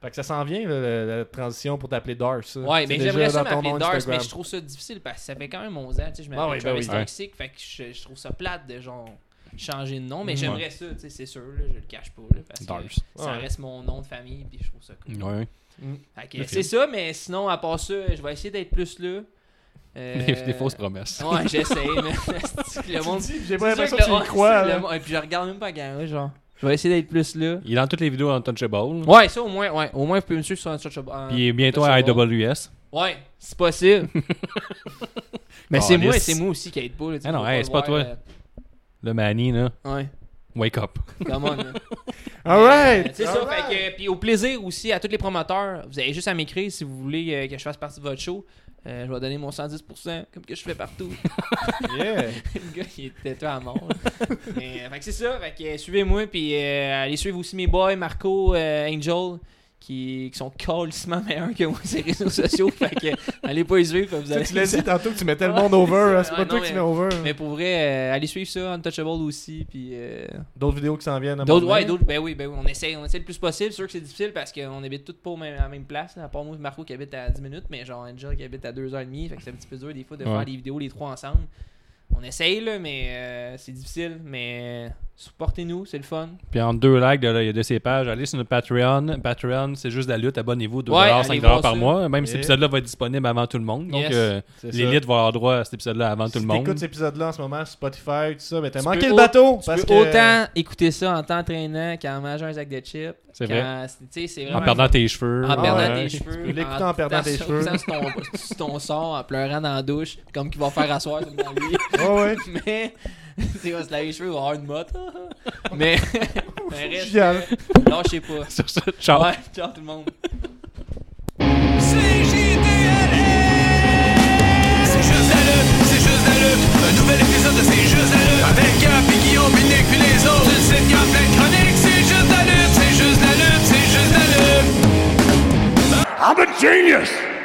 Fait que ça s'en vient, là, la, la transition pour t'appeler Dars. ça.
Ouais,
C'est
mais
déjà
j'aimerais ça
dans ton
m'appeler
nom
Dars,
Instagram.
mais je trouve ça difficile parce que ça fait quand même 11 ans, tu sais, je
Ah ouais,
m'appelle
ben
Travis
oui.
Toxic, fait que je, je trouve ça plate de genre changer de nom, mais
Mm.
Ouais.
j'aimerais ça, tu sais, c'est sûr, là, je le cache pas, là, parce que
Dars.
ça
Ouais. Mm.
reste mon nom de famille, puis je trouve ça cool.
Ouais.
Fait que
Le
c'est ça, mais sinon, à part ça, je vais essayer d'être plus là. Euh,
Des, des fausses promesses.
Ouais, j'essaie, mais c'est que le
Tu
monde...
dis, J'ai
c'est
pas
sûr
l'impression
que
que tu
le- ouais,
y crois.
c'est le
là.
monde- Et puis je regarde même pas la caméra, genre, je vais essayer d'être plus là.
Il est dans toutes les vidéos Untouchable.
Ouais, ça au moins, ouais, au moins, vous pouvez me suivre sur un touch
Puis il est bientôt à IWS.
Ouais, c'est possible. Mais c'est moi,
Calisse.
c'est moi aussi qui aide pas. là, tu sais,
Ah non,
faut
hey, c'est pas
le voir,
toi. Le Manny, là.
euh, Ouais.
Wake up.
Come on, là.
Alright!
C'est ça, fait que, puis au plaisir aussi à tous les promoteurs, vous avez juste à m'écrire si vous voulez euh, que je fasse partie de votre show. Euh, je vais donner mon 110% comme que je fais partout.
Yeah.
Le gars, il était tout à mort. là. Mais euh, fait que c'est ça, fait que euh, suivez-moi puis euh, allez suivre aussi mes boys Marco, euh, Angel qui, qui sont colissement meilleurs que moi sur les réseaux sociaux, fait que euh, allez pas les suivre, puis vous allez
Tu l'as dit tantôt que tu mettais le monde over. hein. C'est
Ouais,
pas
non,
toi qui mets
mais-
over.
Mais pour vrai, euh, allez suivre ça, Untouchable aussi, puis euh,
D'autres vidéos qui s'en viennent. à un
D'autres,
moment
ouais,
donné.
d'autres, ben oui, ben oui, on essaie, on essaie le plus possible. C'est sûr que c'est difficile parce qu'on habite tous pas au même- à la même place. là. À part moi, et Marco qui habite à 10 minutes, mais genre Angel qui habite à 2h30. Fait que c'est un petit peu dur des fois de
Ouais.
faire des vidéos les trois ensemble. On essaye, là, mais euh, c'est difficile. Mais euh, supportez-nous, c'est le fun.
Puis en deux likes de, de ces pages, allez sur notre Patreon. Patreon, c'est juste la lutte. Abonnez-vous, 2$,
Ouais, allez
5$
voir
par
ça.
mois. Même cet
Yeah.
épisode-là va être disponible avant tout le monde. Donc,
Yes.
euh,
C'est ça.
l'élite va avoir droit à cet épisode-là avant tout
Si
le monde.
t'écoutes cet épisode-là en ce moment, Spotify, tout ça, mais t'as
Tu
manqué
peux
le
au-
bateau.
Tu
parce
peux
que-
autant écouter ça en temps traînant qu'en mangeant un sac de chips.
C'est vrai.
qu'en- c'est- tu sais, c'est
En
vraiment-
perdant tes cheveux.
En perdant
ouais.
tes cheveux.
peux l'écouter en perdant tes
dansant-
cheveux.
dansant sur ton, sur ton sort, en pleurant dans la douche, comme qu'il va faire asseoir sur dans lui.
Ouais, ouais.
Mais, tu vas se laver les cheveux, il va avoir une motte. Mais, mais reste,
Génial.
non, je sais pas.
Sur ce, ciao.
Ouais, ciao tout le monde.
C'est C'est juste la lutte, c'est juste la lutte. Un nouvel épisode de C'est juste la lutte. Avec Gap et Guillaume, Binic puis les autres. Une sitcom pleine de chroniques. C'est juste la lutte, c'est juste la lutte, c'est juste la lutte.
I'm a genius!